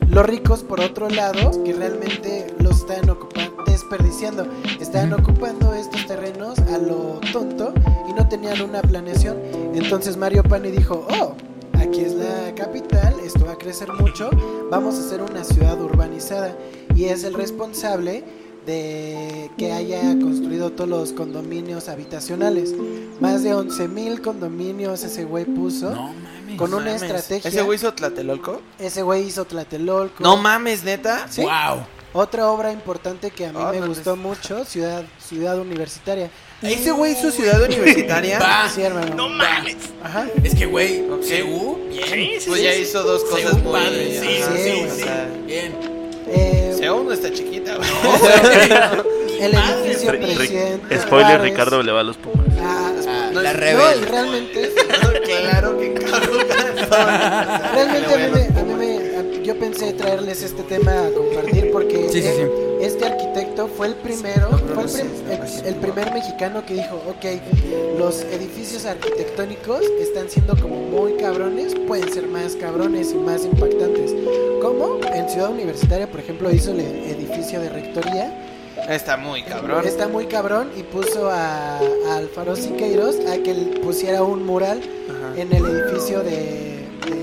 A: Los ricos, por otro lado, que realmente los están ocupando, desperdiciando, están
B: Ujú.
A: ocupando estos terrenos a lo tonto y no tenían una planeación. Entonces Mario Pani dijo, oh, aquí es la capital, esto va a crecer mucho, vamos a hacer una ciudad urbanizada. Y es el responsable de que haya construido todos los condominios habitacionales. Más de 11.000 condominios ese güey puso.
B: No mames.
A: Con
D: No
A: una
D: mames.
A: estrategia.
D: ¿Ese güey hizo Tlatelolco?
A: Ese güey hizo Tlatelolco.
D: No mames, neta.
A: Sí.
B: Wow.
A: Otra obra importante que a mí
D: Ah,
A: me
D: no
A: gustó mucho, Ciudad, Ciudad Universitaria. Eh,
D: Ese güey hizo Ciudad Universitaria.
B: Va.
A: Sí, hermano.
E: No mames.
A: Ajá.
B: Es que, güey,
D: Ok.
B: CU, bien.
E: Sí, sí,
D: Pues
E: sí,
D: ya
E: sí.
D: hizo dos cosas
B: CU,
D: muy.
B: padre. Sí,
D: ajá,
A: sí,
B: sí,
D: o
B: sí.
D: sea,
B: Bien.
A: Eh,
D: Seúl no está chiquita, güey.
A: el edificio
E: Ri- Ri-
A: presidente.
E: Spoiler,
A: Juárez.
E: Ricardo le va a los Pumas.
A: Ah,
B: Ah,
A: no,
C: la
A: no,
C: rebel.
A: y realmente,
D: claro que cabrón.
A: realmente a mí me- a mí me- a- yo pensé traerles este tema a compartir porque
B: Sí, sí, sí.
A: este arquitecto fue el primero,
D: cabrón,
A: fue el,
D: sí,
A: prim-
D: está
A: el-
D: impresionante.
A: el primer mexicano que dijo, ok, los edificios arquitectónicos están siendo como muy cabrones, pueden ser más cabrones y más impactantes. Como en Ciudad Universitaria, por ejemplo, hizo el edificio de rectoría.
D: Está muy cabrón.
A: Está muy cabrón y puso a, a Alfaro Siqueiros a que le pusiera un mural
D: Ajá.
A: en el edificio de,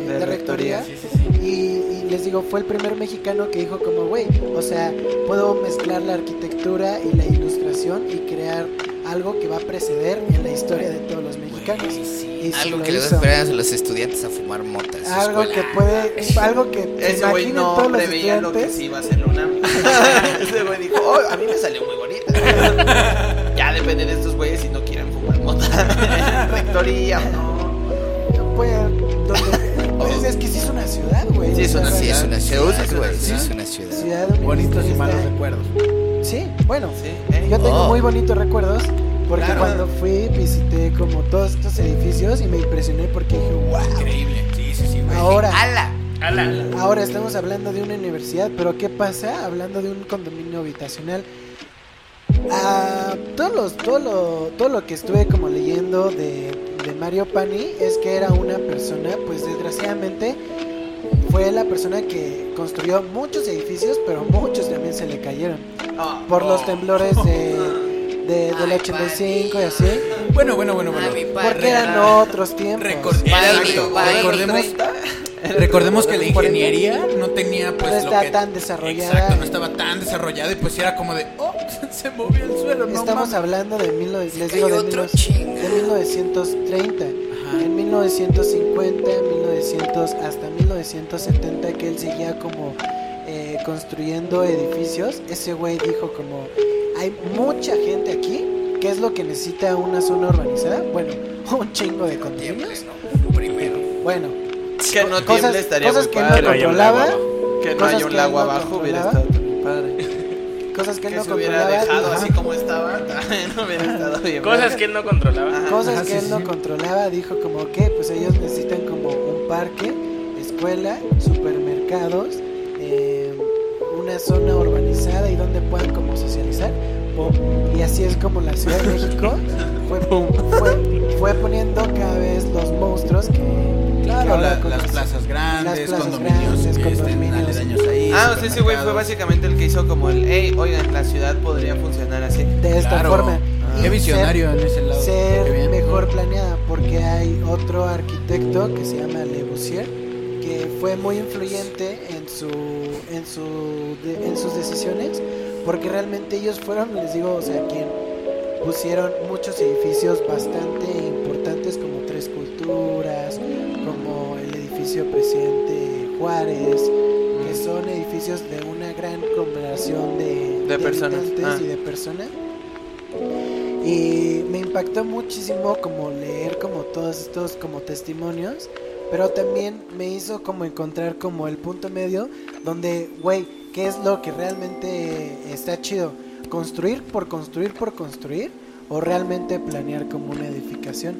A: de- de rectoría.
B: Sí, sí, sí.
A: Y, y les digo, fue el primer mexicano que dijo como, güey, o sea, puedo mezclar la arquitectura y la ilustración y crear algo que va a preceder en la historia de todos los mexicanos. Y sí
C: Algo
A: lo
C: que le
A: hizo.
C: esperar a los estudiantes a fumar mota. en su
A: Algo
C: escuela.
A: que puede, algo que se
D: Ese güey
A: imaginen
D: no
A: todos los
D: preveía lo que
A: estudiantes.
D: se iba a hacer una. Ese güey dijo, "Oh, a mí me salió muy bonita. ya depende de estos güeyes si no quieren fumar mota. Rectoría o no.
A: Pues, donde- pues, es que sí es una ciudad, güey.
D: Sí, es una
A: O sea,
C: Sí, es una
D: Seúl es
C: ciudad,
D: una
C: güey. Sí,
D: ciudad.
C: es una ciudad.
A: Ciudad
B: Bonitos y
A: universitaria.
B: malos recuerdos.
A: Sí, bueno,
D: Sí, eh.
A: yo tengo
C: Oh.
A: muy bonitos recuerdos porque
D: Claro.
A: cuando fui visité como todos estos edificios y me impresioné porque dije, wow,
B: Increíble. Sí, sí, sí, güey.
A: ahora,
C: ¡Hala!
E: Ala.
A: ahora estamos hablando de una universidad, pero ¿qué pasa hablando de un condominio habitacional? Ah, todos los- todo, lo, todo lo que estuve como leyendo de, de Mario Pani es que era una persona, pues desgraciadamente fue la persona que construyó muchos edificios, pero muchos también se le cayeron
D: Ah,
A: por los
D: oh.
A: temblores de, de- del
C: Ay,
A: 85 y
C: Pani.
A: así.
B: Bueno, bueno, bueno, bueno.
C: Mami, pa-
A: Porque eran otros tiempos.
B: Recor-
C: Baile,
B: Exacto.
C: baile,
B: Recordemos, recordemos que la
A: Por el-
B: ingeniería no tenía pues
A: no
B: lo
A: está
B: que...
A: tan desarrollada.
B: Exacto, no estaba tan desarrollada y pues era como de, oh, se movió el suelo, no
A: Estamos
B: mames.
A: hablando de, mil nove- les digo,
C: Hay
A: de,
C: otro
A: mil-
C: chinga.
A: de 1930.
B: Ajá.
A: En 1950, 1900, hasta 1970 que él seguía como eh, construyendo edificios, ese güey dijo como, hay mucha gente aquí, ¿qué es lo que necesita una zona urbanizada? Bueno, un chingo de condominios.
C: Primero.
A: Bueno,
D: Que no tiemble
A: cosas,
D: estaría
A: cosas
D: muy
A: que
D: padre.
A: no
E: Que no haya un lago
A: controlaba,
D: Que no
A: cosas
D: haya un
A: que
D: lago
A: no
D: abajo hubiera
A: controlaba.
D: estado tan padre.
A: cosas que,
D: Que
A: no
D: se hubiera
A: controlaba.
D: dejado
A: ajá.
D: así como estaba, también hubiera estado bien.
E: Cosas
D: padre.
E: que él no controlaba.
D: Ajá.
A: cosas
B: Ajá,
A: que
B: sí,
A: él
B: sí.
A: no controlaba, dijo como que pues ellos necesitan como un parque, escuela, supermercados, eh, una zona urbanizada y donde puedan como socializar. Pum. Y así es como la Ciudad de México fue, fue, fue poniendo cada vez los monstruos que... que
B: Claro,
A: ahora
B: la- las
A: conoce-
B: plazas grandes,
A: plazas
B: condominios,
A: grandes,
B: que estén
A: condominios.
B: aledaños ahí.
D: Ah, o sea, ese güey fue
B: supermercados.
D: básicamente el que hizo como el, hey, oigan, la ciudad podría funcionar así.
A: De esta
B: Claro.
A: forma.
D: Ah.
A: Y
B: Qué
A: ser-
B: visionario en ese lado. Qué
A: ser
B: bien.
A: mejor planeada porque hay otro arquitecto que se llama Le Bussier que fue muy influyente en su en su de- en sus decisiones porque realmente ellos fueron les digo o sea quien pusieron muchos edificios bastante importantes como tres culturas como el edificio presidente Juárez que son edificios de una gran combinación de,
D: De personas,
A: habitantes
D: ah.
A: y de personas y me impactó muchísimo como leer como todos estos como testimonios pero también me hizo como encontrar como el punto medio donde güey qué es lo que realmente está chido construir por construir por construir o realmente planear como una edificación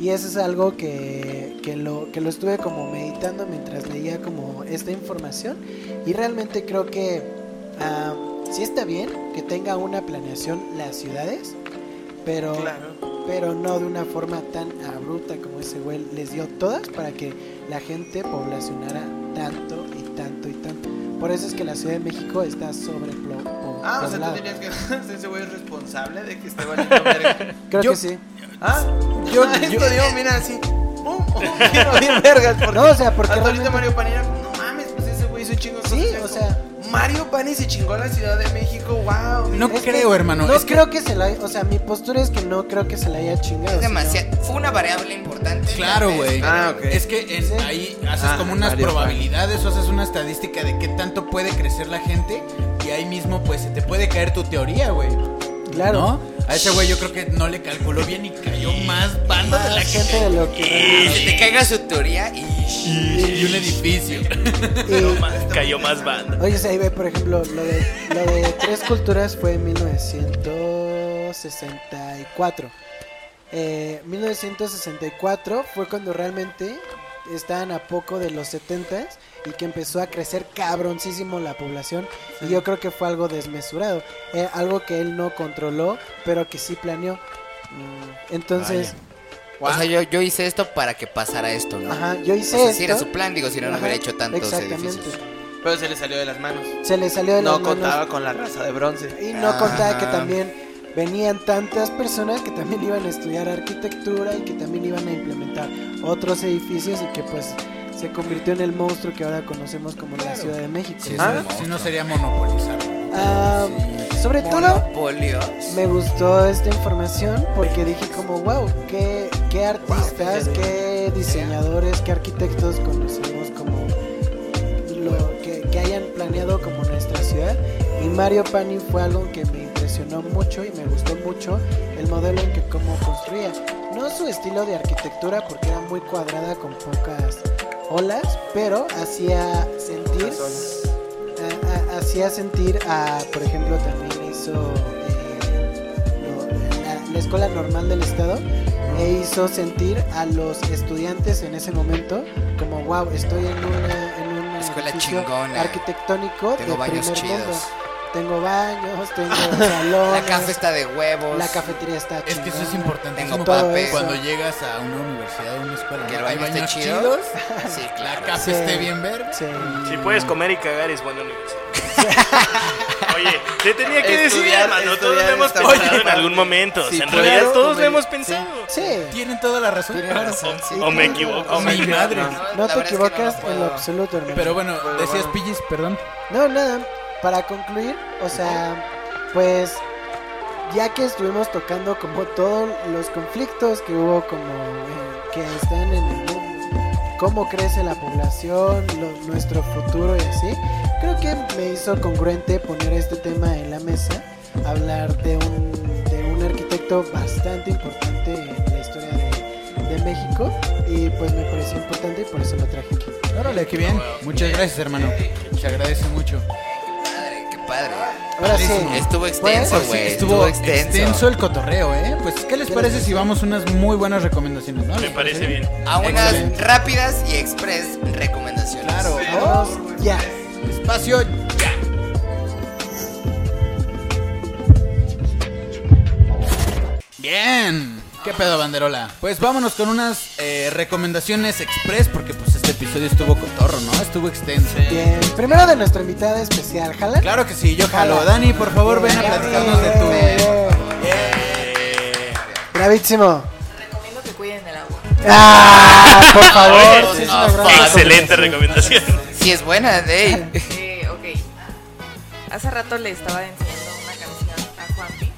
A: y eso es algo que, que lo, que lo estuve como meditando mientras leía como esta información y realmente creo que ah, sí está bien que tenga una planeación las ciudades pero pero no de una forma tan abrupta como ese güey les dio todas para que la gente poblacionara tanto y tanto y tanto. Por eso es que la Ciudad de México está sobre
D: Ah, o sea, tú dirías que ese güey es responsable de que esté valiendo verga.
A: Creo
B: yo-
A: que sí.
D: Ah,
B: Yo-
D: ah, esto
B: yo-
D: digo, mira, así. Pum, pum, quiero bien vergas. Porque
A: No, o sea, porque
D: hasta
A: realmente-
D: ahorita Mario Panera, no mames, pues ese güey hizo chingos.
A: Sí, o sea,
D: Mario Pani se chingó a la Ciudad de México, wow.
B: No
A: Es que
B: creo, hermano.
A: No
B: es que-
A: creo que se la haya. O sea, mi postura es que no creo que se la haya chingado.
C: Es
A: sino-
C: demasiado. Fue una variable importante.
B: Claro, güey.
D: Ah, ok.
B: Es que en-
A: Sí.
B: ahí haces
D: Ah,
B: como unas
D: Mario Kart.
B: probabilidades o haces una estadística de qué tanto puede crecer la gente y ahí mismo pues se te puede caer tu teoría, güey.
A: Claro.
B: ¿No? A ese güey yo creo que no le calculó bien y cayó más banda de la
A: Más
B: gente
A: gente de lo que.
C: Se te caiga su teoría y.
B: y un edificio.
E: Cayó
D: Este
A: Y-
E: más, cayó más banda.
A: Oye, o sea, ahí ve, por ejemplo, lo de, lo de Tres Culturas fue en 1964. Eh, 1964 fue cuando realmente estaban a poco de los 70 y que empezó a crecer cabroncísimo la población. Y yo creo que fue algo desmesurado. eh, algo que él no controló, pero que sí planeó. Mm, Entonces,
C: O sea, yo, yo hice esto para que pasara esto, ¿no?
A: ajá, yo hice
C: O sea,
A: esto.
C: si era su plan, digo, si no, no
A: Ajá,
C: hubiera hecho tantos
A: exactamente.
C: edificios.
D: Pero se le salió de las manos.
A: Se le salió de las
D: No
A: manos.
D: contaba con la raza de bronce.
A: Y no contaba que
C: Ah.
A: también venían tantas personas que también iban a estudiar arquitectura y que también iban a implementar otros edificios y que pues se convirtió en el monstruo que ahora conocemos como la Ciudad de México.
C: Sí,
D: Ah.
B: Si no sería monopolizarlo.
A: Ah, sobre todo
C: Monopolios.
A: me gustó esta información porque dije como wow, qué, qué artistas, qué diseñadores, qué arquitectos conocemos como lo que, que hayan planeado como nuestra ciudad. Y Mario Pani fue algo que me impresionó mucho y me gustó mucho el modelo en que cómo construía. No su estilo de arquitectura porque era muy cuadrada con pocas olas, pero hacía sentir a- a- hacía sentir a, por ejemplo, también hizo eh, lo- la, la escuela normal del estado e hizo sentir a los estudiantes en ese momento como wow, estoy en una en un
C: Escuela
A: edificio
C: chingona.
A: arquitectónico
C: Tengo
A: de
C: baños
A: primer mundo.
C: chidos.
A: Tengo baños, tengo salones,
C: La casa está de huevos.
A: la cafetería está
B: Es que eso es
A: chingona.
B: importante.
C: Tengo
A: todo
C: papel.
A: eso.
B: Cuando llegas a una universidad o una escuela,
C: Que el
B: ¿no?
C: baño
B: Hay
C: esté
B: baños
C: chido.
B: chidos,
C: Sí,
B: la
C: claro.
B: capa
A: Sí.
B: esté bien verde.
A: Sí.
E: Si puedes comer y cagar es buena universidad. Oye, te tenía que decir,
D: Estudiar-
E: hermano, todos
D: estudiar
E: lo hemos
D: esta
E: pensado
D: madre.
E: en algún momento. O
D: Sí,
E: sea, en
D: claro,
E: realidad todos
D: hombre.
E: lo hemos pensado.
A: Sí.
B: Tienen toda la razón. Oh,
E: O me equivoco.
B: Mi madre.
A: No te
C: La verdad es que no lo
A: equivocas en lo
C: puedo.
A: absoluto, hermano.
B: Pero bueno,
D: Pero
B: decías
D: bueno.
B: Pillis, perdón.
A: No, nada, para concluir, o sea, pues ya que estuvimos tocando como todos los conflictos que hubo como eh, que están en el mundo, cómo crece la población, lo- nuestro futuro y así, creo que me hizo congruente poner este tema en la mesa, hablar de un, de un arquitecto bastante importante en la historia de, de México y pues me pareció importante y por eso lo traje aquí.
B: Órale, qué bien. Muchas gracias, hermano. Se agradece mucho.
C: Padre, qué padre.
A: Ahora sí,
B: Padrísimo.
C: Estuvo
B: Pues
C: extenso,
A: Pues
B: sí,
C: güey.
B: estuvo
C: extenso.
B: extenso el cotorreo, ¿eh? Pues, ¿qué les
A: ¿Qué
B: parece
A: les
B: si
A: parece?
B: vamos a unas muy buenas recomendaciones? ¿no?
E: Me
B: ¿Les
E: parece bien.
C: A unas
B: Excelente.
C: rápidas y express recomendaciones.
B: Claro.
A: vamos ya.
B: Espacio. Bien. ¿Qué pedo, banderola? Pues vámonos con unas eh, recomendaciones express, porque pues este episodio estuvo cotorro, ¿no? Estuvo extenso.
A: Bien, primero de nuestra invitada especial, ¿jala?
B: Claro que sí, yo jalo. Dani, por favor, ven a platicarnos de tu...
A: tu. Bravísimo.
F: Recomiendo que cuiden el agua.
A: Ah, por
E: Oye,
A: favor, sí, es una gran
E: excelente
A: recomendación.
E: recomendación.
C: Si es buena, Dave.
F: Eh, ok. Hace rato le estaba enseñando una canción a Juanpi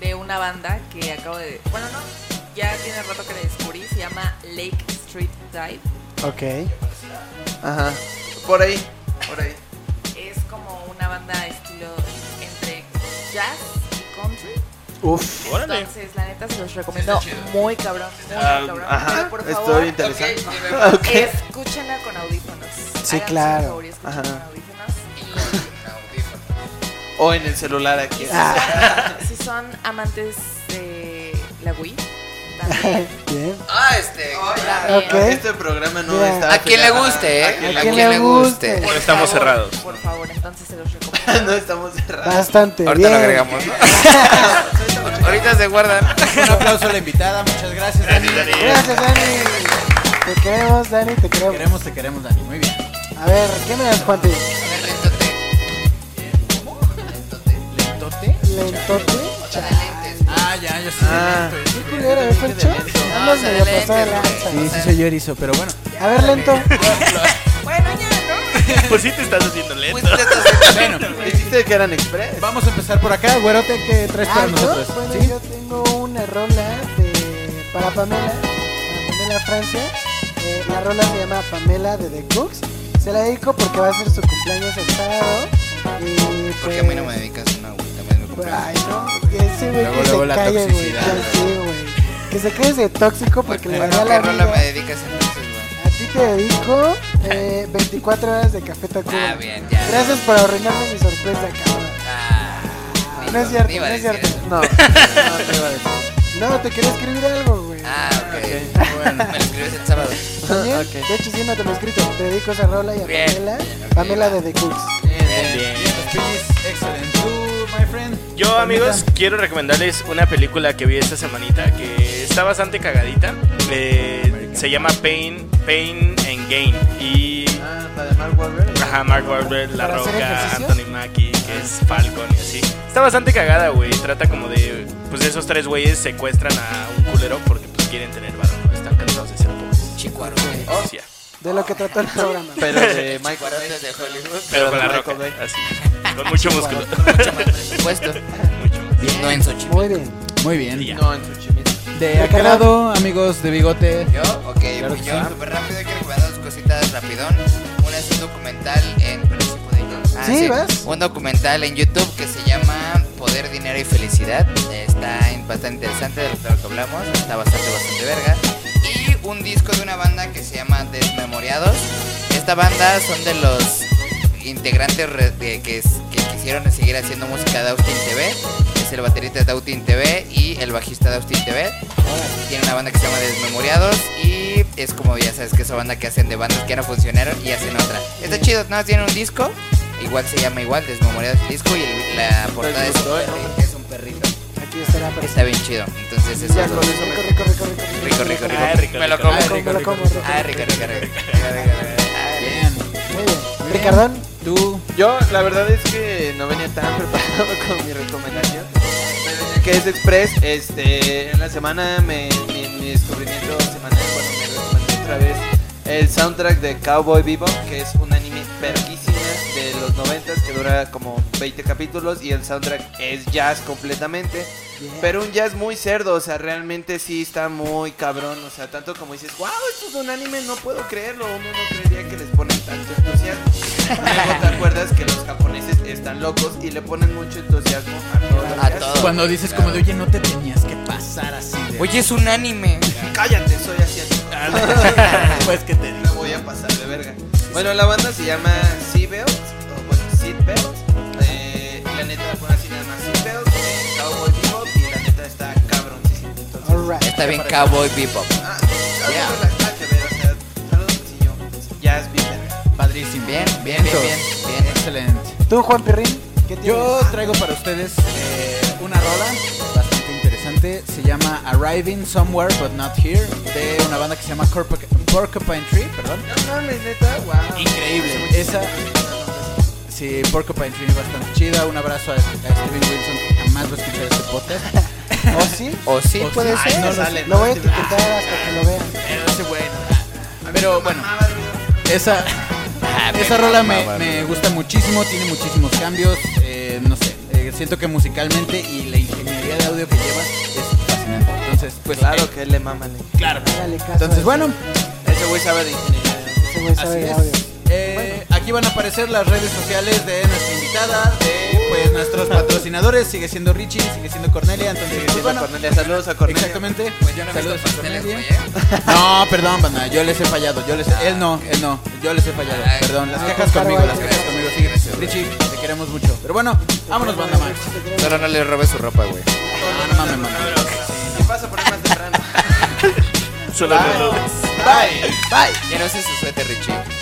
F: de una banda que acabo de. Bueno, no, ya tiene rato que la descubrí. Se llama Lake Street Dive.
A: Ok.
D: Ajá. Por ahí, por ahí.
F: Es como una banda estilo entre jazz y country.
A: Uf.
E: Órale.
F: Entonces, la neta se los recomiendo muy cabrón. Muy
E: Ah,
F: cabrón.
D: Ajá.
F: Pero, por favor,
D: Estoy interesante. Ok.
F: escúchenla con audífonos.
A: Sí,
F: Háganse el
A: claro.
F: favor y escúchenla
D: Ajá.
F: con audífonos. Y
D: O en el celular aquí.
A: Ah,
F: si son amantes de la Wii, también.
A: bien.
C: Ah, este.
A: Ok.
D: Este programa no
A: Mira.
D: está.
C: A quien le
D: afiliado-
C: guste,
D: a
C: ¿eh?
D: quien
A: A
D: le
A: quien
D: guste.
A: le guste.
F: Por
E: estamos
F: favor,
E: cerrados.
F: Por favor, entonces se los recomiendo.
D: No estamos cerrados.
A: Bastante
C: Ahorita
A: bien.
C: lo agregamos, ¿no? Ahorita se guardan.
B: Un aplauso a la invitada, muchas gracias, Dani.
E: Gracias, Dani.
A: Gracias, Dani. Te queremos, Dani, te
B: Te
A: queremos.
B: queremos, te queremos, Dani. Muy bien.
A: A ver, ¿qué me das, Juanpi?
B: ¿Lentote?
A: ¿Lentote? Chale.
B: Ah, ya, yo soy
D: Ah.
B: de lento.
A: ¿Qué culero, eh, Fercho? Andas medio pasada de lanza.
B: Sí, sí soy erizo, pero bueno.
A: A ver, lento.
F: Bueno, ya, ¿no?
E: Pues sí te estás haciendo lento.
C: Pues, te estás-
B: Bueno,
D: Dijiste que eran express.
B: vamos a empezar por acá. Güerote, ¿qué traes para
A: Ah, ¿yo?
B: nosotros?
A: Bueno,
B: ¿Sí?
A: yo tengo una rola de, para Pamela, para Pamela Francia. Eh, la rola se llama Pamela de The Cooks. Se la dedico porque va a ser su cumpleaños el sábado. Y
C: Porque a
A: pues,
C: mí no me dedicas una, güey. También me compré.
A: Ay, no, que ese güey
B: Luego,
A: que
B: luego
A: se
B: la
A: calle, güey.
B: toxicidad.
A: Ya sé, güey. Que se calle ese tóxico porque le
C: Bueno,
A: daría
C: ¿qué
A: la
C: rola
A: vida.
C: me dedicas entonces, güey?
A: A ti te dedico eh, 24 horas de Café Tacuba.
C: Ah, bien, ya.
A: Gracias por arruinarme mi sorpresa, cabrón.
C: Ah, ni
A: No es
C: lo-
A: cierto,
C: ni
A: no
C: iba a
A: es
C: decir
A: cierto.
C: eso.
A: No, no te iba a decir. No, te quería escribir algo, güey.
C: Ah, ok. Bueno, me lo escribes el sábado.
A: También, De hecho, sí, no te lo he escrito. Te dedico esa rola y a
C: Bien,
A: Pamela.
C: bien, ok,
A: Pamela
C: va.
A: de The Cooks.
C: Bien, bien.
B: Excelente. Tú, my friend.
E: Yo, amigos, quiero recomendarles una película que vi esta semanita que está bastante cagadita. Eh, se llama Pain, Pain and Gain. Y
D: Ah, la de Mark Wahlberg.
E: Ajá, Mark Wahlberg, La
A: ¿Para hacer
E: Roca,
A: ejercicios?
E: Anthony Mackie, que es Falcon y así. Está bastante cagada, güey. Trata como de. Pues esos tres güeyes secuestran a un culero porque pues quieren tener varo, ¿no? Están cansados de ser pobres.
C: Chico
E: O sea,
A: De lo que trató el programa.
D: Pero de Mike
C: Cuarotes de Hollywood.
E: Pero con La
D: Michael
E: Roca,
D: Bay.
E: así. Con mucho músculo.
C: Puesto. No en Sochi.
A: Muy bien.
B: Muy bien.
E: Ya.
D: No, en Xochimilco.
B: De acá lado, amigos de bigote.
C: Yo, ok,
B: Claro
C: pues
B: que
C: yo
B: sí.
C: súper rápido quiero recomendar dos cositas rapidón. Una es un documental en... pero sí puedo ir yo. Ah,
A: Sí, vas.
C: Un documental en YouTube que se llama Poder, Dinero y Felicidad. Está en- bastante interesante de lo de lo que hablamos. Está bastante, bastante verga. Y un disco de una banda que se llama Desmemoriados. Esta banda son de los integrantes re- de- que, es- que quisieron seguir haciendo música de Austin TV. Es el baterista de Austin TV y el bajista de Austin TV. Tiene una banda que se llama Desmemoriados y es como ya sabes que esa banda que hacen de bandas que ya no funcionaron y hacen otra. Está chido, no tienen un disco, igual se llama igual, Desmemoriados el disco y el- la portada es un, perri- es un perrito.
A: Aquí estará presente.
C: Está bien chido. Entonces eso
D: Ya
C: es
D: con eso
A: Rico,
D: me
A: rico, rico, rico.
C: rico, rico, rico.
E: Ay, Ah, rico,
C: Me lo
E: rico.
C: como.
A: Ay, rico, rico, rico.
C: Ay, rico, rico, rico. Ay,
B: Bien.
A: Muy bien. Ricardón,
B: Tú,
D: Yo, la verdad es que no venía tan preparado con mi recomendación. Pero ya que es Express, este, en la semana me, mi, mi descubrimiento semanal, bueno, me recomendé otra vez el soundtrack de Cowboy Bebop, que es un anime perquísima de los 90 que dura como 20 capítulos y el soundtrack es jazz completamente. Pero un jazz muy cerdo, o sea, realmente sí está muy cabrón. O sea, tanto como dices, wow, esto es un anime, no puedo creerlo. Uno no creería que les ponen tanto entusiasmo. Luego te acuerdas que los japoneses están locos y le ponen mucho entusiasmo a todo.
C: A
D: jazz.
C: todo.
B: cuando dices como de, oye, no te tenías que pasar así de...
C: Oye, es un anime.
D: Cállate, soy asiático.
B: pues que te digo.
D: Me voy a pasar de verga. Bueno, la banda se llama Seatbelt, o bueno, Seatbelt. Eh, la neta, bueno, así nada más Seatbelt, eh, Cowboy Bebop y la neta está cabroncísimo. Entonces,
A: alright.
C: Está bien cowboy bebop.
D: Ah, ah,
C: Yeah.
D: no, la- nada que ver, o sea, saludos, señor. Ya es bien verga.
B: Padrísimo.
C: Bien, bien, bien, bien, bien.
B: Excelente.
A: Tú, Juan Pirrín, ¿qué tienes?
B: Yo traigo para ustedes eh, una rola bastante interesante. Se llama Arriving Somewhere But Not Here de una banda que se llama Corp- Porcupine Tree, perdón.
D: No mames, neta, wow.
B: Increíble. Esa, sí, Porcupine Tree bastante chida. Un abrazo a, a Steven Wilson que jamás va a escuchar este podcast.
A: ¿O sí?
C: O sí,
B: O
C: puede
B: sí.
C: ser.
B: Ay, no lo
D: sale.
B: sé.
A: Lo voy a etiquetar hasta que lo vean.
B: Pero ese güey, no. Pero bueno, esa, esa rola me, me gusta muchísimo, tiene muchísimos cambios. eh, no sé, eh, siento que musicalmente y la ingeniería de audio que lleva es fascinante. Entonces, pues
D: Claro que le maman. eh.
B: claro.
A: Dale caso.
B: Entonces, bueno,
D: Ese güey sabe de ingeniería.
A: Ese güey sabe
B: así
A: de
B: es.
A: audio.
B: Eh, Aquí van a aparecer las redes sociales de nuestra invitada, de pues nuestros patrocinadores. Sigue siendo Richie, sigue siendo Cornelia. Entonces,
D: Sigue
B: pues,
D: siendo
B: bueno,
D: Cornelia. Saludos a Cornelia.
B: Exactamente.
C: Pues yo no he visto
B: Saludos a
C: pasteles,
B: Cornelia.
C: güey, ¿eh?
B: No, perdón, banda, yo les he fallado, yo les él no, él no, yo les he fallado.
C: Ay,
B: Perdón, las
A: no,
B: quejas
A: claro,
B: conmigo,
A: hay
B: las
A: que-
B: quejas conmigo, sí.
C: Gracias,
B: Richie, te queremos mucho. Pero bueno, vámonos, banda Max.
C: Solo no le robes su ropa, güey.
B: No, no mames, mano.
D: Y pasa por ahí más temprano.
E: Solo
B: Bye. Bye.
C: Ya no sé su suéter, Richie.